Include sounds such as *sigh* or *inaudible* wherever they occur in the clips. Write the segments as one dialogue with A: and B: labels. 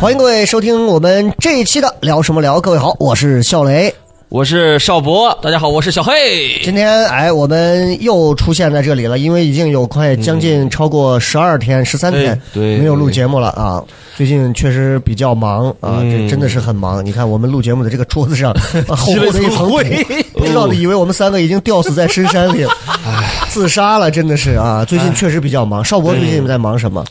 A: 欢迎各位收听我们这一期的聊什么聊。各位好，我是笑雷。
B: 我是邵博，大家好，我是小黑。
A: 今天哎，我们又出现在这里了，因为已经有快将近超过十二天、十三天
B: 对对
A: 没有录节目了啊。最近确实比较忙啊，这真的是很忙。你看我们录节目的这个桌子上啊厚厚的一层灰，不知道的以为我们三个已经吊死在深山里，啊自杀了，真的是啊。最近确实比较忙。邵博最近在忙什么？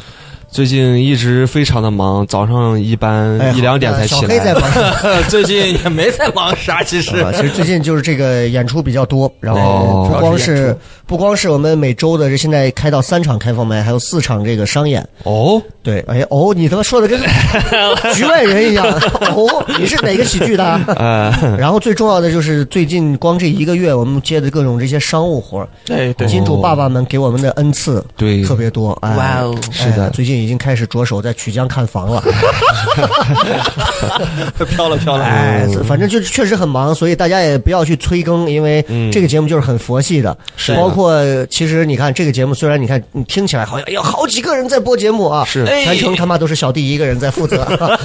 C: 最近一直非常的忙，早上一般
A: 哎，
C: 一两点才
A: 小
C: 起
A: 黑在
C: *laughs* 来。
A: 忙什么？
B: 最近也没在忙啥，其实
A: 啊，其实最近就是这个演出比较多，然后
C: 哦
A: 不光
B: 主要是
A: 是不光是我们每周的这现在开到三场开放麦，还有四场这个商演。
C: 哦，
A: 对，哎 *laughs* 哦，你他妈说的跟局外人一样。哦，你是哪个喜剧的啊？*laughs*
C: 呃
A: 然后最重要的就是最近光这一个月，我们接的各种这些商务活儿，
B: 对对，
A: 金主爸爸们给我们的恩赐
C: 对
A: 特别多。哎
B: 哇哦
A: 是的，最近已经开始着手在曲江看房了。
B: 飘了飘了。
A: 哎，反正就是确实很忙，所以大家也不要去催更，因为这个节目就是很佛系的。
C: 是
A: 包括其实你看这个节目，虽然你看你听起来好像哎呀好几个人在播节目啊，
C: 是
A: 全程他妈都是小弟一个人在负责，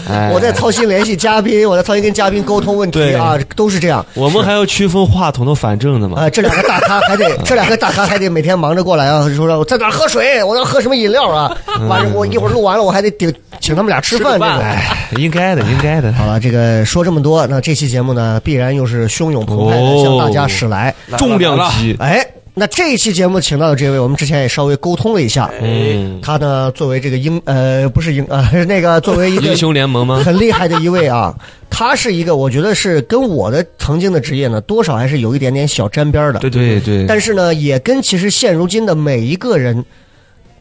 C: 哎
A: *laughs* 我在操心联系嘉宾，我在操心跟嘉宾沟通问题啊，都是这样。
C: 我们还要区分话筒的反正的嘛。
A: 啊，这两个大咖还得，这两个大咖还得每天忙着过来啊，说让我在哪儿喝水，我要喝什么饮料啊？完了，我一会儿录完了，我还得顶请他们俩吃饭，这种。
C: 哎，应该的，应该的。
A: 好了，这个说这么多，那这期节目呢，必然又是汹涌澎湃的
C: 哦
A: 向大家驶来。
C: 重量级，
A: 哎，那这一期节目请到的这位，我们之前也稍微沟通了一下，
C: 嗯，
A: 他呢作为这个英呃不是英啊、是那个作为一个
C: 英雄联盟吗？
A: *laughs* 很厉害的一位啊，他是一个我觉得是跟我的曾经的职业呢，多少还是有一点点小沾边儿的。
C: 对对对，
A: 但是呢，也跟其实现如今的每一个人，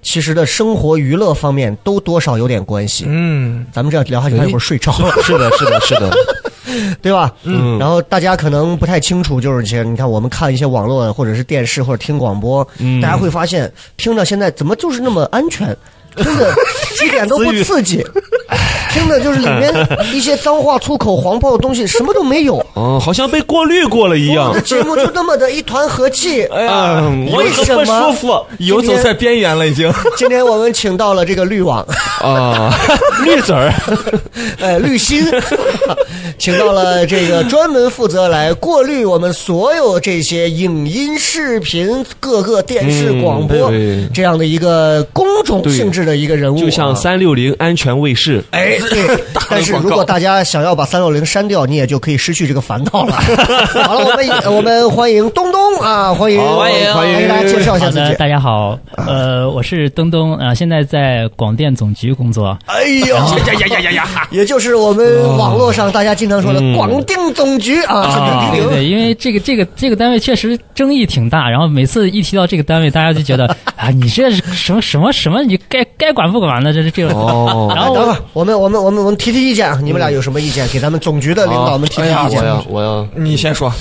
A: 其实的生活娱乐方面都多少有点关系。
B: 嗯，
A: 咱们这样聊下去，他一会儿睡着了。
C: 是的，是的，是的，
A: 对吧？
C: 嗯
A: 然后大家可能不太清楚，就是一些你看我们看一些网络或者是电视或者听广播，
C: 嗯
A: 大家会发现听到现在怎么就是那么安全，听着一点都不刺激，听着就是里面一些脏话、粗口、黄暴的东西什么都没有，
C: 嗯，好像被过滤过了一
A: 我
C: 样
A: 的。节目就那么的一团和气。
B: 哎呀，
C: 嗯，
A: 为什么
B: 我很不舒
C: 啊
B: 服，游走在边缘了已经。
A: 今天我们请到了这个滤网，
C: 啊，绿
A: *laughs*
C: 籽儿，
A: 呃，滤芯， *laughs* 请到了这个专门负责来过滤我们所有这些影音、视频、各个电视、
C: 嗯
A: 广播、
C: 对
A: 这样的一个工种性质的一个人物啊，
C: 就像三六零安全卫士。
A: 哎，对。但是如果大家想要把三六零删掉，你也就可以失去这个烦恼了。好了，我们我们欢迎东东啊，欢迎
B: 好欢迎
A: 欢迎给大家介绍一下
D: 好
A: 自
D: 的，
A: 己。
D: 大家好，呃，我是东东啊、呃现在在广电总局工作。
A: 哎呀，
B: 呀呀呀呀呀！
A: 也就是我们网络上大家经常说的
C: 嗯
A: 广电总局啊，是广
D: 对
A: 电
D: 对，因为这个这个这个单位确实争议挺大，然后每次一提到这个单位，大家就
A: *laughs*
D: 觉得啊，你这是什么什么什么，你该该管不管的，这是这种。
C: 哦
D: 然后
A: 等会
D: 我
A: 儿，我们我们我们我们提提意见啊！你们俩有什么意见？给咱们总局的领导们提提
C: 哎呀
A: 意见 *laughs*
C: 我。要，我要。
B: 你先说，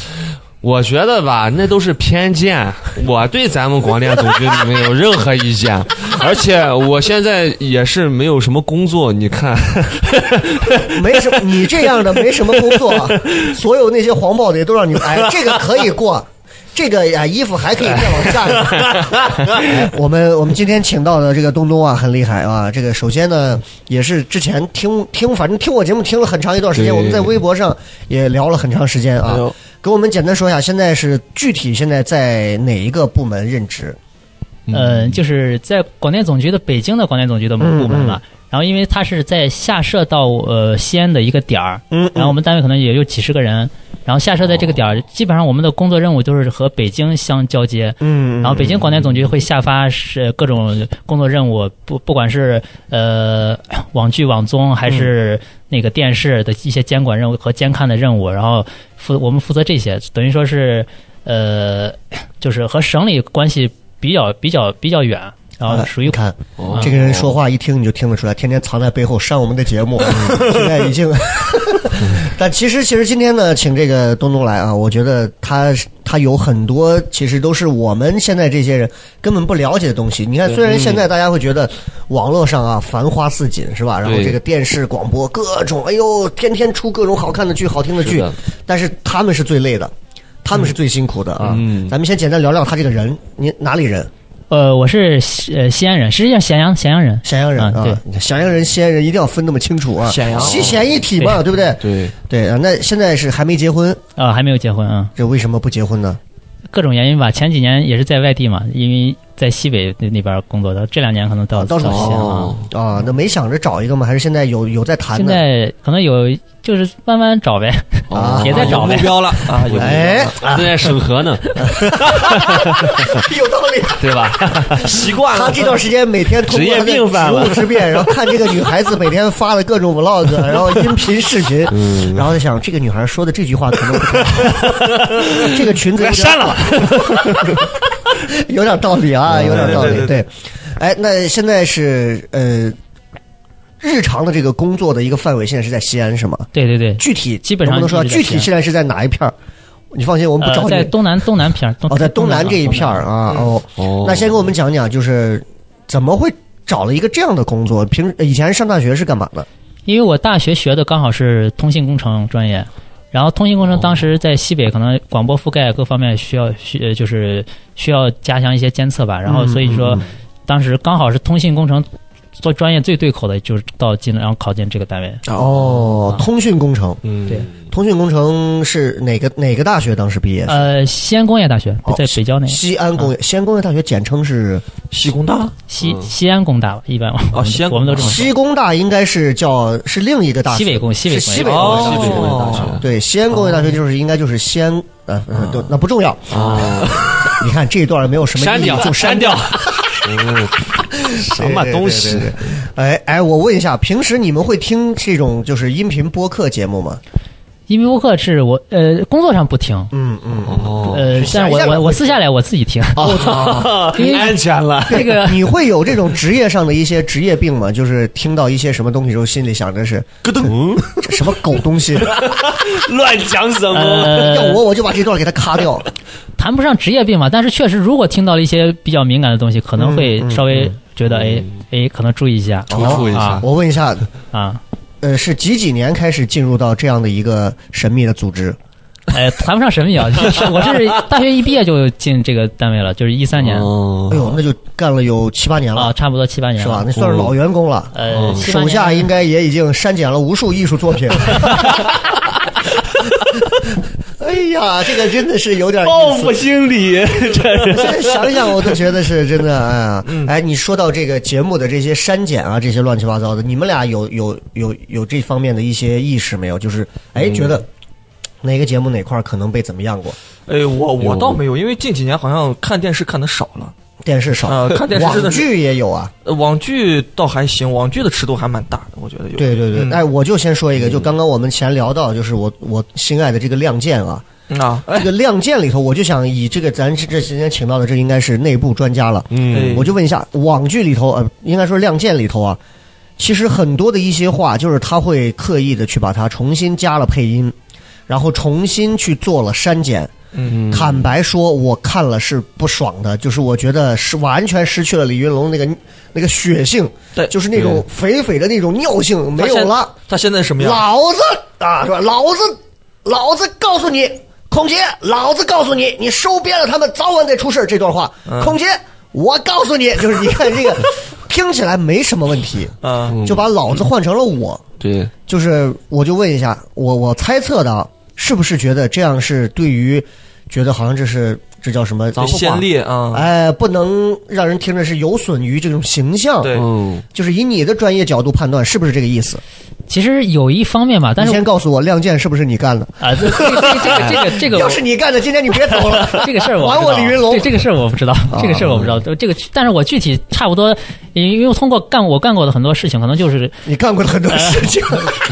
C: 我觉得吧，那都是偏见。我对咱们广电总局没有任何意见，而且我现在也是没有什么工作。你看，
A: 没什么，你这样的没什么工作啊，所有那些黄暴的也都让你们哎，这个可以过。这个呀，衣服还可以再往下面。哎我们我们今天请到的这个东东啊，很厉害啊。这个首先呢，也是之前听听，反正听我节目听了很长一段时间，
C: 对
A: 我们在微博上也聊了很长时间啊
B: 哎呦。
A: 给我们简单说一下，现在是具体现在在哪一个部门任职？
D: 呃，就是在广电总局的北京的广电总局的
A: 嗯
D: 部门嘛。然后，因为它是在下设到呃西安的一个点儿，
A: 嗯
D: 然后我们单位可能也就几十个人，然后下设在这个点儿，基本上我们的工作任务都是和北京相交接。
A: 嗯
D: 然后北京广电总局会下发是各种工作任务，不不管是呃网剧、网综还是那个电视的一些监管任务和监看的任务，然后负我们负责这些，等于说是呃就是和省里关系比较比较比较远，然后
A: 啊
D: 属于
A: 你看这个人说话一听你就听得出来，天天藏在背后删我们的节目，现在已经。但其实，其实今天呢，请这个东东来啊，我觉得他他有很多其实都是我们现在这些人根本不了解的东西。你看，虽然现在大家会觉得网络上啊繁花似锦是吧？然后
C: 对
A: 这个电视广播各种，哎呦，天天出各种好看的剧、好听的
C: 是
A: 剧
C: 的，
A: 但是他们是最累的。他们是最辛苦的啊！
C: 嗯
A: 咱们先简单聊聊他这个人，你哪里人？
D: 呃，我是西呃西安人，实际上咸阳咸阳人，
A: 咸阳人
D: 啊
A: 啊，咸阳人、西安人一定要分那么清楚啊，
B: 咸阳
A: 西咸一体嘛，对不对？
C: *laughs* 对，
A: 对啊，那现在是还没结婚，
D: 啊、还没有结婚啊、
A: 这为什么不结婚呢？
D: 各种原因吧。前几年也是在外地嘛，因为在西北那那边工作的，这两年可能到、
A: 啊到处
D: 到
A: 跑
D: 西安啊。
C: 哦，
A: 啊，那没想着找一个吗？还是现在有有在谈
D: 现
A: 呢？
D: 在可能有就是慢慢找呗，
A: 啊
D: 也在哦
B: 有
D: 找
B: 目
D: 呗。
B: 标了啊，有目标了
A: 哎， *laughs*
C: 正在审核呢，
A: 有道理。
C: 对吧？
B: 习
A: *laughs*
B: 惯
A: 他
B: 了
A: 这段时间每天通过他的
C: 职业病犯了
A: 职务之便，然后看这个女孩子每天发的各种 vlog，然后音频视频，然后在想这个女孩说的这句话可能不太好，这个裙子有点
C: 删了，
A: *laughs* 有点道理啊，有点道理。
B: 对对对
A: 哎，那现在是呃，日常的这个工作的一个范围，现在是在西安是吗？
D: 对对对，
A: 具体
D: 基本上
A: 能不能说
D: 一直在
A: 具体
D: 西安
A: 现在是在哪一片儿？你放心，我们不
D: 呃，
A: 找你
D: 在。东南东南片儿
A: 哦，在东南这一片
D: 儿。
A: 儿啊，哦，
C: 哦
A: 那先给我们讲讲，就是怎么会找了一个这样的工作？平呃以前上大学是干嘛的？
D: 因为我大学学的刚好是通信工程专业，然后通信
A: 哦
D: 工程当时在西北可能广播覆盖各方面需要需呃就是需要加强一些监测吧，然
A: 嗯
D: 后所以
C: 嗯
D: 说当时刚好是通信工程做专业最对口的，就是到进然后考进这个单位，
A: 哦，通讯工程，
C: 嗯
D: 对
A: 通讯工程是哪个哪个大学当时毕业？
D: 呃，嗯西安工业大学
A: 哦
D: 在北郊那个
A: 西安工业，西安工业大学简称是
B: 西工大
D: 西西安工大吧，一般我们
B: 哦西安
D: 我们都这么说，
A: 嗯西工大，应该是叫是另一个大学，
D: 西北工西北
A: 是西
D: 工
A: 北工业
B: 哦
A: 大
C: 西
A: 学
C: 北工业大学
A: 对，西安工业大学就是应该就是西安，呃，呃都那不重要。
C: 哦，
A: *laughs* 你看这一段没有什么
C: 删
A: 意义
C: 掉，
A: 就删
C: 删
A: 掉
B: 啊
C: 掉，嗯什么东西
A: 对？对对对对哎哎，我问一下，平时你们会听这种就是音频播客节目吗？
D: 因为播客是我呃工作上不听，
A: 嗯嗯，
C: 哦，
D: 呃，但是我
A: 下来
D: 我我私下来我自己听，
A: 哦
C: 哎
D: *laughs* 因为
C: 安全了，
D: 这个
A: 你会有这种职业上的一些职业病吗？就是听到一些什么东西之后，心里想着是
C: 咯噔，
A: 这 *laughs* 什么狗东西，
C: 乱讲什么？
A: *laughs* 要
D: 呃
A: 我我就把这段给它卡掉。
D: 谈不上职业病吧，但是确实，如果听到了一些比较敏感的东西，可能
A: 嗯
D: 会稍微觉得，哎哎，可能注意一下
C: 突出一下，
A: 我问一下，
D: 啊。 *laughs*
A: 呃，是几几年开始进入到这样的一个神秘的组织？
D: 哎，谈不上神秘啊， *laughs* 就是我是大学一毕业就进这个单位了，就是一三年
C: 哦
A: 哎呦，那就干了有七八年
D: 啊，
A: 了，
D: 差不多七八年
A: 是吧？
D: 了。哦
A: 那算是老员工了。
D: 呃，七八
A: 手
D: 年
A: 下应该也已经删减了无数艺术作品。哎呀，这个真的是有点
C: 报
A: 意思
C: 复。心理，
A: 现在想想，我都觉得是真的。哎呀，哎，你说到这个节目的这些删减啊，这些乱七八糟的，你们俩有有有有这方面的一些意识没有？就是哎，觉得哪个节目哪块儿可能被怎么样过？
B: 哎，我我倒没有，因为近几年好像看电视看的少了，
A: 电视少，
B: 啊看电视真
A: 网
B: 的是
A: 剧也有啊。
B: 呃网剧倒还行，网剧的尺度还蛮大的，我觉得有。
A: 对对对，
B: 嗯
A: 哎，我就先说一个，就刚刚我们前聊到，就是我我心爱的这个《亮剑》啊，
B: 嗯啊，
A: 这个《亮剑》里头，我就想以这个咱这这今天请到的，这应该是内部专家了。
B: 哎
C: 嗯
A: 我就问一下，网剧里头，呃，应该说《亮剑》里头啊，其实很多的一些话，就是他会刻意的去把它重新加了配音，然后重新去做了删减。
B: 嗯，
A: 坦白说，我看了是不爽的，就是我觉得是完全失去了李云龙那个那个血性，
B: 对
A: 就是那种肥肥的那种尿性没有了。
B: 他现在什么样？
A: 老子啊，是吧？老子，老子告诉你，孔杰，老子告诉你，你收编了他们，早晚得出事儿这段话，
B: 嗯
A: 孔杰，我告诉你，就是你看这
B: *laughs*
A: 个，听起来没什么问题，
B: 啊，
A: 就把老子换成了我，
C: 对，
A: 就是我就问一下，我我猜测的啊，是不是觉得这样是对于，觉得好像这是这叫什么
B: 这先？例啊，
A: 哎，不能让人听着是有损于这种形象，
B: 对
C: 嗯，
A: 就是以你的专业角度判断，是不是这个意思？
D: 其实有一方面吧，但
A: 你
D: 是
A: 先告诉我，《亮剑》是不是你干的？
D: 啊，这这这这个这
A: *laughs*
D: 个
A: 要是你干的，今天你别走
D: *laughs*
A: 了。
D: 这个事儿我
A: 还
D: 不知
A: 我
D: 道
A: 李云龙啊
D: 对这个事儿我不知道，这个事儿我不知道。这个，但是我具体差不多，因为通过干我干过的很多事情，可能就是
A: 你干过的很多事
D: *laughs*
A: 情，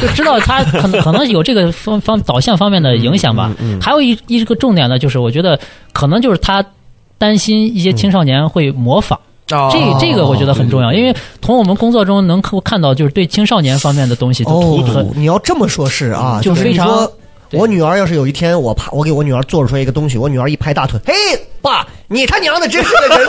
D: 就知道他可能可能有这个方方导向方面的影响
A: 嗯
D: 吧。还有一一个重点呢，就是我觉得可能就是他担心一些青少年会模仿。
A: 嗯
B: 哦
D: 这这个我觉得很重
A: 哦
C: 嗯
D: 要，因为从我们工作中能看看到，就是对青少年方面的东西都
A: 哦
D: 很，
A: 你要这么说，是啊，
D: 就非常
A: 是你说
D: 对
A: 我女儿要是有一天我拍，我给我女儿做出来一个东西，我女儿一拍大腿，嘿，爸，你他娘的真是个人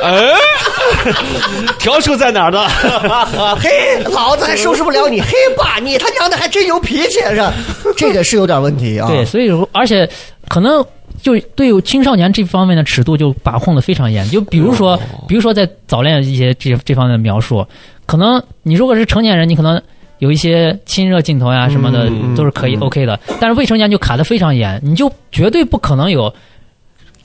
A: 才！
E: 条数在哪儿呢？
A: 啊
D: *laughs*
A: 嘿，老子还收拾不了你！嘿，爸，你他娘的还真有脾气，啊是吧？
D: *laughs*
A: 这个是有点问题啊。
D: 对，所以说而且可能就对于青少年这方面的尺度就把控的非常严，就比如
A: 哦
D: 说，比如说在早恋一些这这方面的描述，可能你如果是成年人，你可能。有一些亲热镜头呀什么的
A: 嗯嗯
D: 都是可以
A: 嗯
D: OK 的，但是未成年就卡得非常严，你就绝对不可能有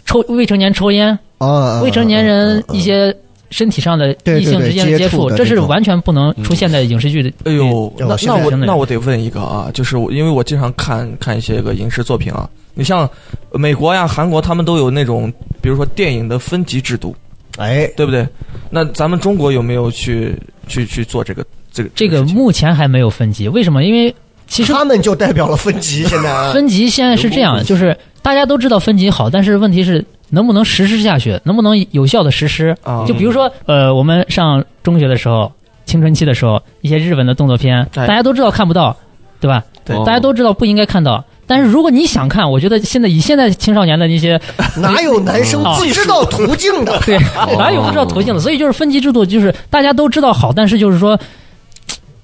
D: 抽未成年抽烟，
A: 啊，
D: 未成年人一
A: 嗯，
D: 些身体上的
A: 对
D: 异性之间
A: 对对
D: 的接
A: 接触
D: 触，
A: 的
D: 这是
A: 这种嗯
D: 完全不能出现在影视剧的。
B: 哎呦，那
A: 现
B: 那
A: 在
B: 我
D: 真的
B: 那我得问一个啊，就是我因为我经常看看一些个影视作品啊，你像美国呀、韩国，他们都有那种，比如说电影的分级制度，
A: 嗯哎，
B: 对不对？那咱们中国有没有去去去做这个这个
D: 这个
B: 事情
D: 目前还没有分级，为什么？因为其实
A: 他们就代表了分级，现在啊
D: 分级现在是这样，就是大家都知道分级好，但是问题是能不能实施下去，能不能有效的实施？
B: 啊？
D: 就比如说，呃，我们上中学的时候，青春期的时候，一些日本的动作片，
B: 哎
D: 大家都知道看不到，对吧？
B: 对
D: 大家都知道不应该看到。但是如果你想看，我觉得现在以现在青少年的那些
A: 哪有男生
D: 嗯
A: 不知道途径的？
D: 对，哪有不知道途径的？所以就是分级制度，就是大家都知道好，但是就是说。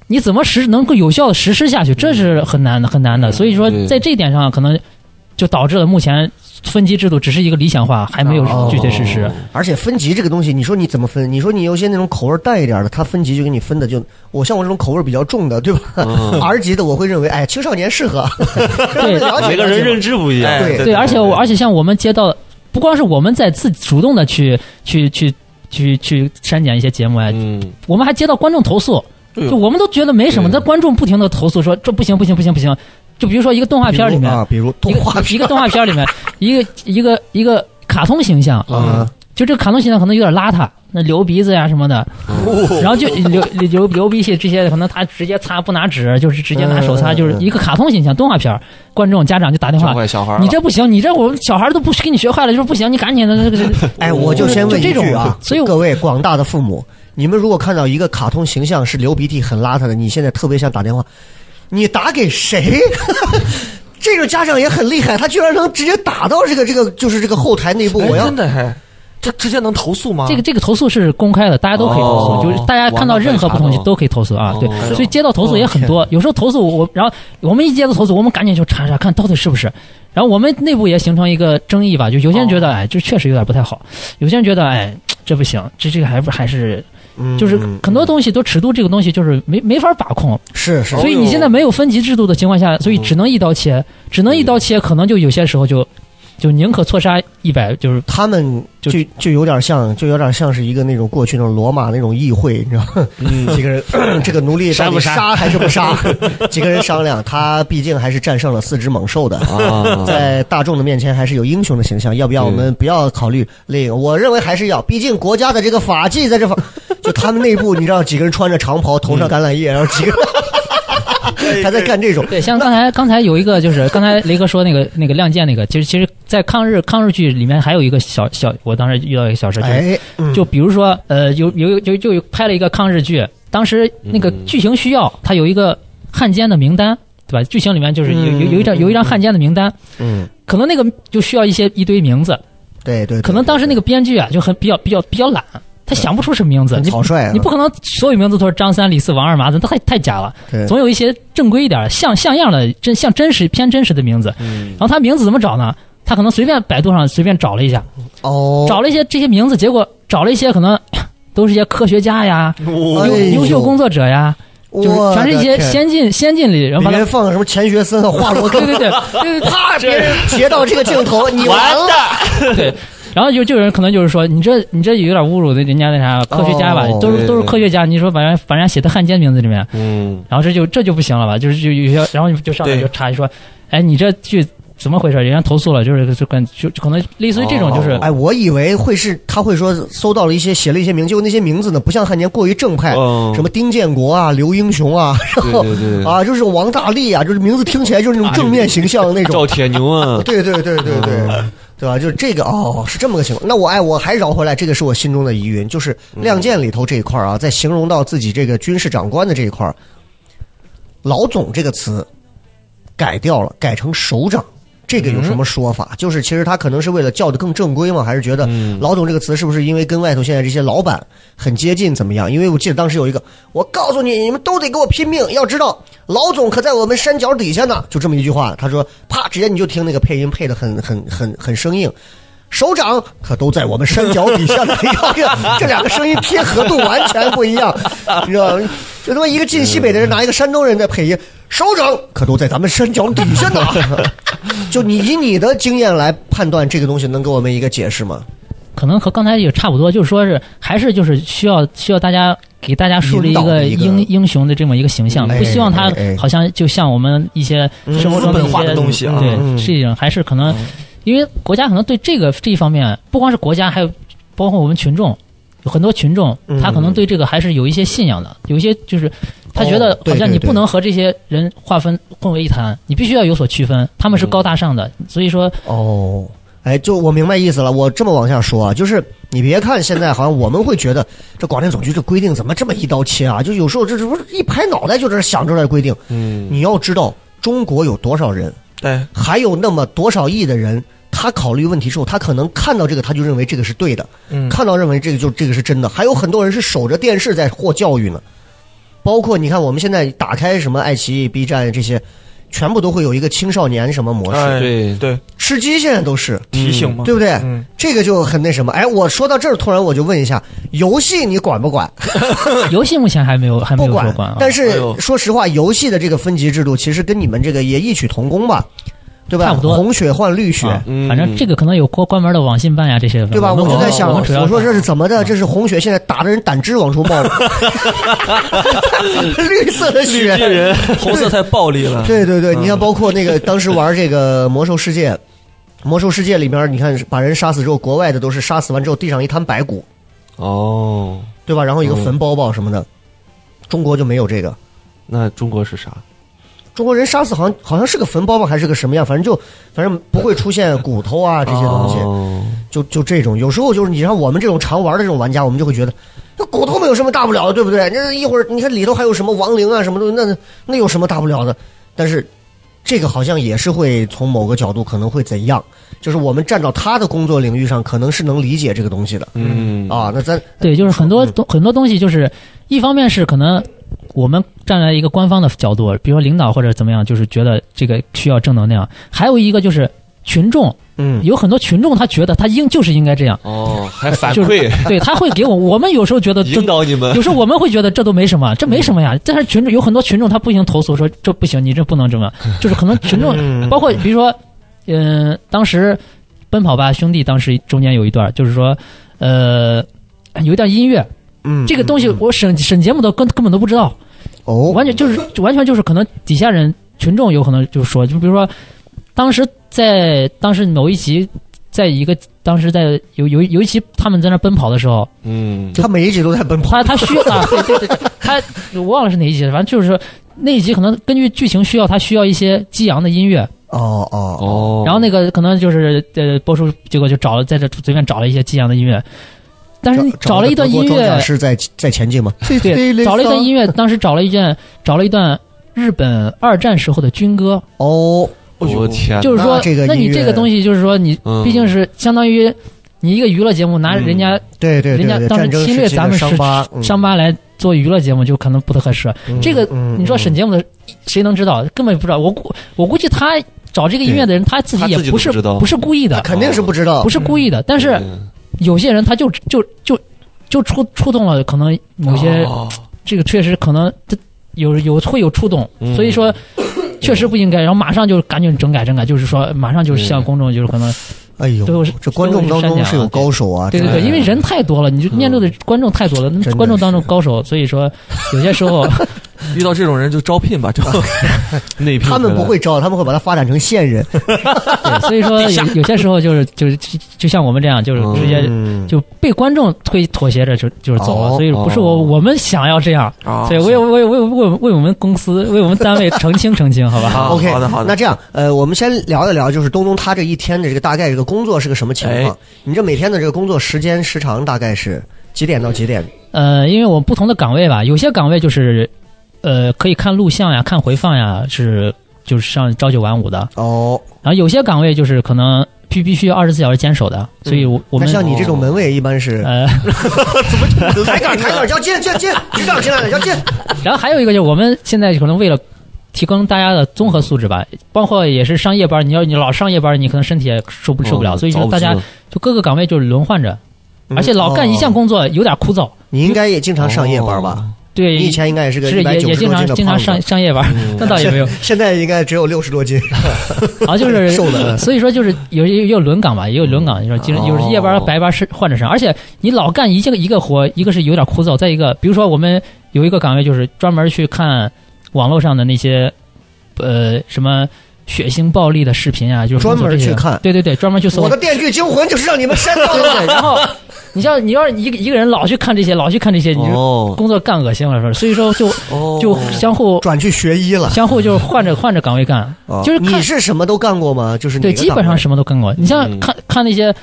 D: 你怎么实能够有效的实施下去，这是很难的，很难的。所以说
C: 对，
D: 在这一点上，可能就导致了目前分级制度只是一个理想化，还没有具体实施。
A: 而且分级这个东西，你说你怎么分？你说你有些那种口味淡一点的，他分级就给你分的就，我像我这种口味比较重的，对吧、r *laughs* 级的我会认为，哎，青少年适合， *laughs* 让他们
C: 哦
A: 了解
E: 每个人认知不一样
B: 哎。
A: 对
D: 对，而且我而且像我们接到，不光是我们在自己主动的去去去去去删减一些节目啊，
C: 嗯，
D: 我们还接到观众投诉，
B: 哎呦
D: 就我们都觉得没什么，
C: 对
D: 但观众不停的投诉说这不行不行不行不行。就比如说一个动画片里面，
A: 啊，比如动
D: 一个
A: 画
D: 一
A: 片
D: 个动画片
A: *laughs*
D: 里面，一个一个一个卡通形象，
A: 啊，
D: 就这个卡通形象可能有点邋遢，那流鼻子呀什么的，
C: 哦
D: 然后就流流流鼻血这些，可能他直接擦不拿纸，就是直接拿手
A: 嗯嗯
D: 擦，
A: 嗯
D: 就是一个卡通形象动画片儿，观众家长就打电
C: 教
D: 话。
C: 坏小孩儿了
D: 啊
C: 啊
D: 你这不行，你这我们小孩都不给你学坏了，就说不行，你赶紧的。
A: 哎，我就先问一
D: 就这
A: 句
D: 种
A: 啊
D: 啊，所以我
A: 各位广大的父母，你们如果看到一个卡通形象是流鼻涕、很邋遢的，你现在特别想打电话，你打给谁？ *laughs* 这种家长也很厉害，他居然能直接打到这个这个就是这个后台内部，
B: 哎
A: 我要
B: 真的还，他直接能投诉吗？
D: 这个这个投诉是公开的，大家都可以投诉，
C: 哦
D: 就是大家看到任何不同意
C: 哦
D: 都可以投诉啊。对
C: 哦，
D: 所以接到投诉也很多，有时候投诉我，然后我们一接到投诉，我们赶紧就查查看到底是不是。然后我们内部也形成一个争议吧，就有些人觉得，哎，这确实有点不太好；有些人觉得，哎，这不行，这这个还不还是
A: 嗯
D: 就是很多东西都尺度，这个东西就是没没法把控。
A: 是是
D: 所以你现在没有分级制度的情况下，所以只能一刀切，只能一刀切，可能就有些时候就就宁可错杀一百，就是
A: 他们就就有点像，就有点像是一个那种过去那种罗马那种议会，你知道吗？
D: 嗯
A: 几个人， *coughs* 这个奴隶到
E: 杀
A: 底
E: 不杀
A: 杀还是不
D: *laughs*
A: 杀？几个人商量，他毕竟还是战胜了四只猛兽的， *laughs*
C: 啊，
A: 在大众的面前还是有英雄的形象。要不要我
D: 嗯
A: 们不要考虑那个？我认为还是要，毕竟国家的这个法纪在这方， *laughs* 就他们内部，你知道，几个人穿着长袍，头上橄榄叶，
D: 嗯
A: 然后
D: *laughs*
A: 几个人还在干这种。
D: 对，像刚才刚才有一个就是刚才雷哥说那个那个《亮剑》那个，其实其实，在抗日抗日剧里面还有一个小小，我当时遇到一个小事，就是、
A: 哎，嗯
D: 就比如说呃，有有有就有拍了一个抗日剧，当时那个剧情需要，它有一个汉奸的名单，对吧？剧情里面就是有有有一张有一张汉奸的名单，
A: 嗯，
D: 可能那个就需要一些一堆名字，
A: 对对，对
D: 可能当时那个编剧啊就很比较比较比较懒，他想不出什么名字，
A: 很
D: 你
A: 草率啊，
D: 你不可能所有名字都是张三、李四、王二麻子，那太太假了。
A: 对
D: 总有一些正规一点儿、像像样的、真像真实偏真实的名字。
A: 嗯
D: 然后他名字怎么找呢？他可能随便百度上随便找了一下，
A: 哦，
D: 找了一些这些名字，结果找了一些可能 *coughs* 都是一些科学家呀、
A: 哎呦
D: 优秀工作者呀，就是全是一
A: 我
D: 些
A: 的天
D: 先进先进里人。
A: 里
D: 把
A: 面
D: 他
A: 放了什么钱学森啊、 *laughs* 华罗
D: 对
A: 庚，
D: 对对对
A: *laughs*
D: 对
A: 啪，别人截到这个镜头，你完了。
D: 对。然后就就有人可能就是说，你这你这有点侮辱的人家那啥科学家吧
A: 哦，
D: 都是
C: 对
D: 都是
C: 对
D: 科学家，你说把人把人家写的汉奸名字里面，
C: 嗯，
D: 然后这就这就不行了吧？就是就有些，然后就上来
B: 对
D: 就查说，哎，你这剧怎么回事？人家投诉了，就是就跟就就可能类似于这种，就是、
C: 哦
A: 哎，我以为会是他会说搜到了一些写了一些名，结果那些名字呢不像汉奸过于正派，
C: 嗯
A: 什么丁建国啊、刘英雄啊，然后
C: 对
D: *laughs*
C: 对对
A: 啊 *laughs* 就是王大力啊，就是名字听起来就是那种正面形象的那种，
C: 赵。铁牛啊
A: 对对对对对， *laughs* 对吧？就是这个哦，是这么个情况。那我哎，我还绕回来，这个是我心中的疑云，就是《亮剑》里头这一块儿啊，在形容到自己这个军事长官的这一块儿，老总这个词改掉了，改成首长。这个有什么说法？就是其实他可能是为了叫的更正规吗？还是觉得“老总”这个词是不是因为跟外头现在这些老板很接近，怎么样？因为我记得当时有一个，我告诉你，你们都得给我拼命，要知道老总可在我们山脚底下呢，就这么一句话。他说，啪，直接你就听那个配音配的很很很很生硬。首长可都在我们山脚底下呢，这两个声音贴合度完全不一样，你知道吗？就他妈一个晋西北的人拿一个山东人在配音，首长可都在咱们山脚底下呢。就你以你的经验来判断这个东西，能给我们一个解释吗？
D: 可能和刚才也差不多，就是说是还是就是需要需要大家给大家树立一
A: 引导
D: 个
A: 的一个
D: 英英雄的这么一个形象，
A: 哎
D: 不希望他
A: 哎嗯哎
D: 好像就像我们一些生活中
B: 资
D: 的
B: 本
D: 一
B: 化
D: 些嗯
B: 的东西啊
A: 嗯
D: 对，是一种还是可能，因为国家可能对这个这一方面，不光是国家，还有包括我们群众，有很多群众
A: 嗯
D: 他可能对这个还是有一些信仰的，有一些就是他觉
A: 哦
D: 得
A: 对
D: 好像
A: 对
D: 你
A: 对
D: 不能和这些人划分混为一谈，你必须要有所区分，他
A: 嗯
D: 们是高大上的，所以说
A: 哦，哎，就我明白意思了。我这么往下说啊，就是你别看现在好像我们会觉得这广电总局这规定怎么这么一刀切啊？就有时候这这不是一拍脑袋就这想出来的规定。
C: 嗯，
A: 你要知道中国有多少人，
B: 对，
A: 还有那么多少亿的人。他考虑问题时候，他可能看到这个，他就认为这个是对的，
B: 嗯，
A: 看到认为这个就这个是真的。还有很多人是守着电视在获教育呢，包括你看我们现在打开什么爱奇艺、B 站这些，全部都会有一个青少年什么模
D: 啊
A: 式。
B: 哎
C: 对
B: 对，
A: 吃鸡现在都是，
B: 提醒嘛，
A: 对不对？
B: 嗯
A: 这个就很那什么。哎，我说到这儿，突然我就问一下，游戏你管不管？
D: 游戏目前还没有还没
A: 不
D: 有
A: 管
D: 说管啊。
A: 但
B: 哎
A: 是
B: 呦
A: 说实话，游戏的这个分级制度其实跟你们这个也异曲同工吧，对吧？
D: 差不多
A: 红血换绿血。
D: 啊
C: 嗯
D: 反正这个可能有关关门的网信办呀这些的，
A: 对吧？
D: 我
A: 我
D: 们
A: 就在想，
D: 我
A: 我
D: 们主要
A: 说这是怎么的？这是红血现在打的人胆汁往出冒，绿色的血，
B: *laughs* 红色太暴力了，
A: 对对对，你看，包括那个当时玩这个《魔兽世界》，《魔兽世界》里面，你看把人杀死之后，国外的都是杀死完之后地上一滩白骨，
C: 哦，
A: 对吧？然后一个坟包包什么的，中国就没有这个。
C: 那中国是啥？
A: 中国人杀死好像好像是个坟包吧，还是个什么样？反正就反正不会出现骨头啊这些东西，
C: 哦，
A: 就就这种。有时候就是你像我们这种常玩的这种玩家，我们就会觉得，那骨头没有什么大不了的，对不对？那一会儿你看里头还有什么亡灵啊什么东西，那那有什么大不了的？但是这个好像也是会从某个角度可能会怎样，就是我们站到他的工作领域上，可能是能理解这个东西的
C: 嗯，
A: 啊。那咱
D: 对，就是很
A: 嗯
D: 多东很多东西，就是一方面是可能我们站在一个官方的角度，比如说领导或者怎么样，就是觉得这个需要正能量；还有一个就是群众，
A: 嗯，
D: 有很多群众他觉得他应就是应该这样，
C: 哦，还反
D: 就是
C: 馈
D: *laughs* 对他会给我，我们有时候觉得这
C: 引。导你们
D: 有时候我们会觉得这都没什么，这没什么呀。但是群众有很多群众他不行投诉说这不行，你这不能这么，就是可能群众
A: 嗯
D: 包括比如说，嗯、当时《奔跑吧兄弟》当时中间有一段，就是说，呃，有一段音乐，
A: 嗯
D: 这个东西我审审节目都根根本都不知道，
A: 哦，
D: 完全就是完全就是可能底下人群众有可能就说，就比如说，当时在当时某一集，在一个当时在有有有一集他们在那奔跑的时候，
C: 嗯，
A: 他每一集都在奔跑，
D: 他他需要啊，对对对，他我忘了是哪一集了，反正就是说那一集可能根据剧情需要，他需要一些激昂的音乐，
A: 哦哦
C: 哦，
D: 然后那个可能就是呃播出结果就找了在这随便找了一些激昂的音乐，但是你
A: 找
D: 找了一段音乐，
A: 是在在前进吗？ *laughs*
D: 对，找了一段音乐，当时找了一件找了一段日本二战时候的军歌，
A: 哦，
B: 哎呦
C: 我天，
D: 就是说
A: 那这个，
D: 那你
A: 音乐
D: 这个东西就是说你
C: 嗯
D: 毕竟是相当于你一个娱乐节目拿人家
A: 对嗯对对
D: 人家
A: 对，
D: 当
A: 战
D: 时
A: 争
D: 侵略
A: 时期的
D: 咱们
A: 伤
D: 是
A: 疤，嗯
D: 伤疤来做娱乐节目，就可能不太合适。这个
A: 嗯
D: 你说沈节目的谁能知道？根本不知道。我估我估计他找这个音乐的人，他自己
C: 他
D: 也
C: 自己
D: 不
C: 都
D: 是
C: 不知道
D: 不是故意 *laughs* 的，
A: 肯定是不知道
D: 不，是故意的。但是
C: 嗯
D: 有些人他就就就就触触动了，可能某些
B: 哦
D: 这个确实可能这有有会有触动，
C: 嗯
D: 所以说确实不应该。然后马上就赶紧整改整改，就是说马上就是向公众就是可能
A: 哎呦
D: 最后是，
A: 这观众当中是有高手啊，
D: 对对对，
C: 对
D: 因为人太多了，你就面对的观众太多了，那
A: 真的
D: 观众当中
A: 是
D: 高手，所以说有些时候
B: 遇到这种人就招聘吧，就
D: 啊
C: 内聘
A: 他们
C: 回来
A: 不会招，他们会把它发展成线人。
D: 对，所以说有有些时候就是就是就像我们这样，就是直接
A: 嗯，
D: 就被观众推妥协着就就是走了，
A: 哦
D: 所以不是我、
C: 哦
D: 我们想要这样，
B: *laughs* 啊，
D: 所以我也我也为为为我们公司为我们单位澄清 *laughs* 澄清，好吧？
B: 啊
A: OK，
B: 好的好的
A: 那这样，呃，我们先聊一聊，就是东东他这一天的这个大概这个工作是个什么情况？
B: 哎
A: 你这每天的这个工作时间时长大概是几点到几点？
D: 呃，因为我们不同的岗位吧，有些岗位就是呃可以看录像呀、看回放呀，是就是上朝九晚五的，
A: 哦，
D: 然后有些岗位就是可能必必须二十四小时坚守的，所以我我
A: 嗯那
D: 们、
A: 像你这种门卫一般是
D: 呃， *laughs*
A: 抬杠抬杠，要进进进，局长进来了，要进。
D: 然后还有一个就是我们现在可能为了。提高大家的综合素质吧，包括也是上夜班。你要你老上夜班，你可能身体也受不受不了，
C: 哦
D: 所以
C: 早
D: 就
C: 不
D: 大家
C: 知道
D: 就各个岗位就是轮换着，
A: 嗯
D: 而且老干一项
A: 工，
D: 工作有点枯燥。
A: 你应该也经常上夜班吧？
D: 对，
A: 你以前应该也是个
D: 哦是
A: 一百
D: 也
A: 九
D: 也
A: 十
D: 经
A: 多
D: 常
A: 斤的
D: 经
A: 胖
D: 常上
A: 子，嗯
D: 上夜
C: 哦
D: *laughs* 班，那倒也没
A: *laughs*
D: 有。啊
A: 现在应该只有六十多斤。
D: *laughs* 然后就
A: 瘦的嗯
D: 是，所以说就是有也有轮岗吧，也有轮岗，就是经常有时夜
A: 哦
D: 班白班是换着上，而且你老干一个一个活，一个是有点枯燥，再一个比如说我们有一个岗位就是专门去看网络上的那些呃什么血腥暴力的视频啊，就是
A: 专门
D: 搜索这些
A: 去看
D: 对对对，专门去搜
A: 我的电锯惊魂就是让你们删掉的
D: 对
A: 吧
D: 对对，然后你像你要是一个一个人老去看这些，老去看这些，你就
C: 哦
D: 工作干恶心了，是吧？所以说就
C: 哦
D: *laughs* 就相互
A: 转去学医了。啊
D: 相互就是换着换着岗位干，哦就是看
A: 哦你是什么都干过吗？就是
D: 对，
A: 哪个嗯
D: 基本
A: 岗
D: 上
A: 位
D: 什么都干过。你像看看那些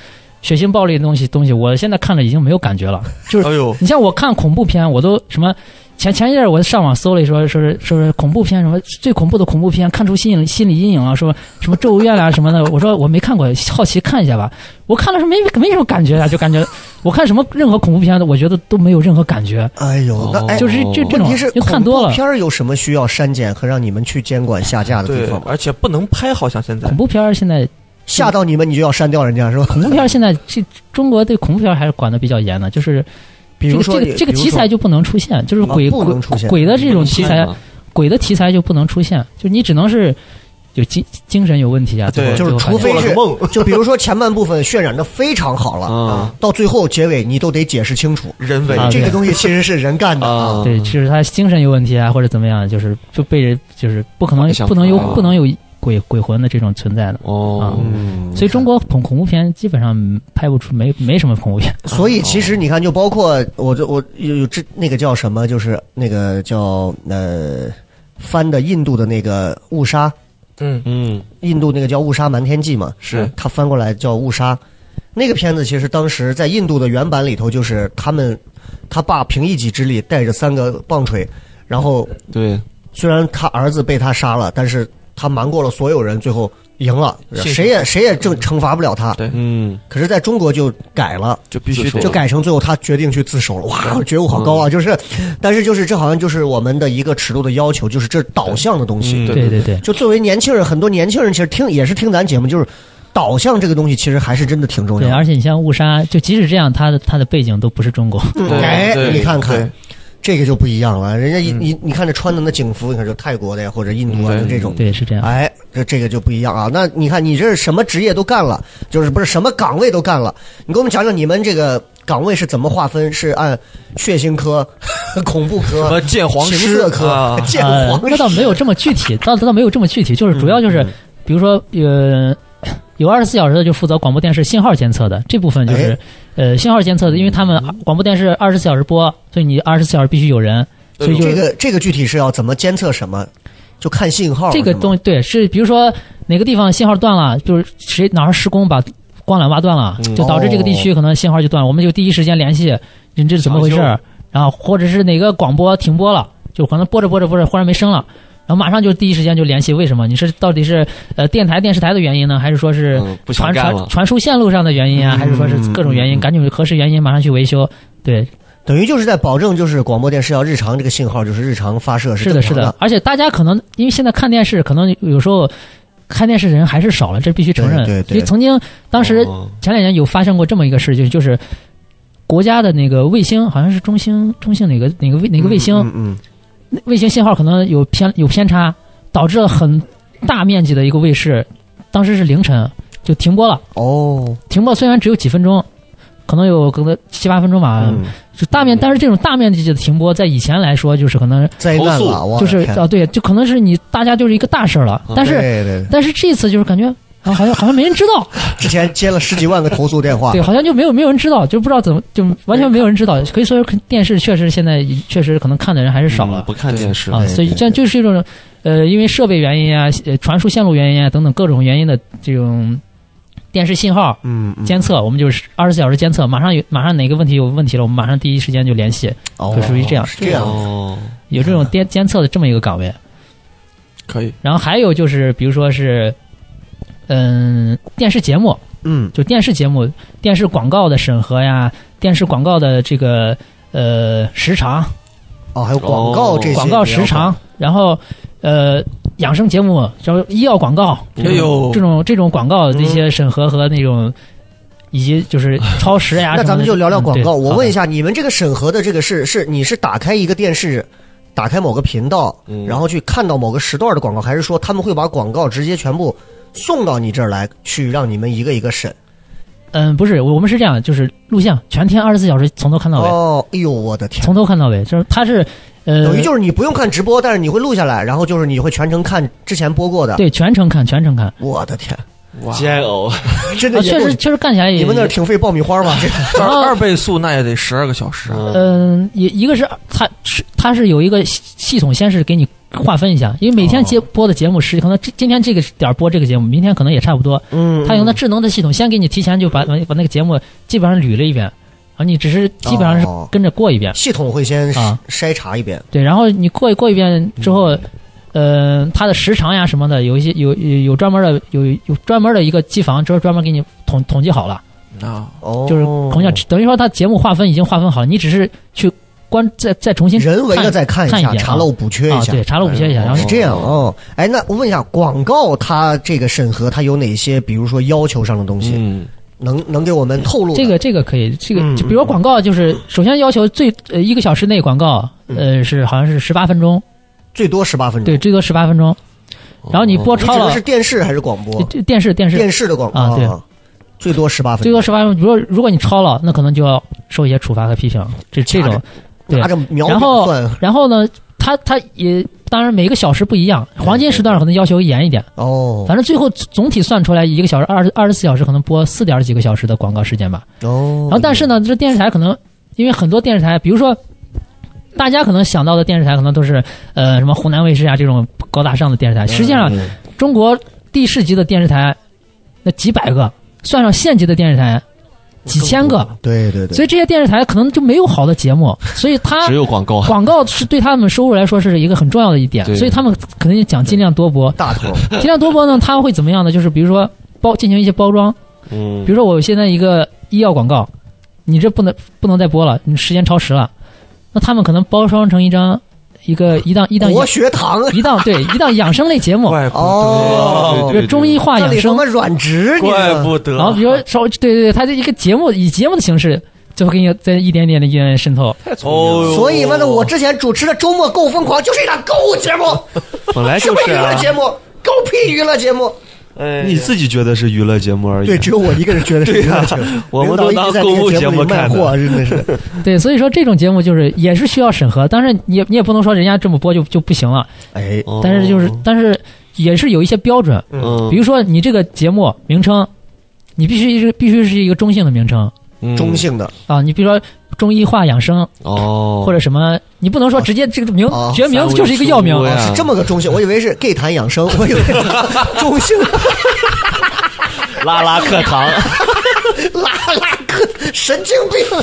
D: 血腥暴力的东西东西，我现在看了已经没有感觉了。就是
B: 哎呦，
D: 你像我看恐怖片，我都什么前前一阵儿我上网搜了一说说是说是恐怖片什么最恐怖的恐怖片，看出心理心理阴影啊，说什么咒怨啊什么的。我说我没看过，好奇看一下吧。我看了是没没什么感觉啊，就感觉我看什么任何恐怖片的，我觉得都没有任何感觉。
A: 哎呦，那哎，
D: 哦就是这这
A: 问
D: 种啊
A: 题是，
D: 就看
A: 恐
D: 多
A: 怖
D: 了。
A: 片儿有什么需要删减和让你们去监管下架的地
B: 对
A: 方，吗？
B: 而且不能拍，好像现在
D: 恐怖片儿现在，
A: 吓到你们你就要删掉人家是吧？
D: 恐怖片儿现在这中国对恐怖片儿还是管的比较严的，就是
A: 比如说
D: 这个这个这个
A: 比如
D: 题
A: 说
D: 材就不能出现，就是
A: 啊
D: 鬼
A: 不能
D: 鬼
A: 出现
D: 鬼的这种题材，啊
C: 嗯
D: 鬼的题材就不能出现，就你只能是有精精神有问题啊，
B: 对
D: 最
A: 就是
D: 后最后
A: 除
D: 发
A: 非
D: 现
B: 做了
A: 是
B: 个梦
A: *laughs* 就比如说前半部分渲染的非常好了，
C: 啊
A: 到最后结尾你都得解释清楚，哎
B: 人为
D: 啊
A: 这
D: 对
A: 个东西其实是人干的啊。
C: 啊，
D: 对，就是他精神有问题啊，或者怎么样，就是就被人就是不可能
C: 想
D: 不能有
C: 不开
D: 不能有鬼鬼魂的这种存在的。
C: 哦，
A: 嗯
D: 所以中国恐恐怖片基本上拍不出没没什么恐怖片，
A: 所以其实你看，就包括我就我有有这那个叫什么，就是那个叫呃翻的印度的那个误杀，
B: 嗯
C: 嗯，
A: 印度那个叫《误杀瞒天记》嘛，
B: 是
A: 他翻过来叫《误杀》。那个片子其实当时在印度的原版里头，就是他们他爸凭一己之力带着三个棒槌，然后
C: 对，
A: 虽然他儿子被他杀了，但是他瞒过了所有人，最后赢了，
B: 幸运
A: 谁也谁也正惩罚不了他。
B: 对
C: 嗯，
A: 可是，在中国就改了，
B: 就必须
C: 自首
B: 得
A: 就改成最后他决定去自首了。哇，觉悟好高啊！就是，但是就是这好像就是我们的一个尺度的要求，就是这导向的东西。
C: 嗯
D: 对对对，
A: 就作为年轻人，很多年轻人其实听也是听咱节目，就是导向这个东西其实还是真的挺重
D: 对，
A: 要
D: 而
A: 的。
D: 且你像误杀，就即使这样，他的他的背景都不是中国，
A: 嗯
B: 对
A: 哎，
B: 对
A: 你看看
B: 对，
A: 这个就不一样了。人家一
B: 嗯
A: 你你看这穿的那警服，你看就泰国的呀或者印度啊，
C: 嗯对
A: 就这种。
D: 对，是这样。
A: 哎，这这个就不一样啊。那你看你这是什么职业都干了，就是不是什么岗位都干了？你给我们讲讲你们这个岗位是怎么划分？是按血腥科、 *laughs* 恐怖
B: 什
A: 科
B: 么、鉴黄
A: 情
B: 师
A: 色科 *laughs*
B: 啊、
A: 鉴
D: 呃
A: 黄，
D: 那倒没有这么具体，倒倒没有这么具体，就是主要就是，比如说呃，有二十四小时的就负责广播电视信号监测的这部分，就是呃信号监测的，因为他们广播电视二十四小时播，所以你二十四小时必须有人，所以就
A: 这个这个具体是要怎么监测什么？就看信号。
D: 这个
A: 是吗
D: 东对是，比如说哪个地方信号断了，就是谁哪儿施工把光缆挖断了，就导致这个地区可能信号就断了，我们就第一时间联系人这是怎么回事儿，然后或者是哪个广播停播了，就可能播着播着播着忽然没声了。然后马上就第一时间就联系，为什么？你是到底是呃电台、电视台的原因呢，还是说是
C: 嗯不想
D: 传
C: 干
D: 传
C: 了，
D: 传输线路上的原因啊，还是说是各种原因？赶紧核实原因，马上去维修。对，
A: 等于就是在保证，就是广播电视要日常这个信号就是日常发射
D: 是
A: 正
D: 的，
A: 常
D: 是
A: 的
D: 的，。而且大家可能因为现在看电视，可能有时候看电视的人还是少了，这必须承认。
A: 对对对
D: 因为曾经当时
C: 哦
D: 前两年有发生过这么一个事，就是就是国家的那个卫星，好像是中兴中兴哪个哪个卫哪个卫星，
A: 嗯嗯
D: 那卫星信号可能有偏有偏差，导致了很大面积的一个卫视，当时是凌晨就停播了。
A: 嗯哦，
D: 停播虽然只有几分钟，可能有可能七八分钟吧，
A: 嗯，
D: 就大面，但是这种大面积的停播，在以前来说，就是可能
A: 灾难
E: 投
A: 了，
E: 诉
A: 我
D: 就是
A: 的天嗯
D: 啊，对，就可能是你大家就是一个大事儿了，但是
A: 对对对，
D: 但是这次就是感觉啊，好像好像没人知道，
A: 之前接了十几万个投诉电话，
D: 对，好像就没有没有人知道，就不知道怎么就完全没有人知道，可以说电视确实现在确实可能看的人还是少了
C: 嗯不看电视
A: 嗯
D: 啊，
A: 对
D: 所以这样就是一种呃，因为设备原因啊、呃传输线路原因啊等等各种原因的这种电视信号
A: 嗯，嗯
D: 监测，我们就是二十四小时监测，马上有马上哪个问题有问题了，我们马上第一时间就联系，
A: 哦
D: 就属于这样
A: 是这样，
C: 哦，
D: 有
A: 嗯
D: 这种监监测的这么一个岗位。
B: 可以，
D: 然后还有就是，比如说是，嗯，电视节目，
A: 嗯，
D: 就电视节目、电视广告的审核呀，电视广告的这个呃时长、
A: 哦，还有广告这些，
D: 广告时长，然后呃养生节目，然后医药广告，
B: 哎呦
D: 这
A: 哦
D: 种这种广告的一些审核和那种，以及就是超时呀。
A: 那
D: 什么
A: 咱们
D: 的
A: 就聊聊广告。
D: 嗯对
A: 我
D: 好
A: 问一下，你们这个审核的这个是是你是打开一个电视，打开某个频道，
C: 嗯
A: 然后去看到某个时段的广告，还是说他们会把广告直接全部送到你这儿来，去让你们一个一个审？
D: 嗯，不是，我们是这样，就是录像全天二十四小时从头看到尾，
A: 哦，哎呦，我的天！
D: 从头看到尾，就是它是呃，
A: 等于就是你不用看直播，但是你会录下来，然后就是你会全程看之前播过的。
D: 对全程看，全程看。
A: 我的天，
B: 哇，
E: 煎熬，
A: 真的
D: 啊，
A: 也
D: 确
A: 够
D: 实确实干起来也
A: 你们那儿挺费爆米花吧？这
D: *laughs*
A: 个
B: 二二倍速那也得十二个小时啊，
C: 呃
D: 嗯，一一个是它是它是有一个系系统，先是给你划分一下，因为每天节播的节目是可能这今天这个点儿播这个节目，明天可能也差不多。
A: 嗯
D: 它用它智能的系统先给你提前就把把把那个节目基本上捋了一遍，然后你只是基本上是
A: 哦
D: 跟着过一遍，
A: 系统会先
D: 啊
A: 筛查一遍。
D: 对，然后你过一过一遍之后。呃，它的时长呀什么的，有一些有有有专门的有有专门的一个机房，就是专门给你统统计好了。
B: 啊，
A: 哦，
D: 就是同样，等于说它节目划分已经划分好了，你只是去关再再重新
A: 人为的再看
D: 看
A: 一
D: 一
A: 下，
D: 眼啊
A: 查漏补缺一
D: 啊，
A: 下。
D: 对，查漏补缺一下，然后
A: 是这样哦，哎，那我问一下，广告它这个审核它有哪些，比如说要求上的东西，
C: 嗯，
A: 能能给我们透露的？
D: 这个这个可以，这个
A: 嗯
D: 就比如说广告，就是首先要求最呃一个小时内广告，
A: 嗯
D: 呃是好像是十八分钟，
A: 最多十八分钟。
D: 对，，最多十八分钟。然后你
C: 哦
D: 播
A: 你
D: 超
A: 指的
D: 了
A: 是电视还是广播？
D: 呃电视电视
A: 电视的广告
D: 啊对
A: 最多十八分
D: 最
A: 钟
D: 多，十八分钟，如果如果你超了，那可能就要受一些处罚和批评，这这
A: 掐
D: 种
A: 着。拿着秒
D: 然
A: 表
D: 后
A: 算
D: 然后呢，它它也当然每个小时不一样，黄金时段可能要求严一点，
A: 哦
D: 反正最后总体算出来一个小时二十二十四小时可能播四点几个小时的广告时间吧。
A: 哦
D: 然后，但是呢，这电视台可能因为很多电视台，比如说大家可能想到的电视台，可能都是呃什么湖南卫视啊这种高大上的电
C: 嗯
D: 视台。实际上，
A: 嗯
D: 中国地市级的电视台那几百个，算上县级的电视台
C: 哦
D: 几千个，
A: 对对对，
D: 所以这些电视台可能就没有好的节目，所以它
C: 只有广告，
D: 啊广告是对他们收入来说是一个很重要的一点，
C: 对
D: 所以他们肯定讲尽量多播。
A: 大头
D: 尽量多播呢，它会怎么样呢？就是比如说包进行一些包装，
C: 嗯
D: 比如说我现在一个医药广告，你这不能不能再播了，你时间超时了，那他们可能包装成一张一个一档一档
A: 国学堂
D: 一档对一档养生类节目，
B: 怪不
A: 哦
B: 得，
D: 比如中医化
A: 这
D: 养
A: 里什
D: 生
A: 么，软植，你知道
B: 怪
A: 吗
B: 不得，
D: 然后比如说稍微对对对，它这一个节目以节目的形式，最后给你再一点点的一点点渗透，
B: 哦呦，
A: 所以嘛呢，我之前主持的《周末购物疯狂》就是一档购物节目，
C: 本来
A: 什
C: 就
A: 么娱
C: 是啊
A: 乐，节目，狗屁娱乐节目。
E: 你自己觉得是娱乐节目而已。
A: 对，只有我一个人觉得是娱乐节目。
E: 我们都
A: 领导一
E: 当
A: 直在
E: 购
A: 这
E: 物
A: 个
E: 节
A: 目
E: 目
A: 里卖
E: 看的
A: 货，真的是。
D: 对，所以说这种节目就是也是需要审核，当然你也你也不能说人家这么播就就不行了，
A: 哎，
C: 哦
D: 但是就是但是也是有一些标准，
C: 嗯
D: 比如说你这个节目名称，你必须是必须是一个中性的名称
C: 嗯
A: 中性的
D: 啊，你比如说中医化养生
C: 哦，
D: 或者什么，你不能说直接这个名
A: 哦
D: 学名就是一个药名
C: 三，味
A: 哦，
C: 啊
A: 是这么个中性，我以为是 gay 谈养生，我以为 *laughs* 中性
E: 拉拉课堂，
A: 拉拉哥神经病，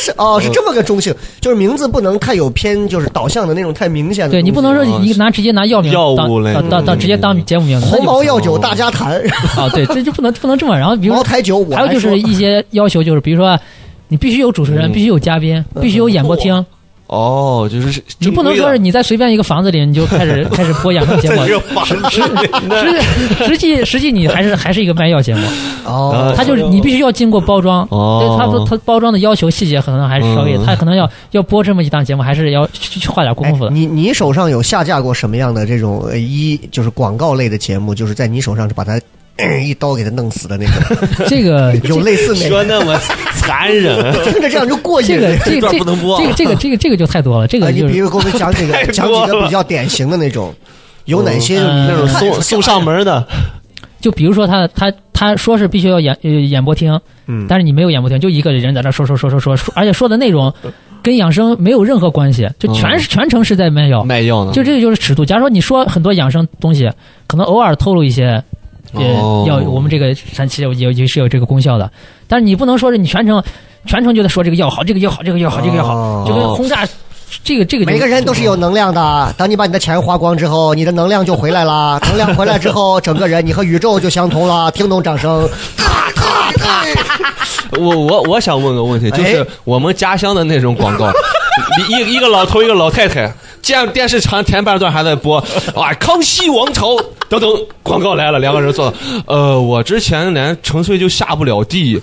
A: 是
D: 嗯
A: 哦，是这么个中性，就是名字不能太有偏，就是导向的那种太明显的东西。
D: 对你不能说你拿直接拿药名
C: 哦药
D: 当
C: 物类
D: 当当当直接当节目名，那
A: 红
D: 就
A: 毛药酒大家谈，
D: 啊，对，这就不能不能这么。然后比
A: *laughs*
D: 如
A: 茅台酒我
D: 还有就
A: 来
D: 是
A: 说
D: 一些要求，就是比如说你必须有主持人，
C: 嗯
D: 必须有嘉宾，必须有演播厅，
C: *laughs* 哦，就是
D: 你不能说
C: 嗯
D: 是你在随便一个房子里你就开
C: *laughs*
D: 始开始播养生节目。实实际实际你还是还是一个卖药节目，
A: 哦，
D: 它就是你必须要经过包装，对它
C: 呃哦，
D: 它包装的要求细节可能还是稍微，
C: 嗯
D: 它可能要要播这么一档节目，还是要去去花点
A: 哎
D: 功夫的。
A: 你你手上有下架过什么样的这种呃一就是广告类的节目？就是在你手上是把它嗯一刀给他弄死的那种，
D: *laughs* 这个
A: *laughs* 有类似那
C: 说
A: 个，
C: 那么残忍，
A: 听着这样就过瘾
D: 这个
A: 了。
D: 这
B: 段
D: 这
B: 不能播
D: 这个这个这个这个就太多了，这
A: 啊，
D: 个
A: 你
D: 就
A: 比
D: 是
A: 如给我们讲几
D: *laughs*
A: 个，讲几个比较典型的那种，有哪些
C: *laughs*
D: 嗯
C: 那种
A: 看
C: 送送上门的，
D: 就比如说他他他说是必须要演呃演播厅，
C: 嗯，
D: 但是你没有演播厅，就一个人在那说说说说说说，而且说的内容跟养生没有任何关系，就
C: 哦
D: 全是全程是在卖药，
C: 卖药呢，
D: 就这个就是尺度。假如说你说很多养生东西，可能偶尔透露一些，
C: 哦
D: 呃，要我们这个神奇有有有是有这个功效的，但是你不能说是你全程全程就在说这个药好，这个药好，这个药好，这个药
C: 哦
D: 好，就跟轰炸这个这个就
A: 每个人
C: *laughs*
A: 都是有能量的。当你把你的钱花光之后，你的能量就回来啦。能量回来之后，整个人你和宇宙就相通了。听懂掌声？
C: 我我我想问个问题，就是
A: 哎
C: 我们家乡的那种广告，一一个老头一个老太太，见电视长前半段还在播，哇，康熙王朝等等广告来了，两个人坐，呃，我之前连沉睡就下不了地，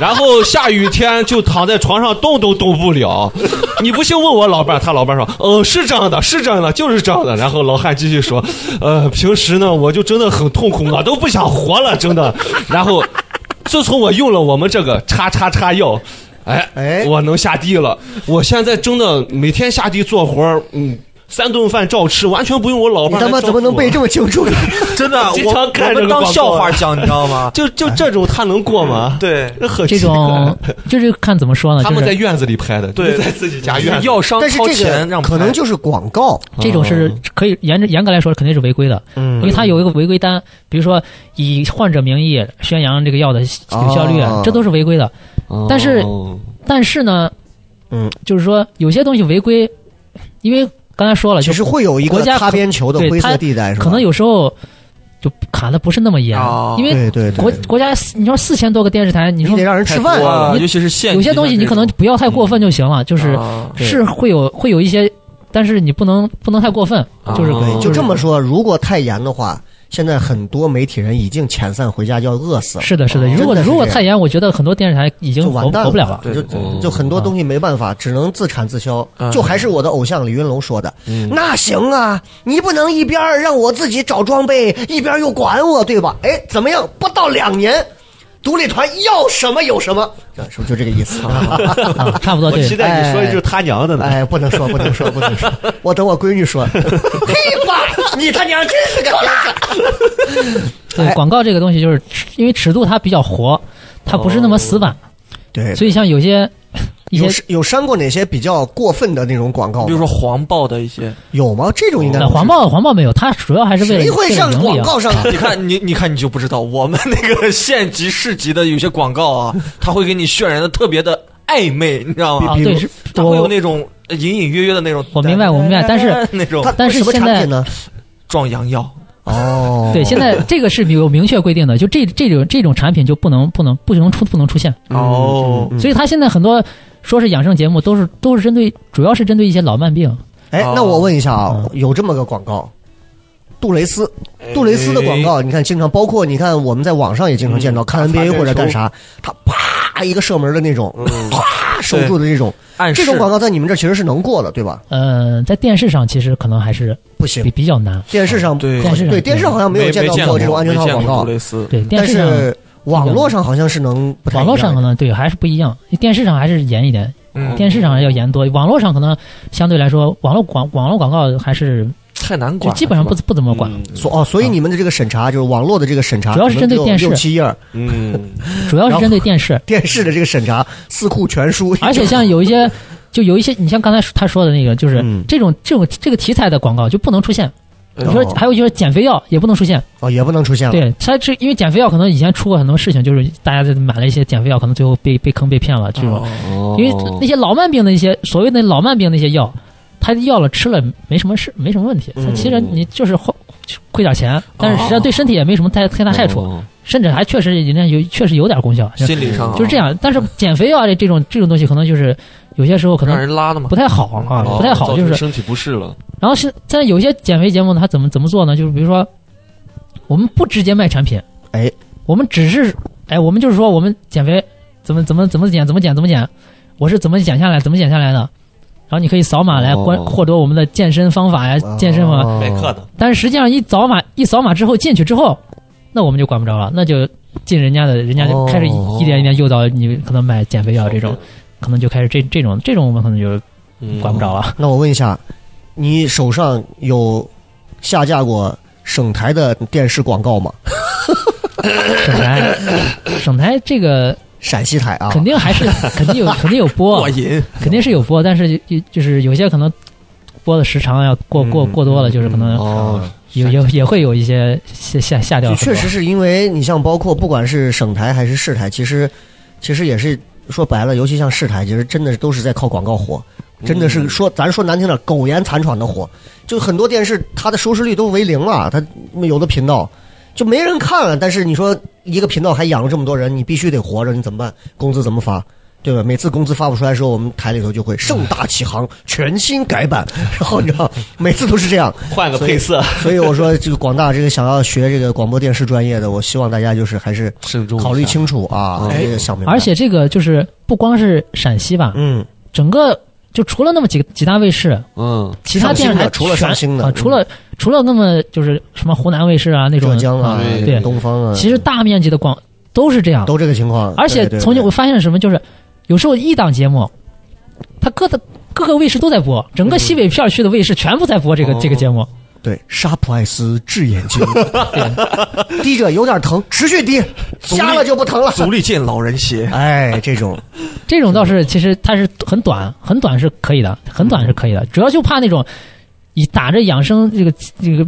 C: 然后下雨天就躺在床上动都动不了，你不信问我老伴儿，他老伴儿说，呃，是这样的，是这样的，就是这样的。然后老汉继续说，呃，平时呢我就真的很痛苦，我都不想活了，真的。然后。自从我用了我们这个叉叉叉药，哎
A: 哎
C: 我能下地了。我现在真的每天下地做活儿，嗯，三顿饭照吃，完全不用我老
A: 你
C: 伴。
A: 他妈怎么能背？这么清
B: *laughs*
A: 楚呢？
B: 真的，
C: 经
B: 我
C: 常看
B: 我
C: 这个
B: 们当
C: 广告
B: 笑话讲，你知道吗？
C: 就
A: 哎
C: 就这种他能过吗？，
B: *laughs* 对
C: 那很
D: 这
C: 奇怪
D: 种就是看怎么说呢，
C: 他
D: 就
C: 们在
D: 是
C: 院子里拍的，
B: 对，
C: 在自己家院子里。
B: 药商
A: 但是
B: 掏
A: 这
B: 钱
A: 个
B: 让
A: 可能就是广告，
D: 这种是
C: 哦
D: 可以严严格来说肯定是违规的，嗯因为它
C: 嗯
D: 有一个违规单，比如说以患者名义宣扬这个药的有效率
A: 哦，
D: 这都是违规的。
C: 哦，
D: 但是但是呢，
A: 嗯，
D: 就是说有些东西违规，因为刚才说了，
A: 其
D: 就
A: 实会有一个
D: 国家可
A: 擦边球的
D: 对
A: 灰
D: 它
A: 色地带，是吧？
D: 可能有时候就卡的不是那么严
B: 哦，
D: 因为
A: 对对
D: 国
A: 对，
D: 国家你说四千多个电视台，你
A: 你
D: 说
A: 得让人
B: 太
A: 吃
B: 多
A: 饭啊。
B: 了
D: 你
B: 尤其是县
D: 有些东西你可能不要太过分就行
A: 嗯
D: 了，就
B: 就是
A: 哦
D: 是会有会有一些，但是你不能不能太过分，就是
C: 哦
A: 对，就这么说，如果太严的话，现在很多媒体人已经遣散回家，要饿死了。
D: 是的，是的。
A: 哦
D: 如果
A: 真的是
D: 如果
A: 这样
D: 太严，我觉得很多电视台已
A: 就
D: 经活
A: 完蛋
D: 活不了了。
B: 对
A: 就
C: 对
A: 就很多东西没办法，只能自产自销。
B: 嗯
A: 就还是我的偶像李云龙说的，那行啊，你不能一边儿让我自己找装备，一边儿又管我，对吧？哎，怎么样？不到两年，独立团要什么有什么，这是不是就这个意思？
D: 啊，差不多
E: 我
D: 对
E: 期。待你说一句他娘的呢。
A: *laughs* 哎，不能说，不能说，不能说，我等我闺女说。 *laughs* 嘿吧，你他娘真是个哎
D: 对广告这个东西，就是因为尺度它比较活，它不是那么死板，
A: 对，
D: 所以像有些 *laughs* 一
A: 哦有
D: 些
A: 删有删过哪些比较过分的那种广告吗？
B: 比如说黄暴的一些，
A: 有吗？这种应该
D: 呃
A: 不是
D: 黄暴黄暴没有，它主要还是为
A: 谁
D: 了
A: 会
D: 为了
A: 上
D: 盈利
A: 广
D: 啊。
A: 告上？
B: 你看你你看你就不知道，我们那个县级市级的有些广告啊，它会给你渲染的特别的暧昧，你知道
D: 啊，
B: 吗？
D: 对，是
B: 它会有
D: 我
B: 那种隐隐约约的那种。
D: 我明白我明白但是
B: *laughs* 那种
A: 它
D: 但是
A: 什么
D: 现
A: 产
D: 在
A: 品呢？
B: 壮阳药，
A: 哦，
D: 对现在这个是有明确规定的，就这这种这种产品就不能不能不能出不能出现，
B: 哦
A: 嗯
D: 所以它现在很多说是养生节目都是都是针对主要是针对一些老慢病，
A: 哎，
B: 哦
A: 那我问一下啊，
D: 嗯
A: 有这么个广告，杜蕾斯，
B: 哎
A: 杜蕾斯的广告，你看经常，包括你看我们在网上也经常
B: 嗯
A: 见到，看 NBA 或者干啥，他啪一个射门的那
B: 嗯
A: 种，
C: 嗯
A: 啪守住的这种，
B: 暗示
A: 这种广告在你们这其实是能过的，对吧？
D: 呃，在电视上其实可能还是
A: 不
D: 比
A: 行，
D: 比较难，
A: 电视上
B: 对
A: 好像
D: 电视上
A: 对电视上好像没有见到
B: 见
A: 这种安全套
B: 没见
A: 广
B: 过
A: 告
B: 杜，蕾斯。
D: 对电
A: 嗯但
D: 视上
A: 是网络上好像是能不太一
D: 网
A: 样
D: 络上可能对还是不一样，电视上还是严一点，
B: 嗯，
D: 电视上要严多，网络上可能相对来说，网络广网络广告还是
B: 太难
D: 就
B: 管了，
D: 基本上不不怎么管，
A: 所哦，所以你们的这个审查就是网络的这个审查，
D: 嗯主要是针对
A: 可能只有
D: 电视
A: 六七页儿，
C: 嗯，
D: 主要是针对电视，
A: 电视的这个审查四库全书，
D: 而且像有一些。就有一些，你像刚才他说的那个，就是这种这种这个题材的广告就不能出现。
B: 嗯
D: 你说还有就是减肥药也不能出现，
A: 哦也不能出现了。
D: 对，它这因为减肥药可能以前出过很多事情，就是大家买了一些减肥药，可能最后被被坑被骗了这
B: 哦
D: 种。
B: 嗯
C: 嗯
D: 因为
C: 哦
D: 那些老慢病的一些所谓的老慢病的一些药，他要了吃了没什么事，没什么问题。它其实你就是花亏点钱，但是实际上对身体也没什么太太大害处，
C: 哦
D: 甚至还确实人家有确实有点功效，
B: 心理上啊
D: 就是这，样。但是减肥啊药这这种这种东西，可能就是有些时候可
B: 让
D: 能
B: 人拉的嘛
D: 不。太好啊，
C: 哦
D: 不太好，
C: 造
D: 就
C: 成
D: 是
C: 身体不适了。
D: 然后是现在有一些减肥节目呢，它怎么怎么做呢？就是比如说，我们不直接卖产品，
A: 哎，
D: 我们只是哎，我们就是说我们减肥怎么怎么怎么减，怎么减怎么减，我是怎么减下来，怎么减下来的。然后你可以扫码来
C: 哦
D: 关获得我们的健身方法呀，健身方法。啊
A: 哦
E: 卖课的，
D: 但是实际上一扫码一扫码之后进去之后，那我们就管不着了，那就进人家的，人家就开始
A: 哦
D: 一点一点诱导你，可能买减肥药这种，可能就开始这这种这种我们可能就
C: 嗯
D: 管不着了。
A: 那我问一下，你手上有下架过省台的电视广告吗？哦 *laughs*
D: 省台，省台这个
A: 陕西台啊，
D: 肯定还是肯
A: *laughs*
D: 定有肯定有播
B: 过，
D: *laughs*
B: 瘾，
D: 肯定是有播，但是就就是有些可能播的时长要过过
B: 嗯
D: 过多了，就是可能
C: 哦，
D: 有有也会有一些下下下掉
A: 就
D: 很多。
A: 确实是因为你像包括不管是省台还是市台，其实其实也是说白了，尤其像市台，其实真的都是在靠广告火，真的是说咱说难听点，苟延残喘的火。就很多电视它的收视率都为零了，它有的频道就没人看了。但是你说一个频道还养了这么多人，你必须得活着，你怎么办？工资怎么发？对吧？每次工资发不出来的时候，我们台里头就会盛大启航，全新改版，然后你知道，每次都是这样。
C: 换个配色，
A: 所以我说，这个广大这个想要学这个广播电视专业的，我希望大家就是还是
C: 慎重
A: 考虑清楚啊，这个想明白。
D: 哎而，且这个就是不光是陕西吧，
A: 嗯，
D: 整个就除了那么几个几大卫视，
C: 嗯，
D: 其他电
A: 上
D: 视台
A: 星的除了上星的嗯
D: 啊，除了除了那么就是什么湖南卫视啊那种
A: 浙江啊，
D: 对，
A: 东方啊，
D: 其实大面积的广都是这样。
A: 都这个情况。
D: 而且
A: 对
D: 从我发现什么，就是有时候一档节目，它各的各个卫视都在播，整
A: 嗯
D: 个西北片区的卫视全部在播这个
A: 哦
D: 这个节目。
A: 对对沙普爱斯治眼
D: *laughs*
A: 睛，滴着有点疼，持续滴，瞎了就不疼了。
B: 足力健老人
D: *laughs*
B: 鞋，
A: 哎，这种
D: 这种倒是其实它是很短，很短是可以的，很
A: 嗯
D: 短是可以的，主要就怕那种以打着养生这个这个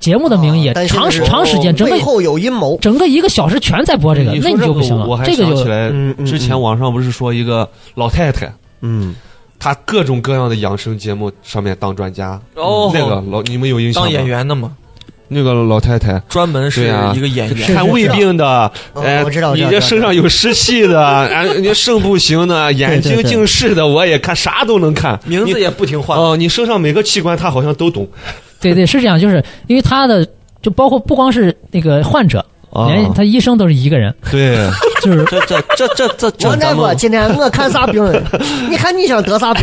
D: 节目的名义
A: 啊，但是
D: 长
A: 那
D: 时
A: 种
D: 长时间整个
A: 背后有阴谋。
D: 整个一个小时全在播这个，
C: 你
D: 那
C: 说
D: 你就
C: 这
D: 不行
C: 个我还
D: 了，这个
C: 想起
D: 就
C: 来
A: 嗯嗯，
C: 之前网上不是说一个老太太，
A: 嗯，
C: 她各种各样的养生节目上面当专家，
B: 哦
C: 那个老你们有印象吗
B: 当演，员的嘛，
C: 那个老太太。
B: 专门是
C: 对啊
B: 一个演员。
D: 是
C: 看胃病的，
A: 哦
C: 哎，
A: 我知道我知
C: 你
A: 道
C: 这
A: 我知道
C: 身上有湿气的，啊，你肾不行的，眼睛近视的，我也看，啥都能看。
B: 名字也不停换，
C: 哦，你身上每个器官她好像都懂。
D: 对对是这样，就是因为他的就包括不光是那个患者，
C: 啊
D: 连他医生都是一个人，
C: 对，
D: 就是
B: 这这这这这
A: *laughs*
B: 这
A: 王大
B: 咱
A: 夫，
B: 们
A: 今天我看啥病？
D: *laughs*
A: 你看你想得啥病？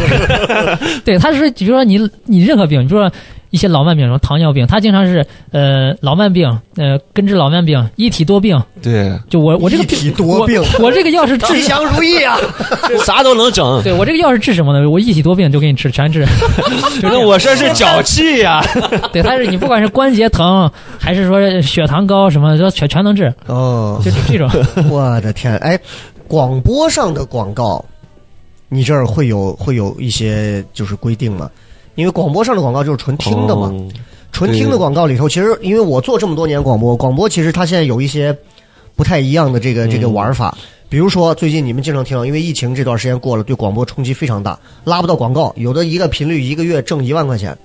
D: 对，他是比如说你你任何病，比如说一些老慢病，什么糖尿病，他经常是呃老慢病，呃根治老慢病，一体多病。
C: 对，
D: 就我我这个
A: 一体多病
D: 我我这个药是治
A: 吉，祥如意
D: *laughs*
A: 啊！
C: 啥都能整。
D: 对我这个药是治什么呢？我一体多病就给你吃，
A: *laughs*
D: 全治。
C: 那我这是脚气呀、
D: 对，他是你不管是关节疼，还是说血糖高什么，都全全能治，
A: 哦，
D: 就这
A: *laughs*
D: 种。
A: 我的天，哎，广播上的广告，你这儿会有会有一些就是规定吗？因为广播上的广告就是纯听的嘛，
C: 哦
A: 纯听的广告里头，其实因为我做这么多年广播，广播其实它现在有一些不太一样的这个这个玩法。比如说，最近你们经常听到，因为疫情这段时间过了，对广播冲击非常大，拉不到广告，有的一个频率一个月挣一万块钱，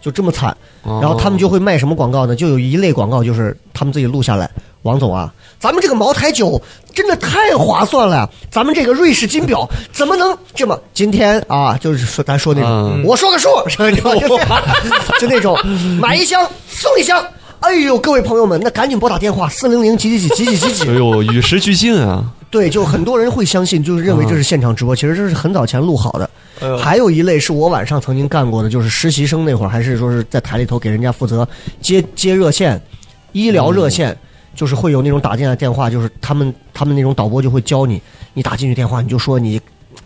A: 就这么惨。
C: 哦
A: 然后他们就会卖什么广告呢？就有一类广告就是他们自己录下来。王总啊，咱们这个茅台酒真的太划算了呀！咱们这个瑞士金表怎么能这么？今天啊，就是说咱说那种，
C: 嗯
A: 我说个数，就就那种 *laughs* 买一箱送一箱。哎呦，各位朋友们，那赶紧拨打电话四零零几几几几几几
C: 哎
A: 几。
C: 呦，与时俱进啊！
A: 对，就很多人会相信，就是认为这是现场直播，其实这是很早前录好的。还有一类是我晚上曾经干过的，就是实习生那会儿，还是说是在台里头给人家负责接接热线、医疗热线，就是会有那种打进来电话，就是他们他们那种导播就会教你，你打进去电话你就说你。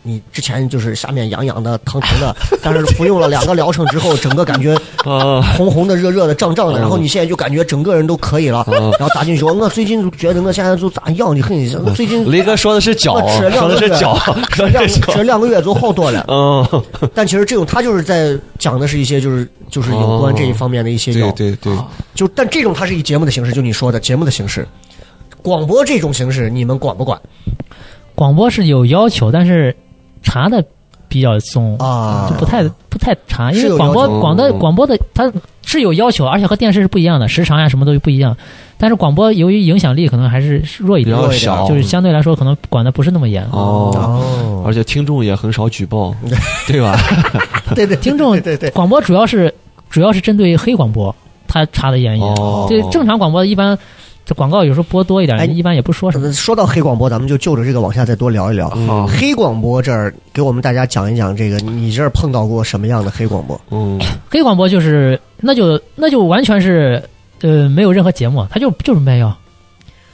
A: 你之前就是下面痒痒的、疼疼的，但是服用了两个疗程之后，整个感觉
C: 啊，
A: 红红的、热热的、胀胀的，然后你现在就感觉整个人都可以了。然后打进去说，我最近就觉得我现在就咋样，你看你最近
C: 雷哥说的是脚，
A: 我吃了
C: 说的是
B: *laughs*
C: 脚，说 *laughs*
A: 两
C: 的是
A: 这
C: 脚。。
A: 两个月就好多了
C: *laughs* 嗯，
A: 但其实这种他就是在讲的是一些就是就是有关这一方面的一些药，
C: 哦对对对，
A: 就但这种它是以节目的形式，就你说的节目的形式。广播这种形式，你们管不管
D: 广播是有要求，但是查的比较松
A: 啊
D: 就？不太不太查，因
A: 是
D: 为
A: 有
D: 广播
A: 要
C: 求
D: 广的
C: 嗯
D: 广播的它是有要求，而且和电视是不一样的，时长呀什么都不一样。但是广播由于影响力可能还是弱一
C: 比
D: 点，
C: 较
A: 弱一点
C: 小，
D: 就是嗯相对来说可能管的不是那么严。
C: 哦，
A: 哦，
C: 而且听众也很少举
B: *laughs*
C: 报，对吧？
A: 对
D: *laughs*
A: 对，
D: 听众
A: 对对对，
D: 广播主要是主要是针对黑广播，它查的严一点。
C: 哦，
D: 哎对正常广播一般，这广告有时候播多一点，
A: 哎
D: 一般也不说什么。
A: 说到黑广播，咱们就就着这个往下再多聊一聊。
C: 嗯
A: 黑广播这儿给我们大家讲一讲，这个你这儿碰到过什么样的黑广播？
C: 嗯，
D: 黑广播就是那就那就完全是呃没有任何节目，它就就是卖药，
C: 哦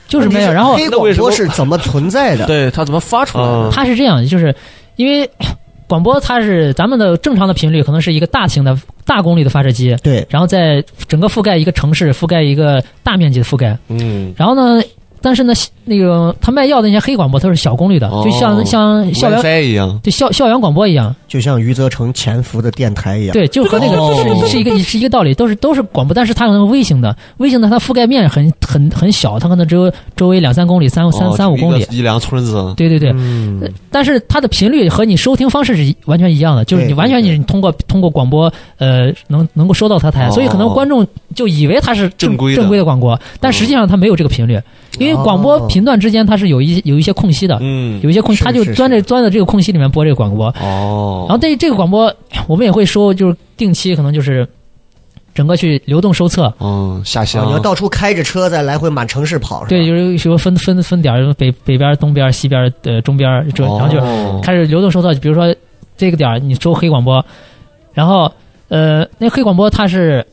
D: 就是没有。然后
A: 黑广播是怎么存在
C: *laughs*
A: 的？
B: 对他怎么发出来的？
C: 嗯
D: 它是这样，就是因为 *coughs* 广播它是咱们的正常的频率，可能是一个大型的大功率的发射机，
A: 对，
D: 然后在整个覆盖一个城市，覆盖一个大面积的覆盖。
C: 嗯，
D: 然后呢，但是呢，那个他卖药的那些黑广播，它是小功率的，
C: 哦
D: 就像像校园
C: WiFi 一样，
D: 对校校园广播一样，
A: 就像余则成潜伏的电台一样。
D: 对，就和那
A: 哦
D: 个是是一个是一个道理，都是都是广播，但是它可能微型的，微型的它覆盖面很很很小，它可能只有周围两三公里、三三
C: 哦
D: 三五公
C: 一
D: 里
C: 个。一两个村子，
D: 对对对，
C: 嗯，
D: 但是它的频率和你收听方式是一完全一样的，就是
A: 对
D: 你完全
A: 对
D: 你通过通过广播呃能能够收到它台，
C: 哦
D: 所以可能观众就以为它是
C: 正规的
D: 正规的广播，但实际上它没有这个频率，因为广播频段之间它是有一有一些空隙的，
C: 嗯，
D: 有一些空隙，
A: 是
D: 它就是钻
A: 是
D: 着钻在这个空隙里面播这个广播，
C: 哦，
D: 然后对于这个广播，我们也会说，就是定期可能就是整个去流动收测，
C: 嗯，下
B: 哦
C: 乡，
A: 哦你要到处开着车在来回满城市跑，
D: 哦对，
A: 是吧
D: 就是说分分分点儿，北北边儿、东边儿、西边儿、呃中边儿，这然后就
C: 就
D: 开始流动收到，比如说这个点儿你收黑广播，然后呃，那黑广播它是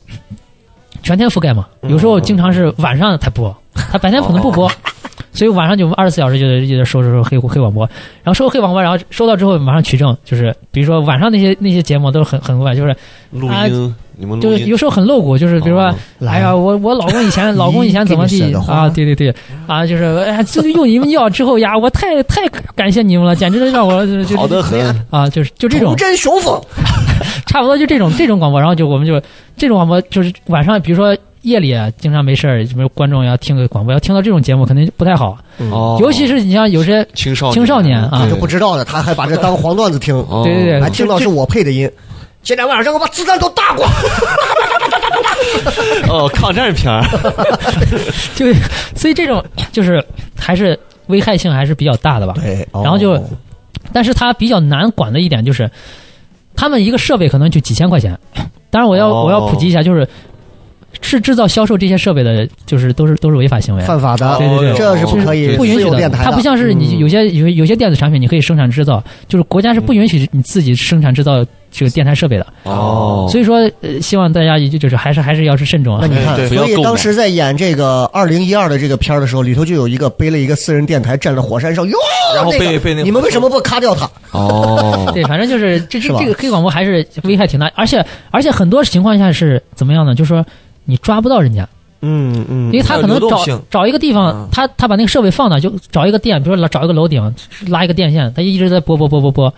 D: 全天覆盖嘛，有时候经常是晚上才播，它白天可能不播， *laughs* 所以晚上就二十四小时就得就得收收收黑黑广播，然后收黑广播，然后收到之后马上取证，就是比如说晚上那些那些节目都是很很晚，就是
C: 录
D: 啊
C: 音，你们
D: 就
C: 录
D: 是
C: 音，
D: 有时候很露骨，就是比如说
C: 哦。
D: 哎呀，我我老公以前老公以前怎么
A: 给你
D: 地
A: 写的话
D: 啊？对对对，啊，就是哎呀，这就用你们药之后呀，我太太感谢你们了，简直让我就就
C: 好的很，
D: 啊，就是就这
A: 头
D: 种，
A: 针雄风，
D: 差不多就这种这种广播，然后就我们就这种广播就是晚上，比如说夜里啊经常没事儿，什么观众要听个广播，要听到这种节目肯定不太好，
C: 哦，
D: 尤其是你像有些
C: 青少
D: 青少年啊哎
A: 他都不知道的，他还把这当黄段子听，啊
C: 哦
D: 对对对
A: 还听到是我配的音。前两晚上我把子弹都打过，
C: 哦，抗战片儿，
D: 就所以这种就是还是危害性还是比较大的吧。
A: 对，哦
D: 然后就但是它比较难管的一点就是，他们一个设备可能就几千块钱。当然，我要、
C: 哦
D: 我要普及一下，就是是制造、销售这些设备的，就是都是都是违法行为，啊
A: 犯法的，
D: 对对对
A: 这是不可以
C: 对
D: 不允
A: 私
D: 许
A: 有
D: 的。
A: 电台
D: 它不像是你有些有有些电子产品，你可以生产制造，就是国家是不允许你自己生产制造这个电台设备的。
C: 哦，
D: *laughs* 所以说，呃希望大家也就就是还是还是要是慎重
A: 那
D: 啊
A: 你。看
C: 对，
A: 哎所
C: 不要
A: 以
C: 购买
A: 当时在演这个二零一二的这个片儿的时候，里头就有一个背了一个私人电台，站在火山上，哟，
B: 然后
A: 那
B: 被
A: 个
B: 被那个
A: 你们为什么不咔掉它？
C: 哦，
D: 对，反
A: *laughs*
D: 正就是这
A: 是
D: 这
A: 吧
D: 这个黑广播还是危害挺大，而且而且很多情况下是怎么样呢？就是说你抓不到人家，
A: 嗯嗯
D: 因为他可能
B: 还有流动
D: 找
B: 性
D: 找一个地
B: 嗯
D: 方，他他把那个设备放那，就找一个店，比如说找一个楼顶，拉一个电线，他一直在播播播播播，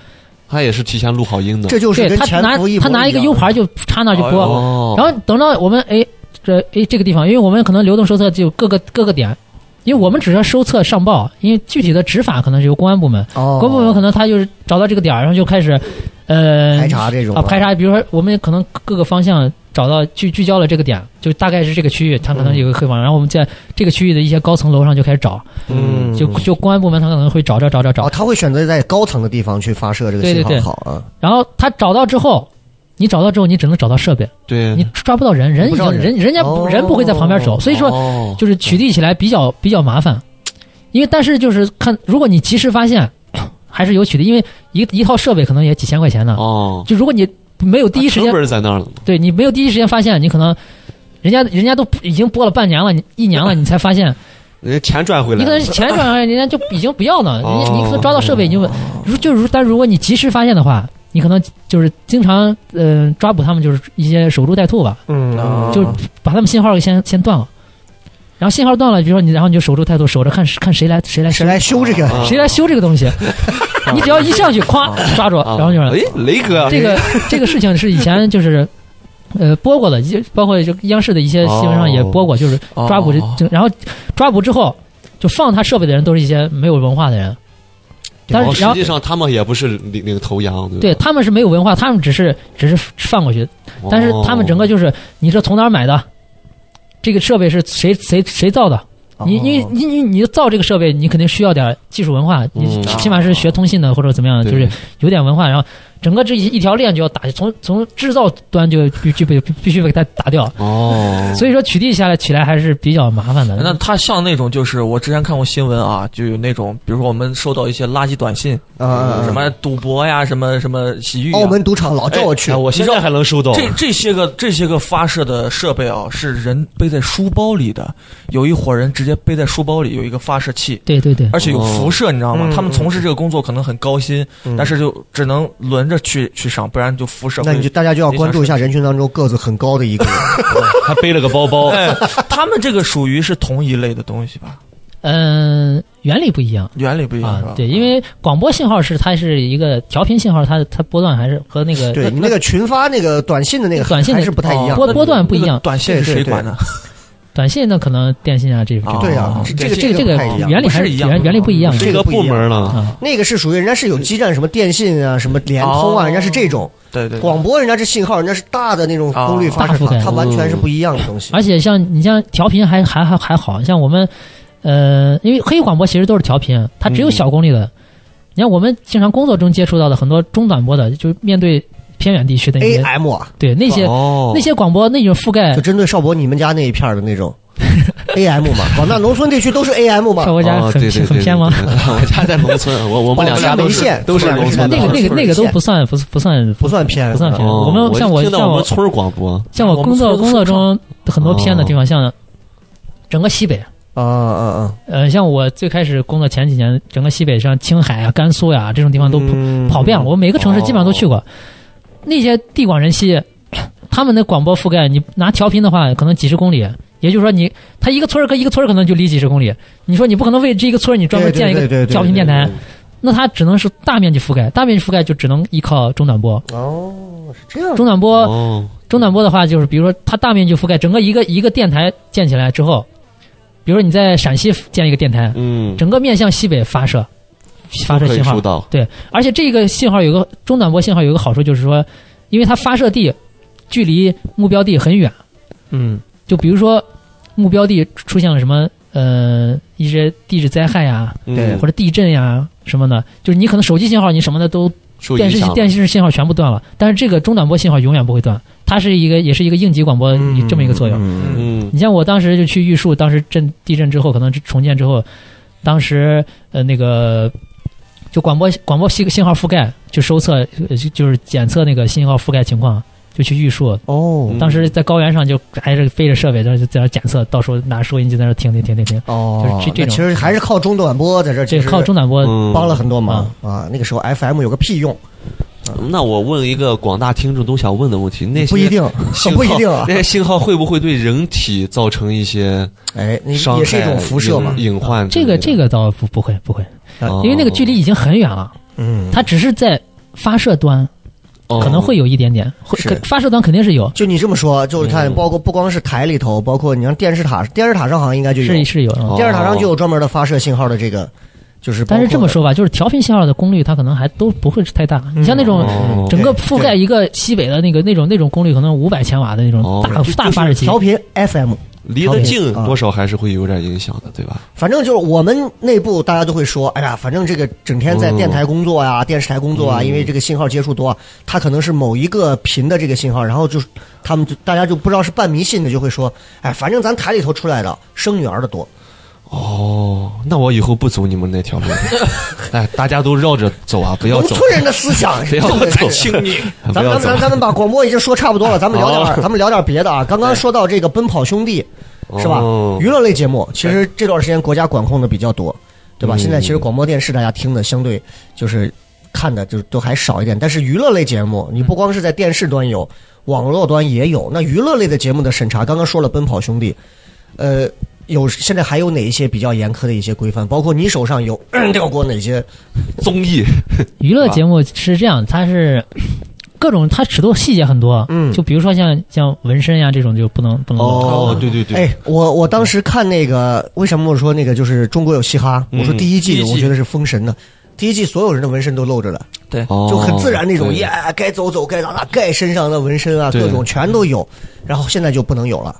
C: 他也是提前录好音的，
A: 这就是
D: 对
A: 跟
D: 他
A: 潜
D: 拿
A: 伏一模
D: 他拿一个
A: 样
D: U 盘就插那就播，
C: 哦，
D: 然后等到我们哎这哎这个地方，因为我们可能流动收测就各个各个点，因为我们只是要收测上报，因为具体的执法可能是由公安部门，
A: 哦，
D: 公安部门可能他就是找到这个点儿，然后就开始呃
A: 排查这种
D: 啊，排查，比如说我们可能各个方向找到聚聚焦了这个点，就大概是这个区域，它可能有个黑网，然后我们在这个区域的一些高层楼上就开始找，
A: 嗯
D: 就就公安部门他可能会找找找找
A: 哦，
D: 找，
A: 他会选择在高层的地方去发射这个
D: 对
A: 信号
D: 对对
A: 好啊，
D: 然后他找到之后。你找到之后，你只能找到设备，
C: 对，
D: 你抓不到人，人
A: 嗯不
D: 已
A: 知道
D: 经
A: 人哦
D: 人人家不人不会在旁边守，所以说
C: 哦嗯
D: 就是取缔起来比较比较麻烦，因为但是就是看，如果你及时发现，还是有取缔，因为一一套设备可能也几千块钱呢，
C: 哦，啊
D: 就如果你没有第一时间
C: 成本在那儿了，
D: 对你没有第一时间发现，你可能人家人家都已经播了半年了，你一年了，你才发现，
C: 人家钱赚回来
D: 你可
C: 了，
D: 能前转上人家就已经不要了，人
C: 哦
D: 家你可能抓到设备已经，如就如但如果你及时发现的话，你可能就是经常嗯、呃抓捕他们就是一些守株待兔吧，
B: 哦
A: 嗯
D: 就把他们信号给先先断了，然后信号断了，比如说你然后你就守株待兔，守着看看谁来谁来
A: 嗯谁来修这个？
C: 啊
D: 谁来修这个
C: *laughs*
D: 东西，你只要一上去咵抓住，
C: 啊
D: 然后就是
C: 哎，雷哥，
D: 这个这个事情是以前就是。呃，播过的，就包括就央视的一些新闻上也播过，就是抓捕这
B: 哦，
D: 这然后抓捕之后，就放他设备的人都是一些没有文化的人，但
C: 哦
D: 是然
C: 实
D: 后
C: 际上他们也不是领领头羊，
D: 对
C: 对吧，
D: 他们是没有文化，他们只是只是放过去，
C: 哦
D: 但是他们整个就是你这从哪儿买的，这个设备是谁谁谁造的？ *laughs* 你你
A: 哦
D: 你你你造这个设备，你肯定需要点技术文化，你
C: 嗯
D: 起码是学通信的或者怎么样的，
C: 对
D: 就是有点文化，然后整个这一一条链就要打，从从制造端就必须被必须被它打掉。
C: 哦，
D: 所以说取缔下来起来还是比较麻烦的。
B: 那它像那种，就是我之前看过新闻啊，就有那种，比如说我们收到一些垃圾短信，
A: 啊
B: 什么赌博呀，什么什么洗浴、啊，
A: 澳门赌场老叫哦我去
C: 哎，我现在还能收到。
B: 这这些个这些个发射的设备啊，是人背在书包里的。有一伙人直接背在书包里有一个发射器，
D: 对对对，
B: 而且有辐射，你知道吗？
A: 嗯
B: 他们从事这个工作可能很高薪，但是就只能轮着去去上，不然就辐射会。
A: 那你就大家就要关注一下人群当中个子很高的一
D: *laughs*
A: 个人。
C: 还背了个包包，
B: 哎，他们这个属于是同一类的东西吧？
D: 嗯，原理不一样。
B: 原理不一样是吧
D: 啊，？对，因为广播信号是它是一个调频信号，它它波段还是和那个
A: 对你那个群发那个短信的那个
D: 短信的哦
A: 还是不太一样。嗯
D: 波波段不一
B: 那个
D: 样，
B: 短信是谁管的？
D: 短信呢可能电信啊这种。
A: 对啊
B: 哦，
A: 这个
D: 这
A: 这
D: 个
A: 不太一样。
D: 原理还
B: 不是一样
D: 原原理不一样
A: 不是
D: 的
A: 这
C: 这
A: 个
C: 个
A: 不一
C: 部
A: 样
C: 门了。
D: 啊。
A: 那个是属于人家是有基站，什么电信啊，什么联通啊，
B: 哦
A: 人家是这种
B: 对对，
A: 广播，人家是信号，人家是大的那种功率发射
D: 哦大覆
A: 法
D: 盖，
A: 它完全是不一样的东西。
D: 而且像你像调频还还还还好像我们，呃，因为黑广播其实都是调频，它只有
C: 嗯
D: 小功率的。你看我们经常工作中接触到的很多中短波的，就是面对偏远地区的一些，
A: AM 啊，
D: 对那些、
C: 哦
D: 那些广播那种覆盖
A: 就针对邵博你们家那一片儿的那
D: *laughs*
A: 种 AM 嘛，广大农村地区都是 AM 嘛
D: 效。果家
C: 哦
D: 很
C: 对对对
D: 很偏吗？
C: 对对
D: *laughs*
C: 对我家在农村，我我们两家都
A: 保健
C: 是
A: 哦没
C: 都是
A: 线
C: 农
D: 那
C: 村的。
D: 个那个那个都不算不不算
A: 不算偏，
D: 不算偏
C: 哦
D: 我们像我
C: 听到
D: 像
C: 我
D: 我
C: 们村儿广播，
D: 像我工作
B: 我们村
D: 工
B: 儿都
D: 作
B: 说不
D: 中很多
C: 哦
D: 偏的地方，像整个西北，
A: 啊啊啊！
D: 呃，像我最开始工作前几年，整个西北上青海啊、甘肃呀、这种地方都跑、
A: 嗯
D: 跑遍了，我每个城市基本上都去过。那些地广人稀， *clears throat* 他们的广播覆盖，你拿调频的话，可能几十公里。也就是说你，他一个村儿跟一个村儿可能就离几十公里，你说你不可能为这一个村儿你专门建一
A: 对对对
D: 个
A: 对对
D: 调频电台
A: 对对，
D: 那它只能是大面积覆盖，大面积覆盖就只能依靠中短波。
A: 哦，是这样
D: 中短波
C: 哦，
D: 中短波的话，就是比如说它大面积覆盖整个一个一个电台建起来之后，比如说你在陕西建一个电台，
C: 嗯，
D: 整个面向西北发射发射
C: 都可以
D: 信号
C: 收，到，
D: 对，而且这个信号有个中短波信号有个好处就是说，因为它发射地距离目标地很远，
B: 嗯，
D: 就比如说目标地出现了什么呃一些地质灾害呀、
A: 对
C: 嗯
D: 或者地震呀什么的，就是你可能手机信号你什么的都
C: 者
D: 电视电视信号全部断了，但是这个中短波信号永远不会断，它是一个也是一个应急广播
A: 嗯
D: 这么一个作用。
A: 嗯
C: 嗯，
D: 你像我当时就去玉树，当时震地震之后，可能重建之后，当时呃那个就广播广播信信号覆盖去收测，呃就就是检测那个信号覆盖情况，就去玉树。
A: 哦
D: 当时在高原上就还是飞着设备，在那在那检测，到时候拿收音机在那听听听听听，
A: 哦，
D: 就是这这
A: 那
D: 种
A: 其实还是靠中短波在这儿，
D: 这靠中短波。
C: 嗯
A: 呃帮了很多忙啊。那个时候 FM 有个屁用，
C: 嗯那我问一个广大听众都想问的问题，那些
A: 不一定
C: 信，号
A: 不一定啊
C: 那。些信号会不会对人体造成一些
A: 哎，那
C: 伤害？
A: 也是一种辐射嘛。
C: 隐隐患之
D: 这
C: 类的。
D: 个这个倒不不会不会，
C: 哦，
D: 因为那个距离已经很远了，
A: 嗯，
D: 它只是在发射端
C: 哦
D: 可能会有一点点，会
A: 是
D: 可发射端肯定是有，
A: 就你这么说，就是
D: 嗯
A: 看，包括不光是台里头，包括你像电视塔，电视塔上好像应该就有
D: 是，是有。嗯
C: 哦
A: 电视塔上就有专门的发射信号的这个，就是。
D: 但是这么，说吧，就是调频信号的功率，它可能还都不会是太大。
A: 嗯
D: 你像那种
C: 哦
D: 整个覆盖一个西北的那个那种那种功率，可能五百千瓦的那种
C: 哦
D: 大大发射器，
A: 调频 FM，
C: 离得近
A: 啊
C: 多少还是会有点影响的，对吧？
A: 反正就是我们内部大家都会说，哎呀，反正这个整天在电台工作
C: 嗯
A: 呀、电视台工作啊，因为这个信号接触多，它可能是某一个频的这个信号，然后就是他们就大家就不知道是半迷信的，就会说，哎，反正咱台里头出来的生女儿的多，
C: 哦，那我以后不走你们那条 *laughs* 路。哎，大家都绕着走啊，不要
A: 农
C: 走
A: 村，人的思想，
C: 不要
A: 真的是
C: 走，你， *laughs* 不
A: 咱
C: 要
A: 们咱
C: 走哦
A: 咱。咱们把广播已经说差不多了，咱们聊点儿，咱们聊点儿别的啊。刚刚说到这个《奔跑兄弟》，是吧
C: 哦？
A: 娱乐类节目，其实这段时间国家管控的比较多，对吧？
C: 嗯
A: 现在其实广播电视大家听的相对就是看的就都还少一点，但是娱乐类节目，你不光是在电视端有，网络端也有。那娱乐类的节目的审查，刚刚说了《奔跑兄弟》，呃，有现在还有哪一些比较严苛的一些规范？包括你手上有 *clears throat* 嗯掉过哪些？
C: 综艺
D: 娱乐节目是这样，它是各种它尺度细节很多，
A: 嗯
D: 就比如说像像纹身呀这种就不能不能弄，
C: 哦，对对对，
A: 哎，我我当时看那个，为什么我说那个就是中国有嘻哈？
C: 嗯
A: 我说第一
C: 第
A: 季
C: 一季
A: 我觉得是封神的，第一季所有人的纹身都露着的，
B: 对，
C: 哦
A: 就很自然那种，
C: 对
A: 耶，该走走，该打打，该身上的纹身啊，
C: 对
A: 各种全都有。然后现在就不能有了，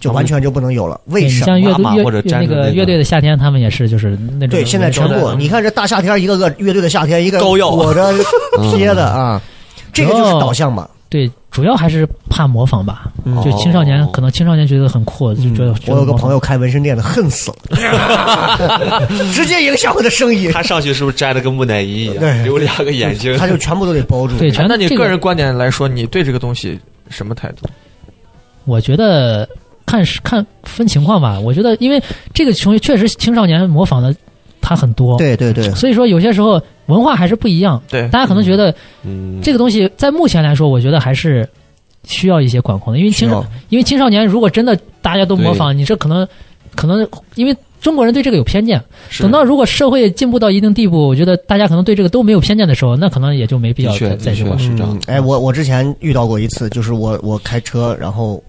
A: 就完全就不能有了。为
D: 你
A: 什
D: 像
A: 么？
D: 乐
C: 妈妈
D: 队乐
C: 或者
D: 乐
C: 粘
D: 那
C: 着那
D: 个
C: 个
D: 乐队的夏天，他们也是就是那种
A: 对，现在全
D: 纹身
A: 部
D: 的
C: *laughs*
A: 你看这大夏天，一个个乐队的夏天，一个
B: 膏药
A: 裹着贴的啊，这个就是导向嘛。哦
D: 对，主要还是怕模仿吧。
C: 哦
D: 就青少年，可能青少年觉得很酷，就觉得。
A: 嗯我有个朋友开纹身店的，恨死
C: *laughs*
A: 了，直接影响我的生意。
C: 他上去是不是摘了个木乃伊一
A: 对
C: 样，留两个眼睛？
A: 他就全部都给包住。
D: 对，全
B: 那你
D: 这
B: 个人观点来说，你对这个东西什么态度？
D: 我觉得看是看分情况吧。我觉得，因为这个东西确实青少年模仿的他很多，
A: 对对对，
D: 所以说有些时候文化还是不一样。
B: 对，
D: 大家可能觉得
C: 嗯，
D: 这个东西在目前来说，我觉得还是需要一些管控的，因为青少因为青少年如果真的大家都模仿，你这可能可能因为中国人对这个有偏见。
C: 是
D: 等到如果社会进步到一定地步，我觉得大家可能对这个都没有偏见的时候，那可能也就没必要
C: 的确
D: 再再
C: 的确
D: 去管。
C: 啊是这样
A: 嗯。哎，我我之前遇到过一次，就是我我开车，然后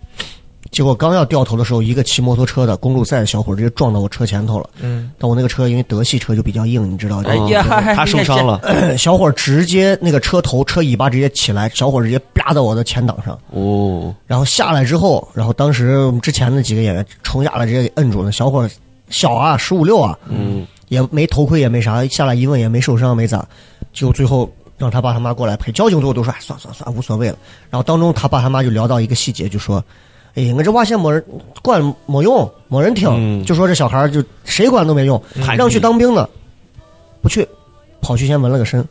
A: 结果刚要掉头的时候，一个骑摩托车的公路赛的小伙直接撞到我车前头了。
B: 嗯，
A: 但我那个车因为德系车就比较硬，你知道，
B: 哎呀，
C: 嗯他受伤了，
A: 小伙直接那个车头车尾巴直接起来，小伙直接啪到我的前挡上，
C: 哦，
A: 然后下来之后，然后当时我们之前的几个演员冲下来直接给摁住了，小伙小啊十五六啊，
C: 嗯，
A: 也没头盔也没啥，下来一问也没受伤没咋，就最后让他爸他妈过来陪。交警最后都说哎算算算无所谓了。然后当中他爸他妈就聊到一个细节，就说：“哎，我这娃现在没人管没用，没人听，
C: 嗯
A: 就说这小孩儿就谁管都没用，
C: 叛逆
A: 让去当兵的，不去，跑去先纹了个身，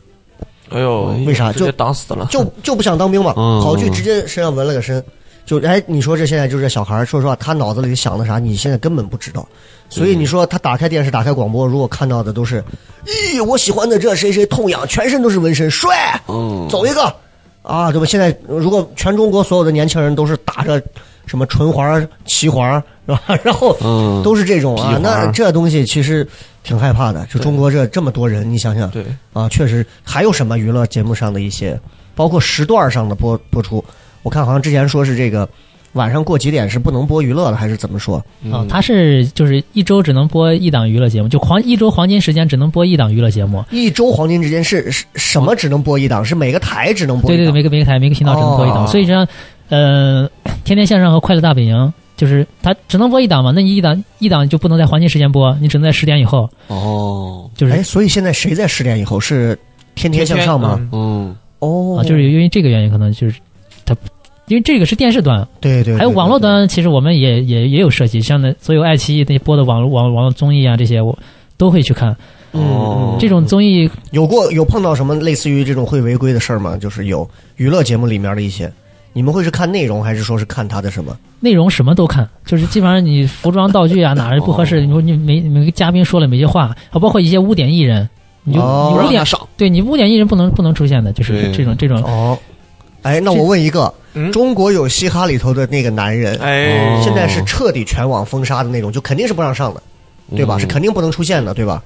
B: 哎呦，
A: 为啥
B: 直
A: 就
B: 接挡死了？
A: *laughs* 就就不想当兵嘛，
C: 嗯
A: 跑去直接身上纹了个身。”就哎，你说这现在就是这小孩儿，说实话，他脑子里想的啥，你现在根本不知道。所
C: 嗯
A: 以你说他打开电视、打开广播，如果看到的都是，咦，我喜欢的这谁谁痛痒，全身都是纹身，帅，
C: 嗯，
A: 走一个啊，对吧？现在如果全中国所有的年轻人都是打着什么唇环儿、旗环儿，是吧？ *laughs* 然后
C: 嗯
A: 都是这种啊
C: 皮，环儿
A: 那这东西其实挺害怕的。就中国这这么多人，你想想
B: 对，
A: 啊，确实还有什么娱乐节目上的一些，包括时段上的播播出，我看好像之前说是这个晚上过几点是不能播娱乐了，还是怎么说？
D: 啊，他是就是一周只能播一档娱乐节目，就黄一周黄金时间只能播一档娱乐节目。
A: 一周黄金之间是是什么只能播一档？是每个台只能播
D: 对
A: 一
D: 对对，
A: 档？
D: 每个每个台每个频道只能播一档，
A: 哦
D: 所以这样，呃，天天向上和快乐大本营就是它只能播一档嘛，那你一档一档就不能在黄金时间播，你只能在十点以后，
C: 哦，
D: 就是
A: 哎，所以现在谁在十点以后是天天向上吗？
B: 嗯
C: 嗯，
A: 哦
D: 啊，就是因为这个原因，可能就是它，因为这个是电视端，
A: 对对对，
D: 还有网络端，其实我们也也也有涉及，像那所有爱奇艺那些播的网络网网络综艺啊这些，我都会去看。
A: 对，嗯，
C: 哦
D: 这种综艺
A: 有过有碰到什么类似于这种会违规的事儿吗？就是有娱乐节目里面的一些，你们会是看内容还是说是看他的什么？
D: 内容什么都看，就是基本上你服装道具啊哪儿不合适，你说你每每个嘉宾说了每句话，啊，包括一些污点艺人，你就
A: 哦
D: 你
C: 不
D: 污
C: 让
D: 点
C: 他上，
D: 对你污点艺人不能不能出现的，就是
C: 对
D: 这种这种
A: 哦，哎，那我问一个，
B: 嗯
A: 中国有嘻哈里头的那个男人，
B: 哎，
A: 现在是彻底全网封杀的那种，就肯定是不让上的，对吧？
C: 嗯
A: 是肯定不能出现的，对吧？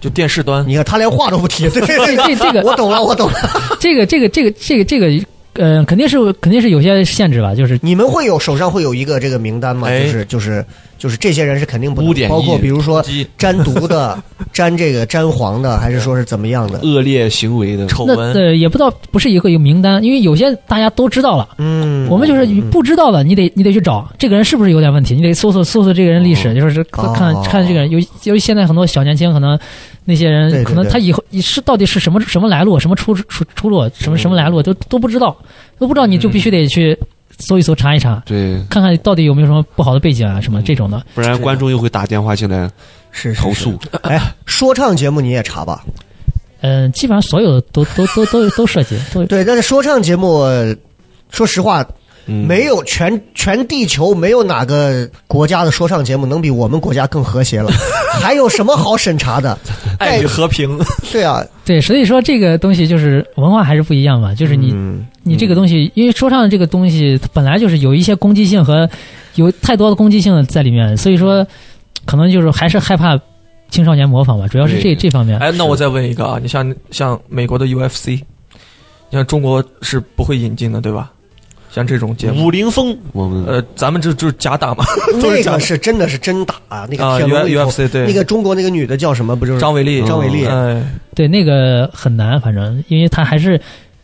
B: 就电视端，
A: 你看他连话都不提，对对
D: 这这个
A: *laughs* 我懂了，我懂了。
D: 这个这个这个这个这个，呃，肯定是肯定是有些限制吧，就是
A: 你们会有手上会有一个这个名单吗？
B: 哎
A: 就是就是就是这些人是肯定不
C: 污点
A: 能，
C: 艺
A: 包括比如说
B: 鸡
A: 沾毒的、沾这个沾黄的，还是说是怎么样的？
C: 恶劣行为的，
B: 丑
D: 那
B: 闻，
D: 呃也不知道不是一个有名单，因为有些大家都知道了。
A: 嗯，
D: 我们就是不知道的，你得你得去找这个人是不是有点问题，你得搜索搜索这个人历史，就是
A: 哦
D: 看看这个人，尤尤其现在很多小年轻，可能那些
A: 对
D: 人
A: 对
D: 可能他以后是到底是什么什么来路，什么出出出路，什
A: 嗯
D: 么什么来路都都不知道，都不知道你就必须得去搜一搜查一查，
C: 对，
D: 看看到底有没有什么不好的背景啊
A: 嗯
D: 什么这种的。
C: 不然观众又会打电话进来
A: 是是
C: 投
A: 是
C: 诉。
A: 哎，说唱节目你也查吧？
D: 嗯，基本上所有的都都都都都涉及，都
A: 对，但是说唱节目，呃说实话，
C: 嗯
B: 嗯
A: 没有全全地球没有哪个国家的说唱节目能比我们国家更和谐
B: *laughs*
A: 了，还有什么好审查的？
B: 爱与和平，
A: *laughs* 对啊，
D: 对，所以说这个东西就是文化还是不一样嘛，就是你
A: 嗯
D: 你这个东西，因为说唱这个东西，它本来就是有一些攻击性和有太多的攻击性在里面，所以说可能就是还是害怕青少年模仿吧，主要是这
C: 对
D: 这方面。
B: 哎，那我再问一个啊，你像像美国的 UFC，你像中国是不会引进的，对吧？像这种节目，
C: 武林风，我们
B: 呃，咱们这就是假打嘛， *laughs* 都
A: 那
B: 是假
A: 个
B: 打
A: 是真的是真打啊，那个
B: 啊
A: 铁笼里头
B: ，UFC 对
A: 那个中国那个女的叫什么？不就是
B: 张伟丽，
A: 张伟丽？
B: 哎，
D: 对，那个很难，反正因为它还是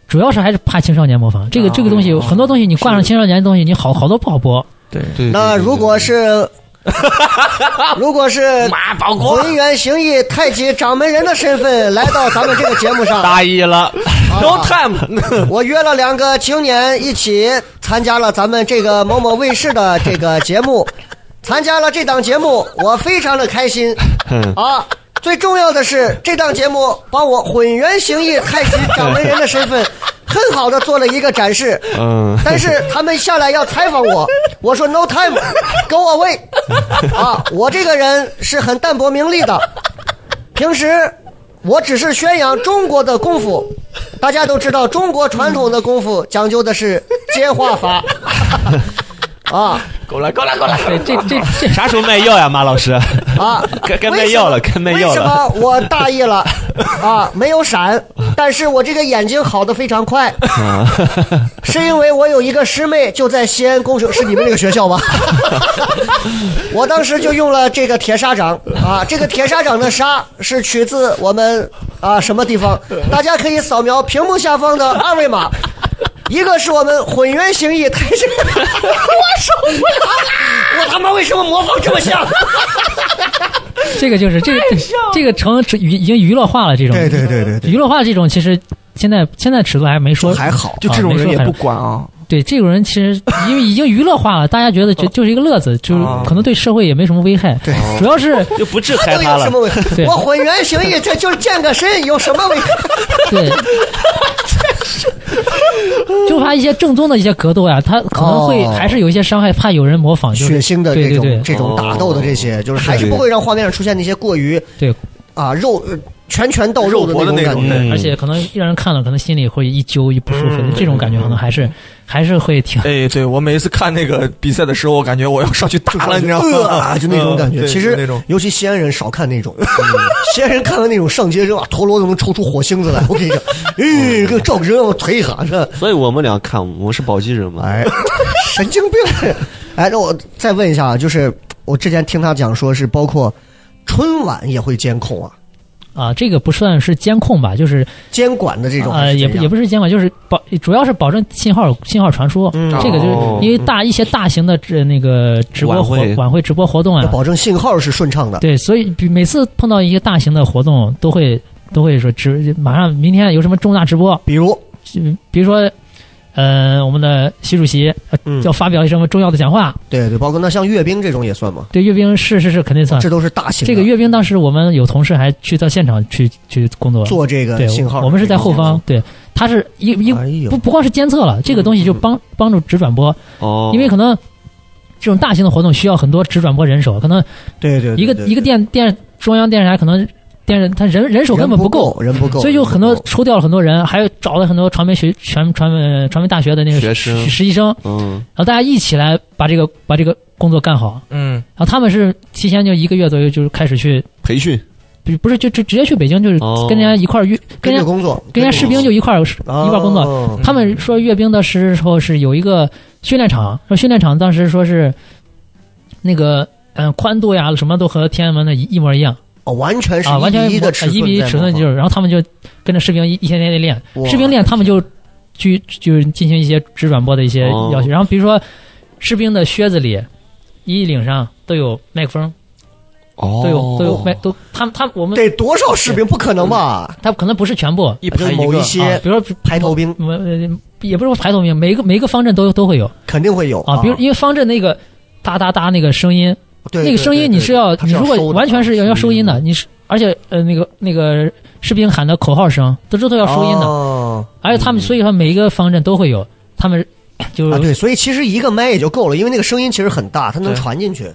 D: 主要是还是怕青少年模仿这
A: 哦
D: 个、
B: 啊
D: 这个东西，
B: 啊
D: 很多东西你挂上青少年的东西，你好好多不好播。
B: 对，
C: 对，
A: 那
C: 对对
B: *laughs*
A: 如果
C: 对
A: 是如果是
C: 妈宝锅
A: 浑元形意太极掌门人的身份来到咱们这个节目上，
C: 大意了，no
A: 啊 *laughs*
C: time，
A: 我约了两个青年一起参加了咱们这个某某卫视的这个节目，参加了这档节目，我非常的开心啊。最重要的是，这档节目把我混元形意太极掌门人的身份很好的做了一个展示。
C: 嗯，
A: 但是他们下来要采访我，我说 no time，go away。啊，我这个人是很淡泊名利的，平时我只是宣扬中国的功夫。大家都知道，中国传统的功夫讲究的是接化法。啊
C: 够了，够了，够了，
D: 对，这这这
E: 啥时候卖药呀，马老师？
C: *laughs*
A: 啊！
E: 该该
A: 为
E: 卖
A: 什
E: 药了
A: 么
E: 该卖药
A: 为什么
E: 了
A: 我大
E: *laughs*
A: 意了啊？没有闪，但是我这个眼睛好的非常快，
E: 啊
A: *laughs* 是因为我有一个师妹就在西安工程，是你们这个学校吗？ *laughs* 我当时就用了这个铁砂掌啊，这个铁砂掌的砂是取自我们啊什么地方？大家可以扫描屏幕下方的二维码。一个是我们混元形意 *laughs* 太极，我受不了！我他妈为什么模仿这么像？
D: 这个就是这个这个成娱已经娱乐化了，这种
A: 对对对对对
D: 娱乐化这种其实现在现在尺度还没说
A: 还好，
B: 就这种人也不
D: 啊没说
B: 管啊，
D: 对这种人其实因为已经娱乐化了，大家觉得就就是一个乐子，就是可能对社会也没什么危害。
A: 哦对，
D: 主
A: *laughs*
D: 要是
E: 就不制
A: 这
E: 裁
A: 有
E: 他
A: 什
E: 了
A: 么。问题？
D: 对
A: 我混元形意，这就是健个身，有什
D: *laughs*
A: 么问题？
D: 对，就怕一些正宗的一些格斗呀、他可能会
A: 哦
D: 还是有一些伤害，怕有人模仿，就是
A: 血腥的
D: 对
A: 这
D: 对
A: 种
D: 对
A: 这种打斗的这些，就是还是
E: 对
A: 不会让画面上出现那些过于
D: 对，
A: 啊肉呃拳拳到肉
B: *laughs* 肉搏的
A: 那
B: 那
A: 种
B: 种
A: 感觉。
E: 嗯
D: 而且可能让人看了，可能心里会一揪一不舒服，这种感觉可能还是还是会挺。
B: *laughs* 哎，对我每一次看那个比赛的时候，我感觉我要上去打了，你知道吗？
A: 呃嗯就那种感
B: 嗯
A: 觉。
B: 对
A: 其
B: 就
A: 实
B: 那种，
A: 尤其西安人少看那种，嗯 *laughs* 西安人看完那种上街扔啊，陀螺都能抽出火星子来。 *laughs* 我跟你讲，嗯，跟赵哥我腿一下这，
E: 所以我们俩看，我是宝鸡人嘛。
A: 哎，神经病！ *laughs* 哎，那我再问一下啊，就是我之前听他讲说是包括春晚也会监控啊，
D: 啊，这个不算是监控吧，就是
A: 监管的这种还
D: 呃，
A: 是
D: 也
A: 怎
D: 不
A: 样
D: 也不是监管，就是保主要是保证信号信号传输。
A: 嗯
D: 这个就是
C: 哦
D: 因为大一些大型的这那个直播活
E: 晚会
D: 晚会直播活动
A: 要
D: 啊，
A: 保证信号是顺畅的。
D: 对，所以比每次碰到一个大型的活动，都会都会说直马上明天有什么重大直播，
A: 比如，
D: 嗯比如说。呃，我们的习主席呃
A: 嗯
D: 要发表什么重要的讲话？
A: 对对，包括那像阅兵这种也算吗？
D: 对阅兵是是是肯定算。
A: 这都是大型的。
D: 这个阅兵当时我们有同事还去到现场去去工作，
A: 做这个
D: 对，
A: 信号，
D: 我们是在后方。。对，他是一一
A: 哎呦嗯
D: 不，不光是监测了，这个东西就帮帮助直转播，
E: 哦，
D: 因为可能这种大型的活动需要很多直转播人手，可能
A: 对对，对
D: 一个
A: 对
D: 一个电电中央电视台可能电视它人人手根
A: 人
D: 本
A: 不
D: 够，，
A: 人不够，
D: *laughs* 所以就很多
A: 人不够
D: 抽调了很多人，还有找了很多传媒学传传媒传媒大学的那个
E: 学
D: 实
E: 生
D: 实习生，
E: 嗯，
D: 然后大家一起来把这个把这个工作干好。
B: 嗯，
D: 然后他们是提前就一个月左右就是开始去，
E: 培训
D: 不是不是就就直接去北京，就是
E: 哦
D: 跟人家一块儿约，
A: 跟
D: 跟人
A: 着
D: 家
A: 工作，
D: 跟人家士兵就一块儿一
A: 哦嗯
D: 块儿工作。他们说阅兵的时候是有一个训练场，说训练场当时说是那个嗯、呃宽度呀什么都和天安门的一一模一样
A: 哦，完全是
D: 啊，完全
A: 一比一的尺
D: 一比一尺寸就是是，然后他们就跟着士兵一一天天的练，
A: 哇
D: 士兵练他们就去就是进行一些直转播的一些
E: 哦
D: 要求，然后比如说士兵的靴子里、衣领上都有麦克风，
C: 哦
D: 都有都有麦都他们他们我们
A: 得多少士兵？不可能吧？
D: 他可能不是全部，
B: 一
A: 就
B: 排
A: 是
B: 一
A: 某
B: 个
A: 一
D: 啊
A: 些，
D: 比如说
A: 排头兵
D: 我呃也不是说排头兵，每一个每一个方阵都都会有。
A: 肯定会有
D: 啊，比如因为方阵那个哒哒哒那个声音，
A: 对
D: 那个声音你是要，你如果完全是要
A: 嗯
D: 要收音的，你是而且呃那个那个士兵喊的口号声，都这都要收音
A: 哦
D: 的，
A: 的
D: 而且他们所以说每一个方阵都会有，他们 *coughs* 就
A: 啊，对，所以其实一个麦也就够了，因为那个声音其实很大，它能传进去。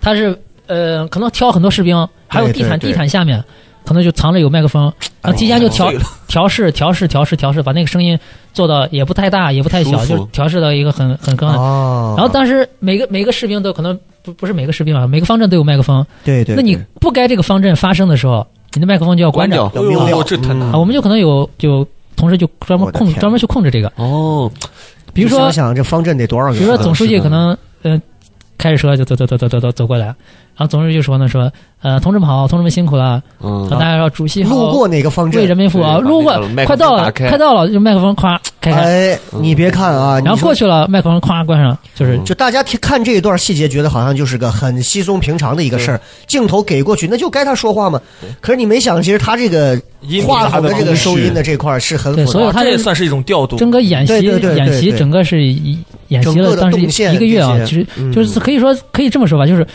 D: 他是呃可能挑很多士兵，还有地毯
A: 对对
D: 地毯下面可能就藏着有麦克风，然后提前就调
B: 哎呦
D: *laughs*
B: 醉了
D: 调试调试调试调试，把那个声音做到也不太大也不太小，
E: 舒服
D: 就是调试到一个很很刚的。
A: 哦，
D: 然后当时每个每个士兵都可能不不是每个士兵啊，每个方阵都有麦克风。
A: 对对，
D: 那你
A: 对
D: 不该这个方阵发生的时候，你的麦克风就要关
E: 关
D: 着
E: 掉哦
A: 要明了
B: 我这太难
D: 啊。我们就可能有有同事就专门
A: 我的
D: 控
A: 天
D: 专门去控制这个，
E: 哦，
D: 比如
A: 你
D: 说
A: 想想这方阵得多少个？啊
D: 比如说
E: 的
D: 总书
E: 是
D: 记
E: 的
D: 可能呃开着车就走走走走走走走过来，然后总书记说呢说呃，同志们好，同志们辛苦了，啊
E: 嗯
D: 大，家要主席好，
A: 路过哪个方
D: 为
A: 阵？
D: 人民服务啊，
E: 对把
D: 路
E: 那
D: 过
E: 个麦克
D: 快到
E: 风
D: 了，
E: 打开
D: 快到了，就麦克风咵开开，
A: 哎，你别看啊，
D: 然
A: 你
D: 后
A: 说嗯
D: 过去了，麦克风咵关上，就是
A: 就大家听看这一段细节，觉得好像就是个很稀松平常的一个事儿，镜头给过去，那就该他说话嘛。可是你没想，其实他这个
B: 音
A: 话筒的这个收
B: 音
A: 音的这块儿是很
D: 对
A: 复
D: 所
A: 杂
D: 有。他
B: 这
D: 这
B: 也算是一种调度。
D: 整个演习
A: 对对对对
D: 演习
A: 对
D: 整个是一演习
A: 整
D: 了，
A: 个的
D: 当时
A: 动线嗯
D: 一个月啊
A: 这，些
D: 其实就是可以说可以这么说吧，就是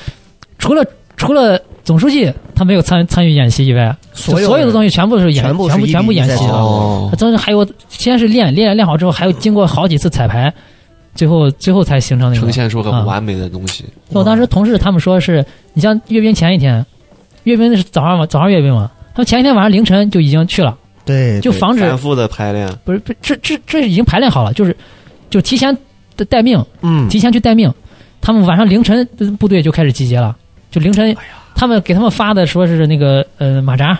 D: 除了除了总书记他没有参参与演习以外，
A: 所有
D: 所有的
A: 人
D: 东西全部是演
A: 全部是
D: 全
A: 一
D: 部
A: 比一
D: 全部演
A: 在
D: 习
A: 做
D: 的。
E: 哦，
D: 中间还有先是练练练好之后，还有经过好几次彩排，最后最后才形成那个
E: 呈。现出
D: 嗯
E: 很完美的东西。
D: 我当时同事他们说是，你像阅兵前一天，阅兵是早上嘛，早上阅兵嘛，他们前一天晚上凌晨就已经去了，
A: 对，
D: 就防止
E: 反复的排练，
D: 不是不是这这这已经排练好了，就是就提前的待命，
A: 嗯，
D: 提前去待命。他们晚上凌晨呃部队就开始集结了，就凌
A: 哎
D: 晨，他们给他们发的说是那个呃马扎，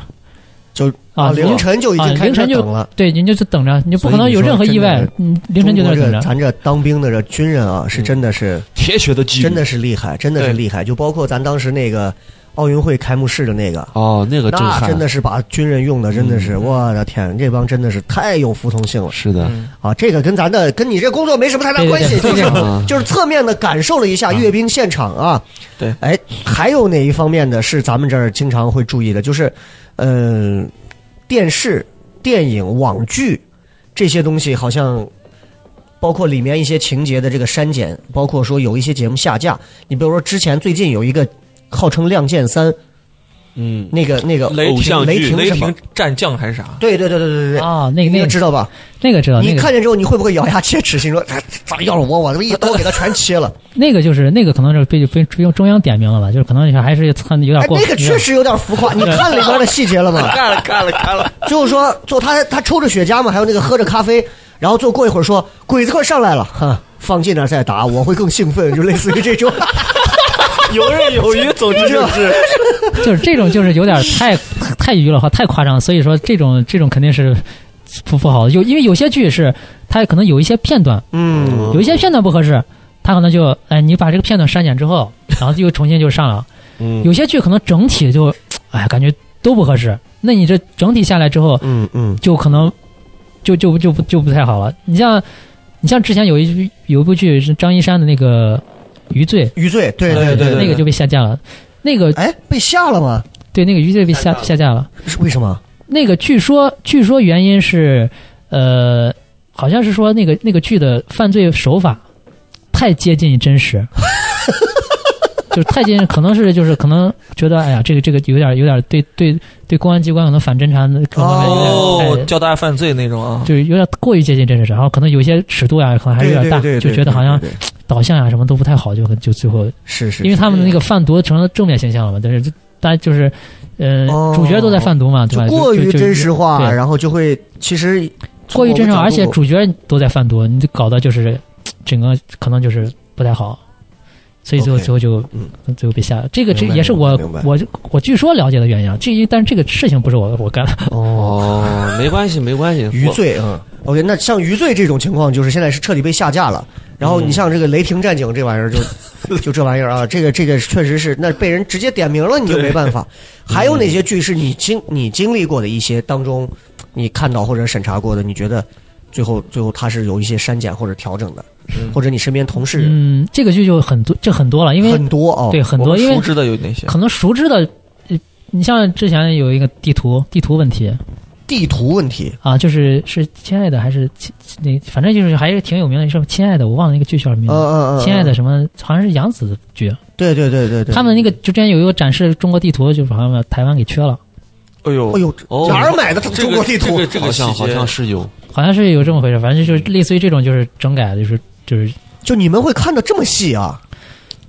A: 就
D: 啊
A: 凌晨就已
D: 啊
A: 经开
D: 凌
A: 始
D: 晨就
A: 等了。
D: 对，你就等着，你就不可能有任何意外，嗯，凌晨就在那
A: 中国这
D: 等着。嗯
A: 咱这当兵的这军人啊，是真的是
C: 铁血的基
A: 真的是厉害，真的是厉害。就包括咱当时那个奥运会开幕式的那个，
E: 哦，那个震
A: 那
E: 撼，嗯
A: 真的是把军人用的真的是，我的天，这帮真的是太有服从性了。
E: 是的，
B: 嗯
A: 啊，这个跟咱的跟你这工作没什么太大关系，
D: 对对对
A: 就是
D: 对啊
E: 嗯
A: 就是侧面的感受了一下阅兵现场啊。
B: 对
A: 哎，还有哪一方面的是咱们这儿经常会注意的？就是，嗯、电视、电影、网剧这些东西，好像包括里面一些情节的这个删减，包括说有一些节目下架。你比如说之前最近有一个号称《亮剑三》，
E: 嗯，
A: 那个那个
B: 雷
A: 偶
B: 霆
A: 像雷霆
B: 雷
A: 什么
B: 霆？战将还是啥？
A: 对对对对对对对。
D: 啊，那个
A: 你
D: 那
A: 也
D: 个
A: 知道吧？
D: 那个知啊道，那
A: 你
D: 个
A: 看见之后，你会不会咬牙切齿，心说：“哎咋要了我，我他妈一刀给他全切
D: *laughs*
A: 了。
D: 那个就是那个可能是被被被中央点名了吧，就是可能还是看有”点
A: 哎，
D: 过
A: 那
D: 分。
A: 个确实有点浮夸。你看里边的细节了吗？
D: *laughs*
B: 看了看了看了，
A: 就是说，做他他抽着雪茄嘛，还有那个喝着咖啡，然后就过一会儿说：“鬼子快上来了，哈，放近点再打，我会更兴奋。”就类似于这
D: *laughs*
A: 种，
B: 游
A: *laughs*
B: 刃有余，总之就是
D: 就是这种就是有点
A: *laughs*
D: 太太娱乐化、太夸张，所以说这种这种肯定是不不好的。有因为有些剧是它可能有一些片段，
A: 嗯，
D: 有一些片段不合适，它可能就哎你把这个片段删减之后，然后又重新就上了。
E: 嗯
D: 有些剧可能整体就哎感觉都不合适，那你这整体下来之后，
A: 嗯嗯，
D: 就可能就就就不就不太好了。你像你像之前有一有一部剧是张一山的那个《余罪》，
A: 余罪，对对
B: 对对
D: 那个就被下架了。那个
A: 哎，被吓了吗？
D: 对那个《余罪》被下下架了。
A: 是为什么？
D: 那个据说据说原因是呃，好像是说那个那个剧的犯罪手法太接近真实。就是太接近，可能是就是可能觉得，哎呀，这个这个有点有点对对对公安机关可能反侦查可
A: 哎
D: 能有点太
B: 哦，教大家犯罪那种啊。
D: 就是有点过于接近真实，然后可能有一些尺度呀、可能还是有点大，
A: 对对对对
D: 就觉得好像
A: 对对对
D: 导向呀、什么都不太好，就就最后，
A: 是是，
D: 因为他们的那个贩毒成了正面形象了嘛，但是就大家就是，呃，
A: 哦
D: 主角都在贩毒嘛，对
A: 就
D: 吧？
A: 过
D: 就
A: 于
D: 就
A: 真实化，
D: 对
A: 然后就会其实
D: 过于真实
A: 从
D: 化，
A: 某个
D: 而且
A: 角度
D: 主角都在贩毒，你就搞得就是整个可能就是不太好，所以最后
A: OK，
D: 最后就
A: 嗯
D: 最后被下了。这个这
A: 明白
D: 也是我
A: 明白明白
D: 我我据说了解的原因啊，这但是这个事情不是我我干的，
A: 哦。
E: 哦，没关系，没关系，
A: 余罪啊、嗯、，OK，那像余罪这种情况，就是现在是彻底被下架了。然后你像这个雷霆战警这玩意儿就，
B: *laughs*
A: 就这玩意儿啊，这个这个确实是，那被人直接点名了，你就没办
B: *laughs*
A: 法。还
B: 嗯
A: 有哪些剧是你经你经历过的一些当中，你看到或者审查过的，你觉得最后最后它是有一些删减或者调整的，
B: 嗯
A: 或者你身边同事
D: 嗯，这个剧就很多，这很多了，因为
A: 很多哦，
D: 对很
B: 我
D: 多，
B: 们
D: 因为
B: 熟知的有哪些？
D: 可能熟知的，呃你像之前有一个地图地图问题
A: 地图问题，
D: 啊，就是是亲爱的还是亲那，反正就是还是挺有名的，什么亲爱的，我忘了那个剧叫什么名
A: 嗯
D: 字。
A: 嗯嗯，
D: 亲爱的，什么好像是杨紫的剧，
A: 对对对对对，
D: 他们那个就之前有一个展示中国地图，就好像把台湾给缺了，
B: 哎呦
A: 哎，呦，
E: 哦
A: 哪儿买的
B: 这
A: 中
B: 个
A: 国地图
B: 这？个这个
E: 好像
B: 细节
E: 好像是有，
D: 好像是有这么回事，反正就是类似于这种就是整改，就是就是
A: 就你们会看的这么细啊？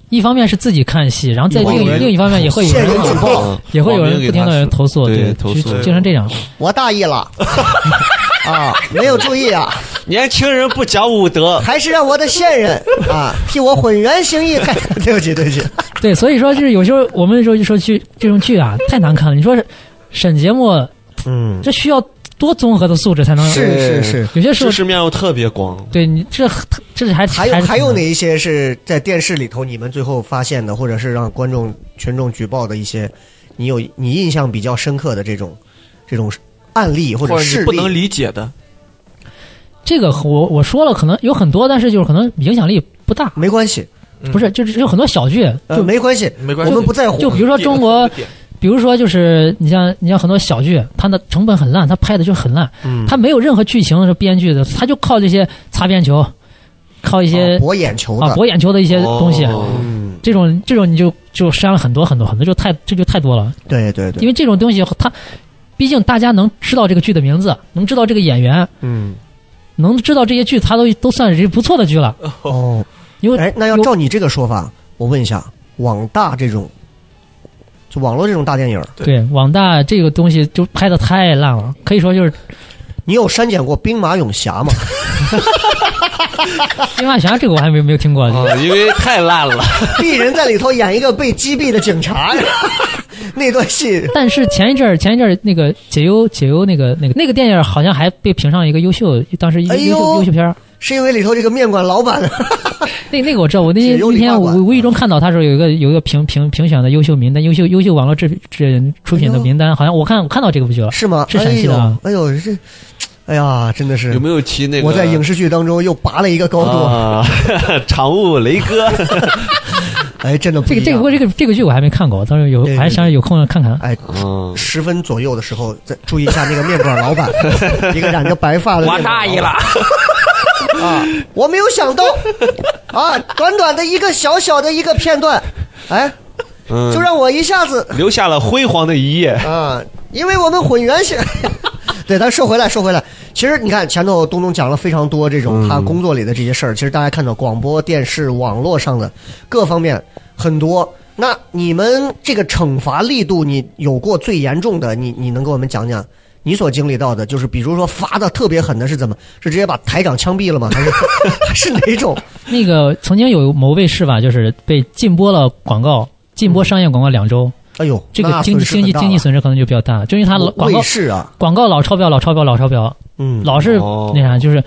D: 一方面是自己看戏，然后在另
E: 网民
D: 另一方面也会有
A: 现
D: 人
A: 人举报。
E: 嗯
D: 也会有
E: 网
D: 人
E: 民
D: 不
E: 给他
D: 停的人
E: 说
D: 投诉，
E: 对
D: 对，
E: 投
D: 就
E: 诉
D: 经常这样。
A: 我大意了， *laughs* 啊，没有注意啊，
E: 年轻人不讲武
D: *laughs*
E: 德，
A: 还是让我的线人啊替我混元行义开， *laughs* 对不起对不起，
D: 对，所以说就是有时候我们说就说剧这种剧啊太难看了，你说是审节目
A: 嗯，
D: 这需要多综合的素质才能。
A: 是是是。
D: 有些时
E: 知
D: 候，
E: 识面又特别广，
D: 对你这这还
A: 还有
D: 是
A: 还有哪一些是在电视里头你们最后发现的，或者是让观众群众举报的一些你有你印象比较深刻的这种这种案例或
B: 或
A: 者
B: 者
A: 事例？
B: 你不能理解的，
D: 这个我我说了，可能有很多，但是就是可能影响力不大，
A: 没关系，
B: 嗯
D: 不是，就是有很多小剧，
A: 呃，没关系，
B: 没
A: 我
B: 关系。
A: 们不在乎。
D: 就比如说中国，比如说就是你像你像很多小剧，它的成本很烂，它拍的就很烂，
A: 嗯，
D: 它没有任何剧情是编剧的，它就靠这些擦边球，靠一些
A: 啊博眼球
D: 啊
A: 的，
D: 博眼球的一些东西，啊
E: 哦
A: 嗯，
D: 这种这种你就就删了很多很多很多，就太这就太多了，
A: 对对
D: 因
A: 对，
D: 为这种东西它，毕竟大家能知道这个剧的名字，能知道这个演员，
A: 嗯，
D: 能知道这些剧，它都都算是不错的剧了，
A: 哦，
D: 因为
A: 哎，那要
D: 有
A: 照你这个说法，我问一下，网大这种，就网络这种大电影儿，
D: 对网大这个东西就拍的太烂了，可以说就是
A: 你有删减过《兵马俑侠》吗？ *laughs*
D: 《兵马侠》这个我还没没有听过，
E: 哦
C: 啊，因为太烂了，
A: 鄙人在里头演一个被击毙的警察呀， *laughs* 那段戏，
D: 但是前一阵儿前一阵儿那个解忧解忧那个那个那个电影好像还被评上一个优秀，当时一个
A: 哎呦
D: 优秀、优秀片儿。
A: 是因为里头这个面馆老
D: *laughs*
A: 板，
D: 那那个我知道，我那
A: 解
D: 天
A: 忧理
D: 那
A: 发
D: 天
A: 馆啊
D: 我无意中看到他说有一个有一个评评评选的优秀名单，优秀优秀网络制制出品的名单，好像我看我看到这个不剧了。
A: 哎是吗？
D: 是陕西的啊
A: 哎呦，哎呦，这，哎呀，真的是
E: 有没有提那个？
A: 我在影视剧当中又拔了一个高度，
E: 啊， *laughs* 场务雷哥，
A: 哎，真的不
D: 这
A: 一
D: 个
A: 样
D: 这个不过这个这个剧我还没看过，到时候有
A: 对对对
D: 还想有空了看看。
A: 哎，
E: 嗯，
A: 十分左右的时候再注意一下那个面馆老
E: *laughs*
A: 板，一个染着白发的，
B: 我大意了，
A: 啊！我没有想到啊，短短的一个小小的一个片段，哎，
E: 嗯
A: 就让我一下子
E: 留下了辉煌的一页。
A: 啊，因为我们混元是。对，咱说回来，说回来，其实你看前头东东讲了非常多这种他工作里的这些事儿，其实大家看到广播电视、网络上的各方面很多。那你们这个惩罚力度，你有过最严重的？你你能给我们讲讲你所经历到的？就是比如说罚的特别狠的是怎么？是直接把台长枪毙了吗？还是 *laughs* 是哪种？
D: 那个曾经有某卫视吧，就是被禁播了广告，禁播商业广告两周，
A: 哎呦，
D: 这个
A: 嗯那
D: 经
A: 损失很
D: 济经济
A: 大
D: 经济
A: 了
D: 损失可能就比较大，就因为它老广告
A: 卫视啊，
D: 广告老超标，老超标，老超标，
A: 嗯，
D: 老是
E: 哦
D: 那啥，就是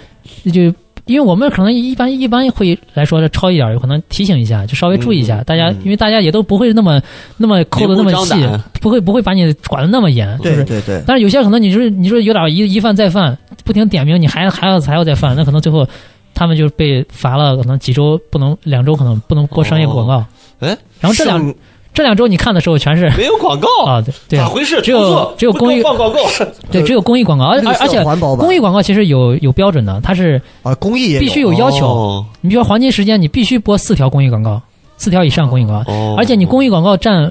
D: 就因为我们可能一般一般会来说超一点儿，有可能提醒一下，就稍微注意一下、大家，因为大家也都不会那么那么抠的那
E: 嗯
D: 么
E: 明目
D: 细
E: 张胆，
D: 不会不会把你管的那么严，就
A: 对
D: 是。
A: 对对，
D: 但是有些可能你就是你说有点一一犯再犯，不停点名，你还还要还要再犯，那可能最后他们就被罚了，可能几周不能两周可能不能播商业广告。
E: 哎
D: 然后这两
A: 上
D: 这两周你看的时候全是
E: 没有广告，
D: 啊，对对
E: 咋回事？
D: 只有
E: 工作
D: 只有
E: 不
D: 公
E: 能
D: 益
E: 放广告，
D: 对，只有公益广告，而
A: 绿
D: 而而
A: 色
D: 且
A: 环保版
D: 公益广告其实有有标准的，它是
A: 啊，公益也
D: 必须有要求。
E: 哦
D: 你比如说黄金时间，你必须播四条公益广告，四条以上公益广告，
E: 哦
D: 而且你公益广告占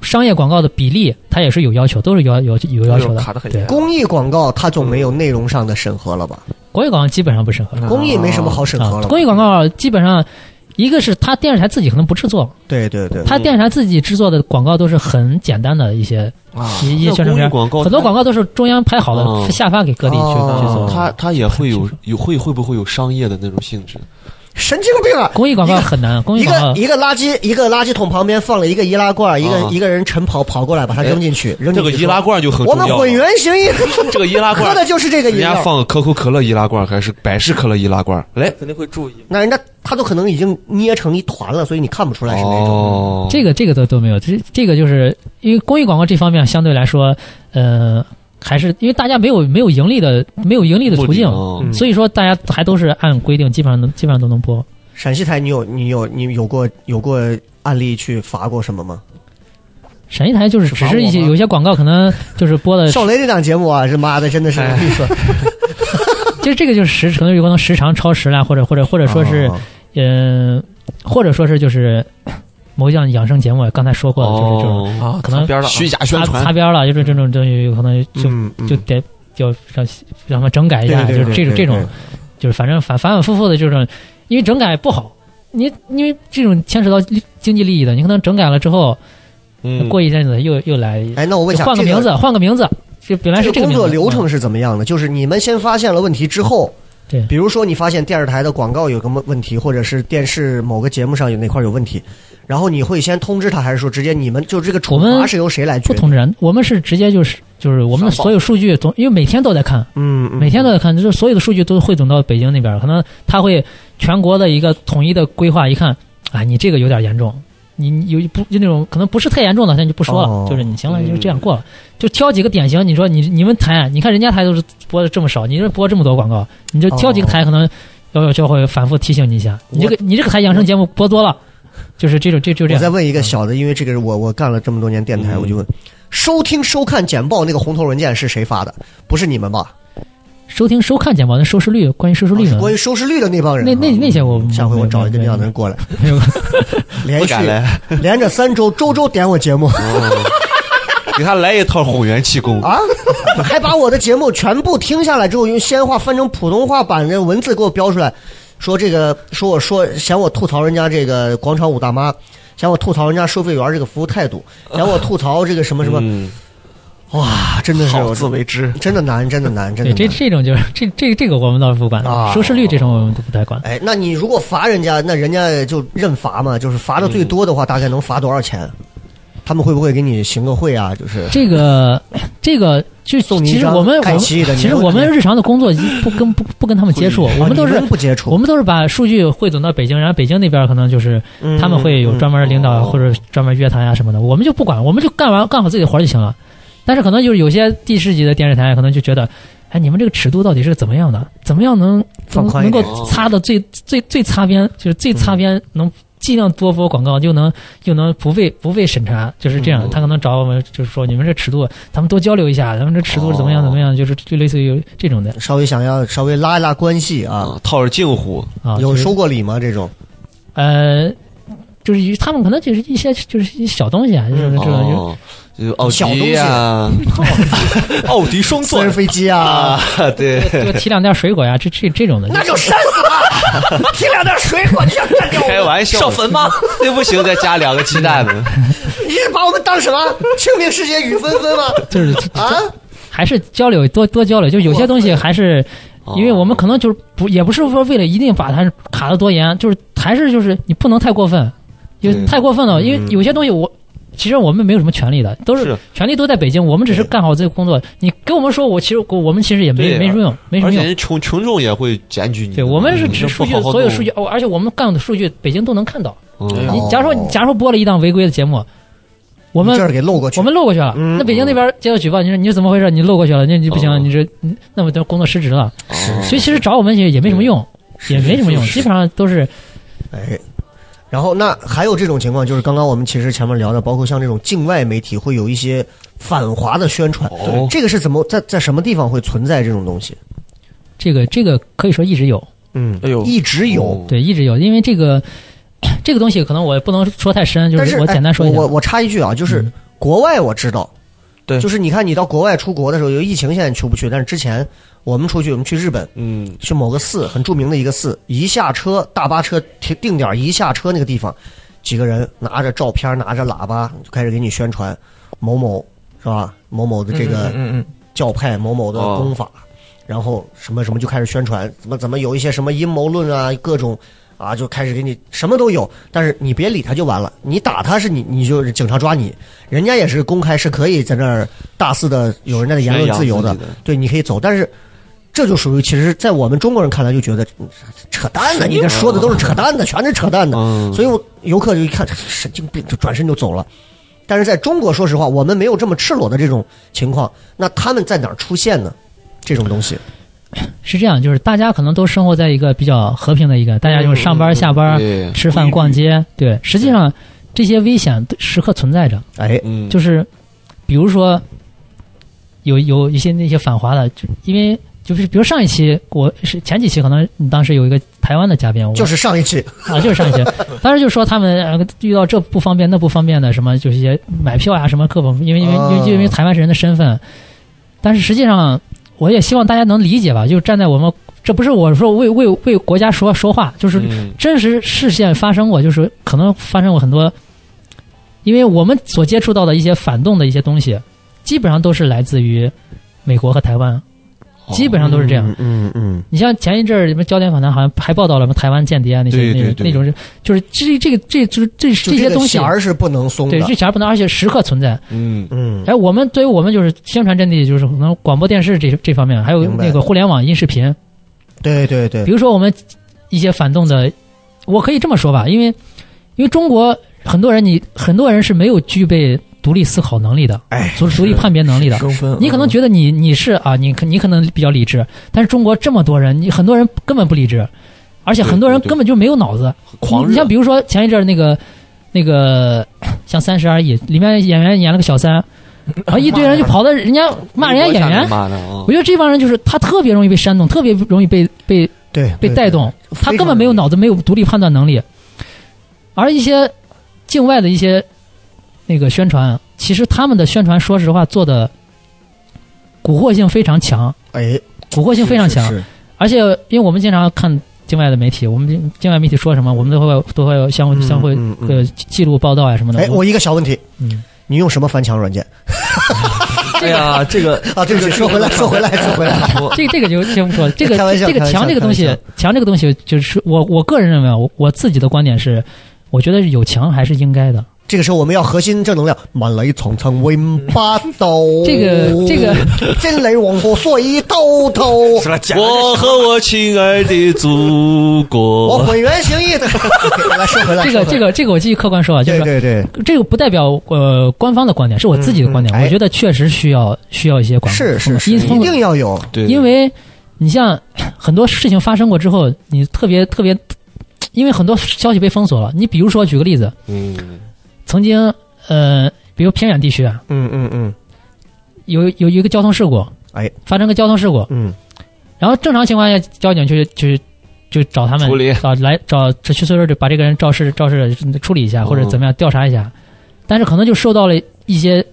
D: 商业广告的比例，它也是有要求，都是有有有要求的。
B: 卡的很
D: 对
B: 严。
A: 公益广告它总没有
D: 嗯
A: 内容上的审核了吧？
D: 公益广告基本上不审核
A: 嗯公益没什么好审核
D: 啊
A: 了吧。，
D: 公益广告基本上。一个是它电视台自己可能不制作，
A: 对对对，
D: 它电视台自己制作的广告都是很简单的一些
A: 啊
D: 一一些
E: 那
D: 宣传
E: 公益
D: 片，
E: 广告
D: 很多广告都是中央拍好
E: 哦
D: 的，下发给各地去去
A: 哦
D: 做。
E: 它它也会有有会会不会有商业的那种性质？
A: 神经病啊！
D: 公益广告很难，公益
A: 一
D: 广
A: 个
D: 告
A: 一个垃圾一个垃圾桶旁边放了一个易拉罐，一个
E: 啊
A: 一个人晨跑跑过来
D: 哎
A: 把它扔进去，扔
E: 这
A: 进
E: 个
A: 去
E: 易拉
A: 说。
E: 罐就很
A: 我
E: 重
A: 们
E: 要
A: 混
E: 了。
A: 元型一
E: *laughs* 这个易拉
A: 喝
E: 罐，
A: 的就是这个饮
E: 人家
A: 料，
E: 放可口可乐易拉罐还是百事可乐易拉罐？来，
B: 肯定会注意，
A: 那人家他都可能已经捏成一团了，所以你看不出来是哪种。
E: 哦，
D: 这个这个都都没有，这这个就是因为公益广告这方面相对来说，呃，还是因为大家没有没有盈利的没有盈利的途径，
A: 啊
E: 哦
A: 嗯
D: 所以说大家还都是按规定，基本上能基本上都能播。
A: 陕西台，你有你有你有过有过案例去罚过什么吗？
D: 陕西台就是
A: 是
D: 只
A: 罚
D: 是一些
A: 我吗
D: 有些广告可能呃就是哎播的，
A: 少雷这档节目啊，这妈的真的是 *laughs* 我跟你说，
D: 其实这个就是时可能有可能时长超时啦，或者或者或者说是
A: 啊
D: 嗯、呃或者说是就是某一项养生节目，刚才说过的就是这种
E: 哦
B: 啊，
D: 可能
B: 擦边了啊，
E: 虚假宣
D: 擦
E: 传
D: 擦边了，就是这种这种有可能就
A: 嗯嗯
D: 就得要让让他们整改一下，
A: 对对对
D: 就是这
A: 对对
D: 种这种，就是反正反反反复复的这种，因为整改不好，你因为这种牵扯到利经济利益的，你可能整改了之后，
E: 嗯
D: 过一阵子又又来，
A: 哎，那我问一
D: 就
A: 下，
D: 换个
A: 这
D: 名字，换个名字，这本来是
A: 这
D: 这
A: 个
D: 个
A: 工
D: 名
A: 作
D: 字
A: 流程
D: 嗯
A: 是怎么样的？就是你们先发现了问题之后，
D: 对
A: 比如说你发现电视台的广告有个问题，或者是电视某个节目上有哪块有问题，然后你会先通知他，还是说直接你们就这个处
D: 我
A: 罚
D: 们
A: 是由谁来决
D: 不
A: 定？
D: 通知人，我们是直接就是就是我们的
B: 上报
D: 所有数据总，因为每天都在看，
A: 嗯，嗯
D: 每天都在看，就是所有的数据都汇总到北京那哎边儿，可能他会全国的一个统一的规划，一看，啊，你这个有点严重，你你有不就那种可能不是太严重的，咱就不说了，
A: 哦
D: 就是你行了，就这样过了，就挑几个典型。你说你你们台，啊你看人家台都是播的这么少，你这播这么多广告，你就挑几个台，可能要要教会反复提醒你一下，你这个你这个台养生节目播多了，就是这种这就这
A: 我再
D: 样。嗯
A: 问一个小的，因为这个是我我干了这么多年电台，我就问，收听收看简报那个红头文件是谁发的？不是你们吧？哦
D: 收听收看节目的收视率，关于收视率
A: 是
D: 呢？
A: 啊关于收视率的那帮人
D: 那
A: 啊。
D: 那那些我
A: 下回我找一个那样的人过来，
D: *laughs* 没有，
A: *laughs* 连续
C: 敢来，
A: *laughs* 连着三周，周周点我节
C: *laughs*
A: 目
C: 给他来一套混元气功。
A: 啊，还把我的节目全部听下来之后，用西安话翻成普通话版的文字给我标出来，说这个说我说嫌我吐槽人家这个广场舞大妈，嫌我吐槽人家收费员这个服务态度，嫌我吐槽这个什么什么，
C: 嗯，
A: 哇，真的是
B: 好
A: 我
B: 自为之。
A: 真的难，真的难，真的
D: 对
A: 难。
D: 这这种就是这这这个我们倒是不管
A: 啊，
D: 收视率这种我们都不太管。
A: 哎，那你如果罚人家，那人家就认罚嘛，就是罚的最多的话，大概能罚多少钱？他们会不会给你行个贿啊？就是
D: 这个这个就
A: 送你一
D: 其实
A: 张
D: 我们我
A: 凯
D: 们
A: 奇的
D: 其实
A: 牛
D: 我们
A: 牛
D: 日常的工作不跟不不跟他们接触，我们都
A: 啊你
D: 是
A: 不接触，
D: 我们都是把数据汇总到北京，然后北京那边可能就是
A: 嗯
D: 他们会有专门的领导或者专门约谈呀、什么的，我们就不管，我们就干完干好自己的活儿就行了。但是可能就是有些地市级的电视台可能就觉得，哎，你们这个尺度到底是怎么样的？怎么样能
A: 放
D: 能
A: 宽一
D: 能
A: 点哦
D: 够擦的最最最擦边，就是最擦边能。尽量多播广告，又能又能不被不被审查，就是这样。他可能找我们，就是说你们这尺度，咱们多交流一下，咱们这尺度是怎么样怎么样，就是就类似于这种的
A: 稍微想要稍微拉一拉关系啊。
C: 啊，套着近乎，
D: 啊。
A: 有
D: 就是
A: 收过礼吗？这种
D: 呃，就是与他们可能就是一些就是一些小东西啊，就是这种就
C: 哦，就奥
A: 小东
C: 迪
A: 西
C: 呀，
D: *laughs*
B: 奥迪双
A: 私
B: 钻
A: 人，飞机啊，
C: 啊，对，
D: *laughs* 多提两袋水果呀，这这这种的。
A: 那就扇死他，
D: *laughs*
A: 提两袋水果，你想干掉
C: *laughs* 开
A: 我？
C: 玩笑，
B: 上坟吗？
C: 那不行，再加两个鸡蛋
D: *laughs*
C: 呢。
A: 你是把我们当什么？清明时节雨纷纷吗？
D: 就是 *laughs*
A: 啊，
D: 还是交流多多交流，就有些东西还是，
C: 哦
D: 因为我们可能就是不也不是说为了一定把它卡得多严，就是还是就是你不能太过分，就
C: 对嗯
D: 太过分了，因为有些东西我。其实我们没有什么权利的，都是
C: 是
D: 权利都在北京，我们只是干好这个工作。你跟我们说，我其实我们其实也没
C: 对啊
D: 没什么用，没什
C: 而
D: 么
C: 且
D: 用。
C: 人群群众也会检举你的。
D: 对我们是
C: 你
D: 指
C: 这
D: 数
C: 不
D: 据
C: 好，好
D: 所有
C: 弄
D: 数据，哦，而且我们干的数据北京都能看到。
C: 嗯
D: 你假如说，假如说播了一档违规的节目，我们
A: 这儿给漏过啊去
D: 我。们漏过去了。那北京那边接到举报，你说你是怎么回事？你漏过去了，那你不
C: 哦
D: 行，你这你那么多工作失职了。
C: 哦
D: 所以其实找我们也也没什么用，也没什么用，基本上都是
A: 哎，然后那还有这种情况，就是刚刚我们其实前面聊的，包括像这种境外媒体会有一些反华的宣传，
C: 哦
A: 这个是怎么在在什么地方会存在这种东西？
D: 这个这个可以说一直有，
A: 嗯，
B: 哎呦，
A: 一直
C: 哦嗯
A: 有。
D: 对，一直有，因为这个 *coughs* 这个东西可能我不能说太深，就
A: 但
D: 是
A: 是
D: 我简单说一
A: 哎
D: 下
A: 我。我插一句啊，就是
D: 嗯
A: 国外我知道，
B: 对
A: 就是你看你到国外出国的时候，由于疫情现在出不去，但是之前我们出去，我们去日本，
C: 嗯，
A: 去某个寺，很著名的一个寺，一下车大巴车停定点，一下车那个地方，几个人拿着照片，拿着喇叭就开始给你宣传某某是吧？某某的这个
B: 嗯哦嗯嗯
A: 教派某某的功法，然后什么什么就开始宣传，怎么怎么有一些什么阴谋论啊，各种啊就开始给你什么都有，但是你别理他就完了，你打他是你你就是警察抓你，人家也是公开是可以在那儿大肆的有人家的言论自由的
C: 宣扬自己的，
A: 对，你可以走，但是。这就属于，其实，在我们中国人看来就觉得嗯扯淡的，你
D: 啊
A: 这说的都是扯淡的，全是扯淡的。
C: 嗯
A: 所以我游客就一看神经病，就转身就走了。但是在中国，说实话，我们没有这么赤裸的这种情况。那他们在哪儿出现呢？这种东西，
D: 是这样，就是大家可能都生活在一个比较和平的一个，大家就是上班下
C: 嗯
D: 班、
C: 对
D: 吃饭、逛街，对，实际上这些危险都时刻存在着。
A: 哎，
C: 嗯，
D: 就是比如说有有一些那些反华的，就因为就是比如上一期我是前几期可能你当时有一个台湾的嘉宾，我
A: 就是上一期
D: 啊就是上一
A: *laughs*
D: 期，当时就说他们呃遇到这不方便那不方便的什么就是一些买票啊呀、什么各种，因为因为
A: 啊
D: 因为因为台湾是人的身份，但是实际上我也希望大家能理解吧，就是站在我们这不是我说为为为国家说说话，就是
C: 嗯
D: 真实事件发生过，就是可能发生过很多，因为我们所接触到的一些反动的一些东西，基本上都是来自于美国和台湾，基本上都是这样。
A: 嗯嗯，
D: 你像前一阵儿什么《焦点访谈》好像还报道了什么台湾间谍啊那些
C: 对对对
D: 那种那种，就是这这个这就是这
A: 就
D: 这
A: 这
D: 些
A: 个
D: 东西
A: 弦，儿是不能松
D: 对
A: 的
D: 这。钱不能，而且时刻存在。
C: 嗯，
A: 嗯，
D: 哎，我们对于我们就是宣传阵地，就是可能广播电视这这方面，还有
A: 明白
D: 那个互联网音视频，
A: 对对对
D: 比，如说我们一些反动的，我可以这么说吧，因为因为中国很多人你很多人是没有具备独立思考能力的，
B: 哎，
D: 独独立判别能力的。
B: 生分，
D: 你可
C: 嗯
D: 能觉得你你是啊，你可你可能比较理智，但是中国这么多人，你很多人根本不理智，而且很多人
C: 对对对
D: 根本就没有脑子。
C: 狂
D: 你你像比如说前一阵儿那个那个像《三十而已》里面演员演了个
C: *laughs*
D: 小三，然后一堆人就跑到人家骂人家演员。
C: 骂的啊
D: 我，觉得这帮人就是他特别容易被煽动，特别容易被被
A: 对，
D: 被
A: 对
D: 带，动，
A: 对
D: 他根本没有脑子，没有独立判断能力。而一些境外的一些那个宣传，其实他们的宣传，说实话做的蛊惑性非常强，
A: 哎，
D: 蛊惑性非常强。
A: 是，是
D: 而且，因为我们经常看境外的媒体，我们境外媒体说什么，我们都会都会相互
A: 嗯
D: 相互
A: 嗯嗯
D: 呃记录报道呀、什么的。
A: 哎，我一个小问题，
D: 嗯，
A: 你用什么翻墙软件
B: 哎呀，这个
A: *laughs* 啊？对不起，说回来，说回来，说回来，
B: 我
D: 这这个就先
A: *laughs*
D: 不说，这个
A: 开玩笑
D: 这个
A: 开玩笑
D: 强这个东
A: 开
D: 西
A: 玩，
D: 强这个东西就是我我个人认为啊，我我自己的观点是，我觉得有强还是应该的。
A: 这个时候我们要核心正能量，万里长城永不倒。
D: 这个这个，
A: 真雷黄河水滔滔。
D: *laughs*
E: 是吧？假的
C: 我和我亲爱的祖
A: 我
C: 国，
A: 浑圆形意的，来说回来，
D: *laughs* 这
A: 说回来
D: 个这个这个，我继续客观说啊，就是
A: 对
D: 说
A: 对对，
D: 这个不代表呃官方的观点，是我自己的观点。
A: 嗯嗯哎
D: 我觉得确实需要需要一些管控，
A: 是是是，
D: 因
A: 一定要有，
C: 对，
D: 因为你像 *clears throat* 很多事情发生过之后，你特别特别，因为很多消息被封锁了。你比如说举个例子，
C: 嗯，
D: 曾经呃，比如偏远地区啊
A: 嗯嗯嗯
D: 有有一个交通事故，
A: 哎，
D: 发生个交通事故，
A: 嗯，
D: 然后正常情况下交警就就就找他们
C: 处理
D: 找来找去所以说就把这个人肇事肇事嗯处理一
A: 哦
D: 下或者怎么样调查一下，但是可能就受到了一些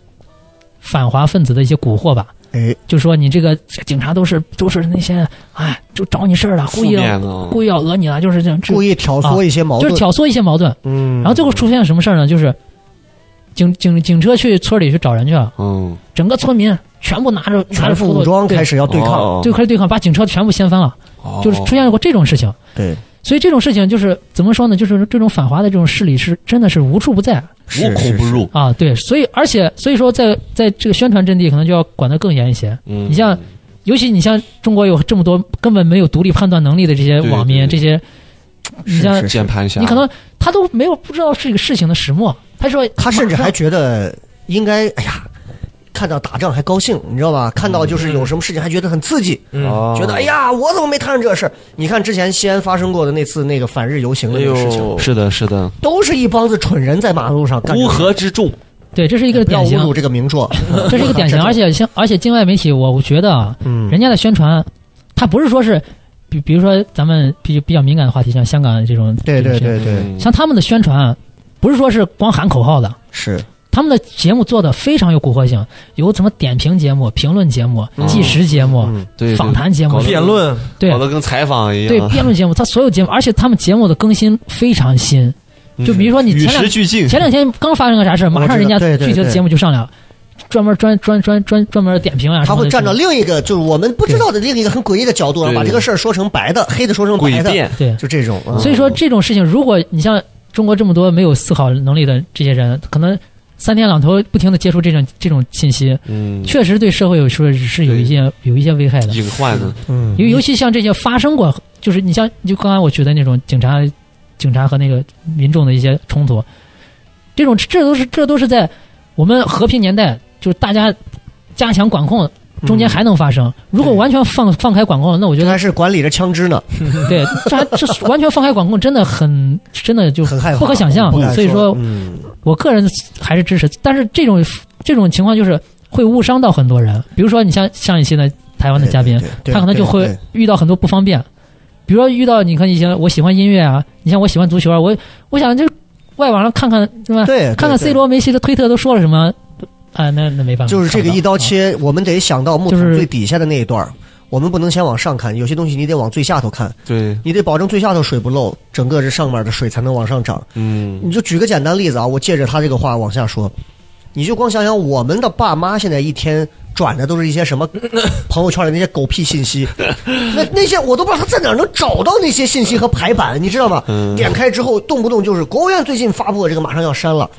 D: 反华分子的一些蛊惑吧，
A: 哎，
D: 就说你这个警察都是都是那些哎就找你事儿了，故
C: 负
D: 意
C: 面
D: 要
C: 的啊，
D: 故意要讹你了，就是这样，
A: 故
D: 意
A: 意挑唆一些矛
D: 啊就是
A: 盾，
D: 挑唆一些矛盾，
A: 嗯，
D: 然后最后出现了什么事儿呢？就是警警警车去村里去找人去了，
C: 嗯，
D: 整个村民全部拿着拿
A: 全
D: 着
A: 副武装开
D: 始
A: 始要对抗，
C: 哦
D: 对开始对抗，把警车全部掀翻了，
C: 哦
D: 就是出现过这种事情。
A: 对，
D: 所以这种事情就是怎么说呢？就是这种反华的这种势力是真的是无处不在
C: 无孔不入，
D: 啊！对，所以而且所以说在在这个宣传阵地可能就要管得更严一些，
C: 嗯，
D: 你像尤其你像中国有这么多根本没有独立判断能力的这些
C: 对
D: 网
C: 对
D: 民，这些你像
A: 是啊是
C: 键盘侠，
D: 你可能他都没有不知道这个事情的始末，他说
A: 他甚至
D: *laughs*
A: 还觉得应该，哎呀。看到打仗还高兴，你知道吧？看到
D: 嗯
A: 就是有什么事情还觉得很刺激，
B: 嗯，
C: 哦
A: 觉得哎呀，我怎么没摊上这事儿？你看之前西安发生过的那次那个反日游行的
B: 哎
A: 那个事情，
B: 呦，
C: 是的，是的，
A: 都是一帮子蠢人在马路上干这
C: 乌
A: 个事儿。
C: 合之众，
D: 对，这是一个
A: 哎不要
D: 典型
A: 侮，辱这个名著，*laughs*
D: 这是一个典型，而且像而且境外媒体，我我觉得啊，
A: 嗯
D: 人家的宣传，他不是说是，比比如说咱们比比较敏感的话题，像香港这种，
A: 对对
D: 这种事
A: 对对，
C: 嗯
D: 情，像他们的宣传，啊不是说是光喊口号的，
A: 是
D: 他们的节目做的非常有蛊惑性，有什么点评节目、评论节目、纪实节目、
A: 嗯
C: 对
D: 访谈节目
C: 搞、得
B: 辩论，
D: 对
C: 搞得跟采访一样，
D: 对辩论节目，他所有节目，而且他们节目的更新非常新，
A: 嗯
C: 嗯
D: 就比如说你
C: 与
D: 前两
C: 时俱进，
D: 前两天刚发生个啥事儿，马上人家
A: 对对
D: 具体的节目就上来了，专门专专专专专门点评啊，
A: 他
D: 什么
A: 会
D: 的
A: 站到另一个就是我们不知道的另一个很诡异的角度，然后把
C: 对
A: 这个事儿说成白的，黑的说成
C: *laughs*
A: 白
C: 诡
A: 的，
C: 辩，
D: 对，
A: 就这种。啊
D: 所以说这种事情，如果你像中国这么多没有思考能力的这些人，可能三天两头不停的接触这种这种信息，
C: 嗯，
D: 确实对社会有说是有一些有一些危害的。
C: 隐患呢，
A: 嗯
D: 尤尤其像这些发生过，就是你像就刚才我举的那种警察、警察和那个民众的一些冲突，这种这都是这都是在我们和平年代，就是大家加强管控，
A: 嗯
D: 中间还能发生。如果完全放放开管控了，那我觉
A: 这
D: 得
A: 还是管理着枪支呢，
D: 对，这还这是完全放开管控，真的很真的就
A: 很害怕，
D: 不可想象
A: 不敢。
D: 所以说
A: 嗯，
D: 我个人还是支持，但是这种这种情况就是会误伤到很多人。比如说，你像上一期的台湾的嘉宾
A: 对，，对
D: 他可能就
A: 对
D: 会遇到很多不方便，比如说遇到你看以前我喜欢音乐啊，你像我喜欢足球啊，我我想就是外网上看看是吧？
A: 对对，对
D: 看看 C。罗、梅西的推特都说了什么啊？那那没办法，
A: 就是这个一刀切，我们得想到木
D: 啊就
A: 桶
D: 是
A: 最底下的那一段儿，我们不能先往上看，有些东西你得往最下头看，
C: 对，
A: 你得保证最下头水不漏，整个这上面的水才能往上涨。
C: 嗯，
A: 你就举个简单例子啊，我借着他这个话往下说，你就光想想我们的爸妈现在一天转的都是一些什么朋友圈里那些狗屁信息，那那些我都不知道他在哪儿能找到那些信息和排版，你知道吗？点开之后，动不动就是国务院最近发布的这个马上要删了，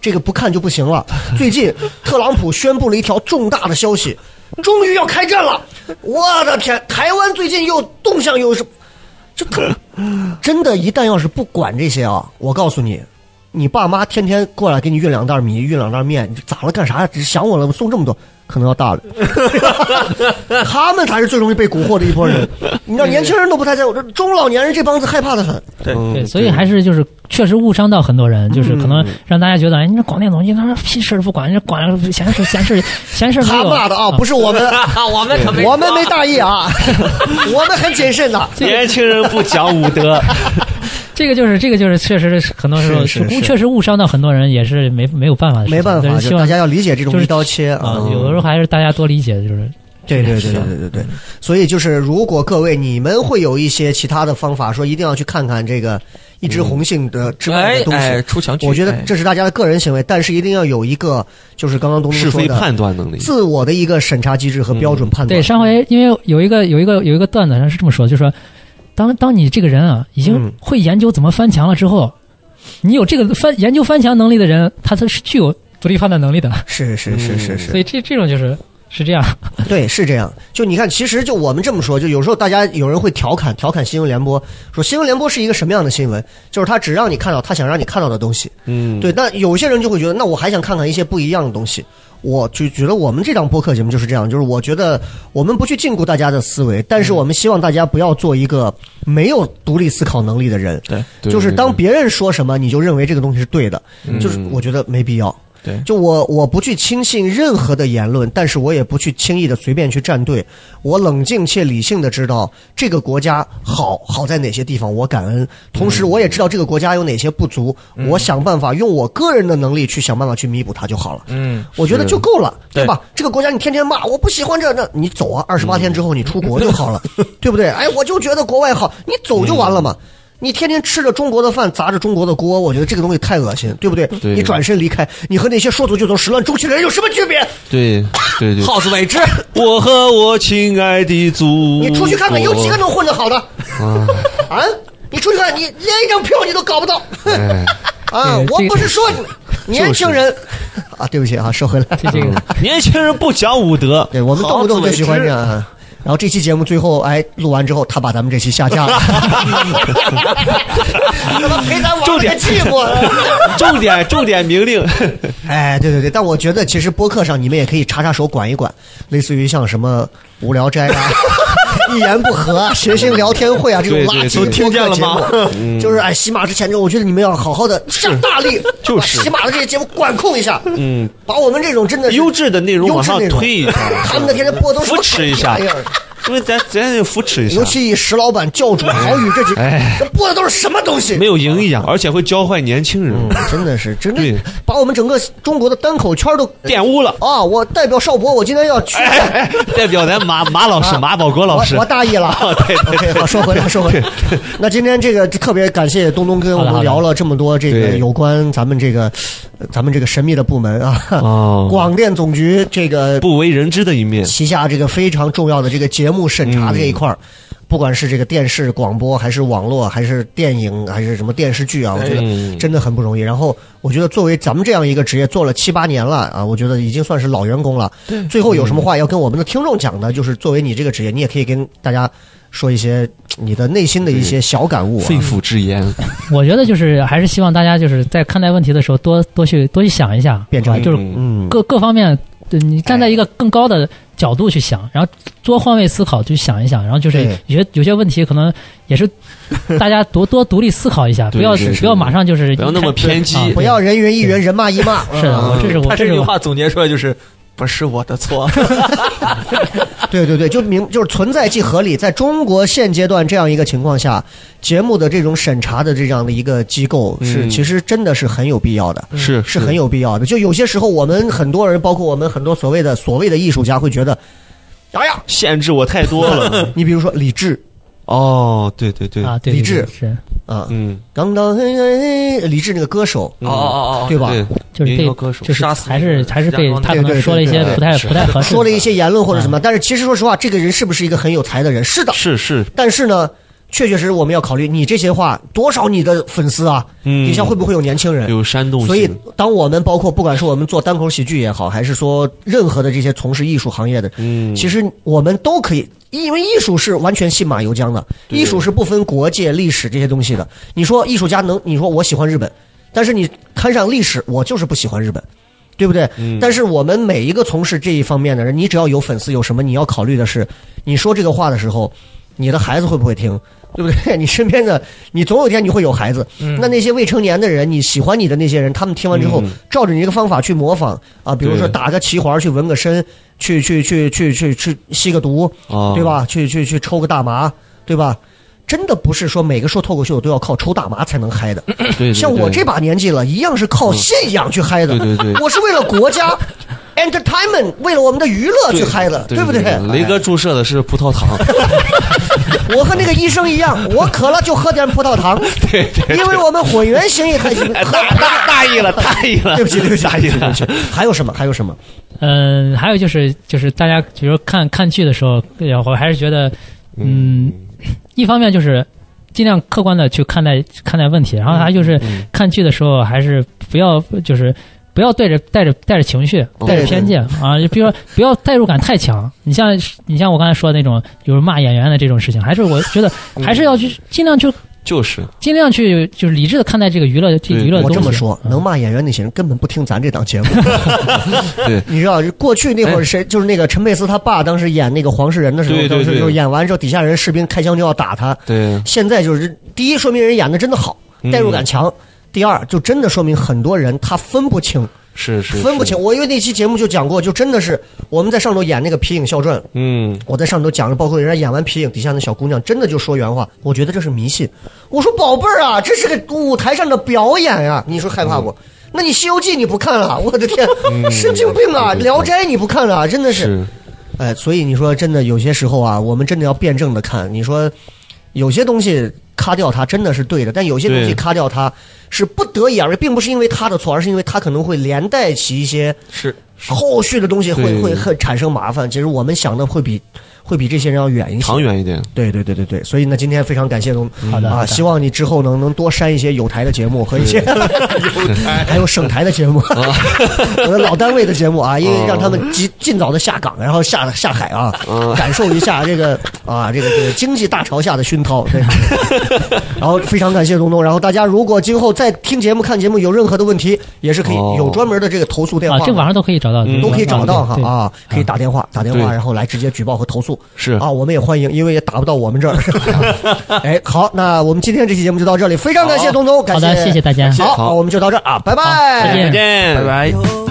A: 这个不看就不行了。最近特朗普宣布了一条重大的消息，终于要开战了，我的天，台湾最近又动向又是。就他真的，一旦要是不管这些啊，我告诉你，你爸妈天天过来给你运两袋米，运两袋面，你这咋了？干啥呀？只想我了，我送这么多，可能要大了。 *laughs* 他们才是最容易被蛊惑的一拨人。你让年轻人都不太在乎，这中老年人这帮子害怕的很。
B: 对
C: 嗯
D: 对，
A: 嗯
D: 所以还是就是确实误伤到很多人，就是可能让大家觉得，哎，你这广电总局他妈屁事儿不管，这管闲事闲事闲事没
A: 他
D: 有
A: 骂的啊，不是我们，
B: 我们
A: *laughs*
B: 可
A: 我们没大意啊， *laughs* 我们很谨慎的。
C: 年轻人不讲武
A: *laughs*
C: 德，
D: 这个就是这个就是确实是很多时候
A: 是是是
D: 确实误伤到很多人，也是没没有办法的事情，
A: 没办
D: 但
A: 法，
D: 是希
A: 就
D: 望
A: 大家要理解这种
D: 哎就是
A: 一刀切啊。
D: 啊，有的时候还是大家多理解，就是
A: 对对对对对对对，所以就是如果各位你们会有一些其他的方法，说一定要去看看这个一枝红杏的之外
B: 哎
A: 的东
B: 哎，
A: 西，
B: 出墙去，
A: 我觉得
B: 哎
A: 这是大家的个人行为，但是一定要有一个就是刚刚东东
C: 是
A: 说
C: 非
A: 的
C: 判断能力。
A: 自我的一个审查机制和标准判断。
D: 嗯对，上回因为有一个有一个有一个段子上是这么说，就说当当你这个人啊已经
A: 嗯
D: 会研究怎么翻墙了之后，你有这个翻研究翻墙能力的人，他才是具有独立判断能力的。
A: 是是是是是，
D: *laughs* 所以这这种就是
A: *laughs*
D: 是这样，
A: 对，是这样。就你看，其实就我们这么说，就有时候大家有人会调侃调侃新闻联播，说新闻联播是一个什么样的新闻？就是他只让你看到他想让你看到的东西。
C: 嗯，
A: 对，那有些人就会觉得，那我还想看看一些不一样的东西。我就觉得我们这档播客节目就是这样，就是我觉得我们不去禁锢大家的思维，但
C: 嗯
A: 是我们希望大家不要做一个没有独立思考能力的人。
B: 对，
C: 对
A: 就是
C: 对
A: 当
C: 对嗯
A: 别人说什么，你就认为这个东西是对的，就是我觉得没必要。
B: 对
A: 就我我不去轻信任何的言论，但是我也不去轻易的随便去站队。我冷静且理性的知道这个国家好好在哪些地方，我感恩。同时，我也知道这个国家有哪些不足，我想办法用我个人的能力去想办法去弥补它就好了。
B: 嗯，
A: 我觉得就够了，
B: 对
A: 对吧？这个国家你天天骂，我不喜欢这，那你走啊！二十八天之后你出国就好了，对不对？哎，我就觉得国外好，你走就完了嘛。你天天吃着中国的饭，砸着中国的锅，我觉得这个东西太恶心，对不对？
C: 对
A: 你转身离开，你和那些说走就走、始乱终弃的人有什么区别？
C: 对对对，
B: 好自为之。
C: 我和我亲爱的祖国，
A: 你出去看看，有几个能混得好的？啊，你出去看，你连一张票你都搞不到。
C: 哎？
A: *laughs* 啊，
D: 对
A: 我
D: 这
A: 不
D: 个
A: 是说你们年轻
C: *laughs*
A: 人啊，对不起啊，收回来。
D: 这这个
C: *laughs* 年轻人不讲武德，
A: 对我们动不动就喜欢这
C: 好自为之。
A: 样。啊。然后这期节目最后，哎，录完之后，他把咱们这期下架
C: *laughs*
A: 了， *laughs* 怎么陪咱玩
C: 重
A: 了个
C: 点
A: 寂寞？啊
C: 重点重点明令， *laughs*
A: 哎，对对对，但我觉得其实播客上你们也可以查查手，管一管，类似于像什么无聊斋
C: *laughs*
A: 啊、一言不合啊、谐星聊天会啊这种
C: 对对
A: 垃圾
C: 都听见了嗯
A: 播客节目就是哎，洗马之前，我觉得你们要好好的上大力，
C: 就是
A: 把洗马的这些节目管控一下，嗯，把我们这种真的是
C: 优质的内容往上
A: 优质内容
C: 推一下，
A: 他们的天天播都是
C: 扶持一下哎
A: 什么玩意儿
C: 因为咱咱得扶持一下
A: 尤，其以石老板、教主、郝宇这几个，这播的都是什么东西？
C: 哎没有营养，而且会教坏年轻人，
A: 嗯，真的是，真
C: 对
A: 的把我们整个中国的单口圈都
C: 玷污了。
A: 啊！我代表邵博，我今天要去，
C: 哎哎，代表
A: *laughs*
C: 咱马马老师、马保国老
A: 我
C: 师
A: 啊
C: 哦
A: 我，大意了。
C: 对对
A: *laughs* OK，好，说回来，说回来。那今天这个特别感谢东东跟我
D: 好的
A: 们
D: 好的
A: 聊了这么多这个
C: 对
A: 有关咱们这个呃咱们这个神秘的部门啊，
C: 哦，
A: 广电总局这个
C: 不为人知的一面，
A: 旗下这个非常重要的这个节目审查这一块儿。不管是这个电视、广播，还是网络，还是电影，还是什么电视剧啊，我觉得真的很不容易。然后，我觉得作为咱们这样一个职业，做了七八年了啊，我觉得已经算是老员工了。最后有什么话要跟我们的听众讲的，就是作为你这个职业，你也可以跟大家说一些你的内心的一些小感悟、啊
C: 肺。腑之言。
D: 我觉得就是还是希望大家就是在看待问题的时候多多去多去想一下，
A: 辩证
D: 啊就是
C: 嗯
A: 嗯，
D: 各各方面，对你站
A: 哎
D: 在一个更高的角度去想，然后多换位思考去想一想，然后就是
A: 对
D: 有些有些问题可能
A: *laughs*
D: 也是大家多多独立思考一下，
C: 对
D: 不要
C: 是是
D: 不要马上就是
C: 不要那么偏激
D: 啊
A: 不要人云亦云，人骂亦骂。
D: 是的，
A: 嗯
D: 我这是我
B: 他
D: 这
B: 这
D: 是
B: 句
D: 我
B: 话总结出来就是不是我的错，
A: 对对对，就明就是存在即合理，在中国现阶段这样一个情况下，节目的这种审查的这样的一个机构是，
C: 嗯
A: 其实真的是很有必要的。
C: 是
A: 嗯是很有必要的。就有些时候，我们很多人，包括我们很多所谓的所谓的艺术家，会觉得，哎呀，
C: 限制我太多
A: *laughs*
C: 了。
A: 你比如说李志
C: 哦，对对对，
D: 啊，对
A: 理
D: 对对
A: 智
D: 是
A: 啊，
C: 嗯，
A: 刚刚哎哎哎李志那个歌手，
C: 嗯
B: 哦哦哦
A: 对吧？
C: 对，
D: 就是
C: 民谣
D: 被
C: 歌手
D: 就是
B: 杀死
D: 还
B: 那个
D: 是
B: 人
D: 还是
B: 假
D: 被
B: 装
D: 他
A: 对
D: 可能
A: 对
D: 说了一
A: 对
D: 些
A: 对
D: 不太
C: 是嗯
A: *laughs*
D: 不太合适的话，
A: 啊说了一些言论或者什么，但是其实说实话，这个人是不是一个很有才的人？是的，
C: 是是，
A: 但是呢，确确实实我们要考虑，你这些话多少你的粉丝啊，
C: 嗯
A: 底下会不会有年轻人？
C: 有煽动性，
A: 所以，当我们包括不管是我们做单口喜剧也好，还是说任何的这些从事艺术行业的，
C: 嗯
A: 其实我们都可以，因为艺术是完全信马由缰的，艺术是不分国界、历史这些东西的。你说艺术家能，你说我喜欢日本，但是你摊上历史，我就是不喜欢日本，对不对？
C: 嗯
A: 但是我们每一个从事这一方面的人，你只要有粉丝，有什么你要考虑的是，你说这个话的时候，你的孩子会不会听？对不对？你 *laughs* 身边的，你总有一天你会有孩子。
C: 嗯
A: 那那些未成年的人，你喜欢你的那些人，他们听完之后，照着你这个方法去模仿啊，比如说
C: 对
A: 打个旗环，去纹个身，去去去去去去吸个毒，
C: 啊
A: 对？吧？去去去抽个大麻，对吧？真的不是说每个说脱口秀都要靠抽大麻才能嗨的，
C: 对对对嗯
A: 像我这把年纪了，一样是靠信仰去嗨的。
C: 对对对
A: 我是为了国
C: *laughs*
A: 家 entertainment，为了我们的娱乐去嗨的，
C: 啊对
A: 不
C: 对？雷哥注射的是葡萄 *laughs* 糖，
A: 我和那个医生一样，我渴了就喝点葡萄糖，
C: 对对对
A: 因为我们火源行也太
C: *laughs* 大大大意了，大意
A: *laughs*
C: 了，
A: 对不起，对不起，
C: 大意
A: 对
C: 了 *laughs*
A: 不。起。还有什么？还有什么？
D: 嗯，还有就是就是大家比如说看看剧的时候，呃我还是觉得，嗯，一方面就是尽量客观的去看待看待问题，然后还
C: 嗯
D: 有就是看剧的时候还是不要就是。不要带着带着带着情绪，
A: 哦
D: 带着偏见啊！就比如说，不要代入感太强。你像你像我刚才说的那种，就是骂演员的这种事情，还是我觉得还是要
A: 嗯
D: 去尽量去
C: 就是
D: 尽量去就是理智的看待这个娱乐这
C: 对
D: 娱乐的
A: 我
D: 东西。
A: 这么说，
D: 嗯
A: 能骂演员那些人根本不听咱这档节
C: *laughs*
A: 目。
C: 对，
A: 你知道过去那会儿谁就是那个陈佩斯他爸当时演那个黄世仁的时候，
C: 哎对对
A: 当时
C: 对
A: 就是演完之后底下人士兵开枪就要打他。
C: 对，
A: 现在就是第一，说明人演的真的好，
C: 嗯
A: 代入感强；第二，就真的说明很多人他分不清，
C: 是是
A: 分不清。
C: 是
A: 我因为那期节目就讲过，就真的是我们在上头演那个《皮影笑传》，
C: 嗯，
A: 我在上头讲了，包括人家演完皮影，底下那小姑娘真的就说原话，我觉得这是迷信。我说宝贝儿啊，这是个舞台上的表演呀、你说害怕
C: 嗯
A: 不？那你《西游记》你不看了？我的天，神经病啊！
C: 对对对
A: 聊斋》你不看了？真的是，
C: 是
A: 哎，所以你说真的，有些时候啊，我们真的要辩证的看。你说有些东西咔掉它真的是对的，但有些东西
C: 对
A: 咔掉它是不得已而为，并不是因为他的错，而是因为他可能会连带起一些
C: 是
A: 后续的东西会
C: 对
A: 会很产生麻烦。其实我们想的会比会比这些人要远一些。
C: 长远一点，
A: 对对对对对，所以呢，今天非常感谢龙
D: 好的好
A: 啊，
D: 的
A: 希望你之后能能多删一些有台的节目和一
D: *laughs*
A: 些 *laughs* 还有省台的节目，我的老单位的节目
D: 哦
A: 啊，因为让他们尽尽早的下岗，然后下下海啊，
D: 哦
A: 感受一下这个啊这个这个经济大潮下的熏陶。对，
D: *laughs*
A: 然后非常感谢东东，然后大家如果今后再听节目看节目有任何的问题，也是可以
C: 哦
A: 有专门的这个投诉电
D: 啊
A: 话，，
D: 这网上都可以找到，
A: 嗯都可以找到
D: 对
A: 哈。啊，可以打电话打电话，
C: 对
A: 然后来直接举报和投诉。
C: 是
A: 啊，我们也欢迎，因为也打不到我们这儿。 *laughs* 哎，好，那我们今天这期节目就到这里，非常感谢东东，感
D: 好的，
A: 谢
D: 谢谢大家。
A: 好，
C: 好
A: 我们就到这儿啊，拜拜，
D: 好再见
C: 见，
B: 拜拜。
F: 有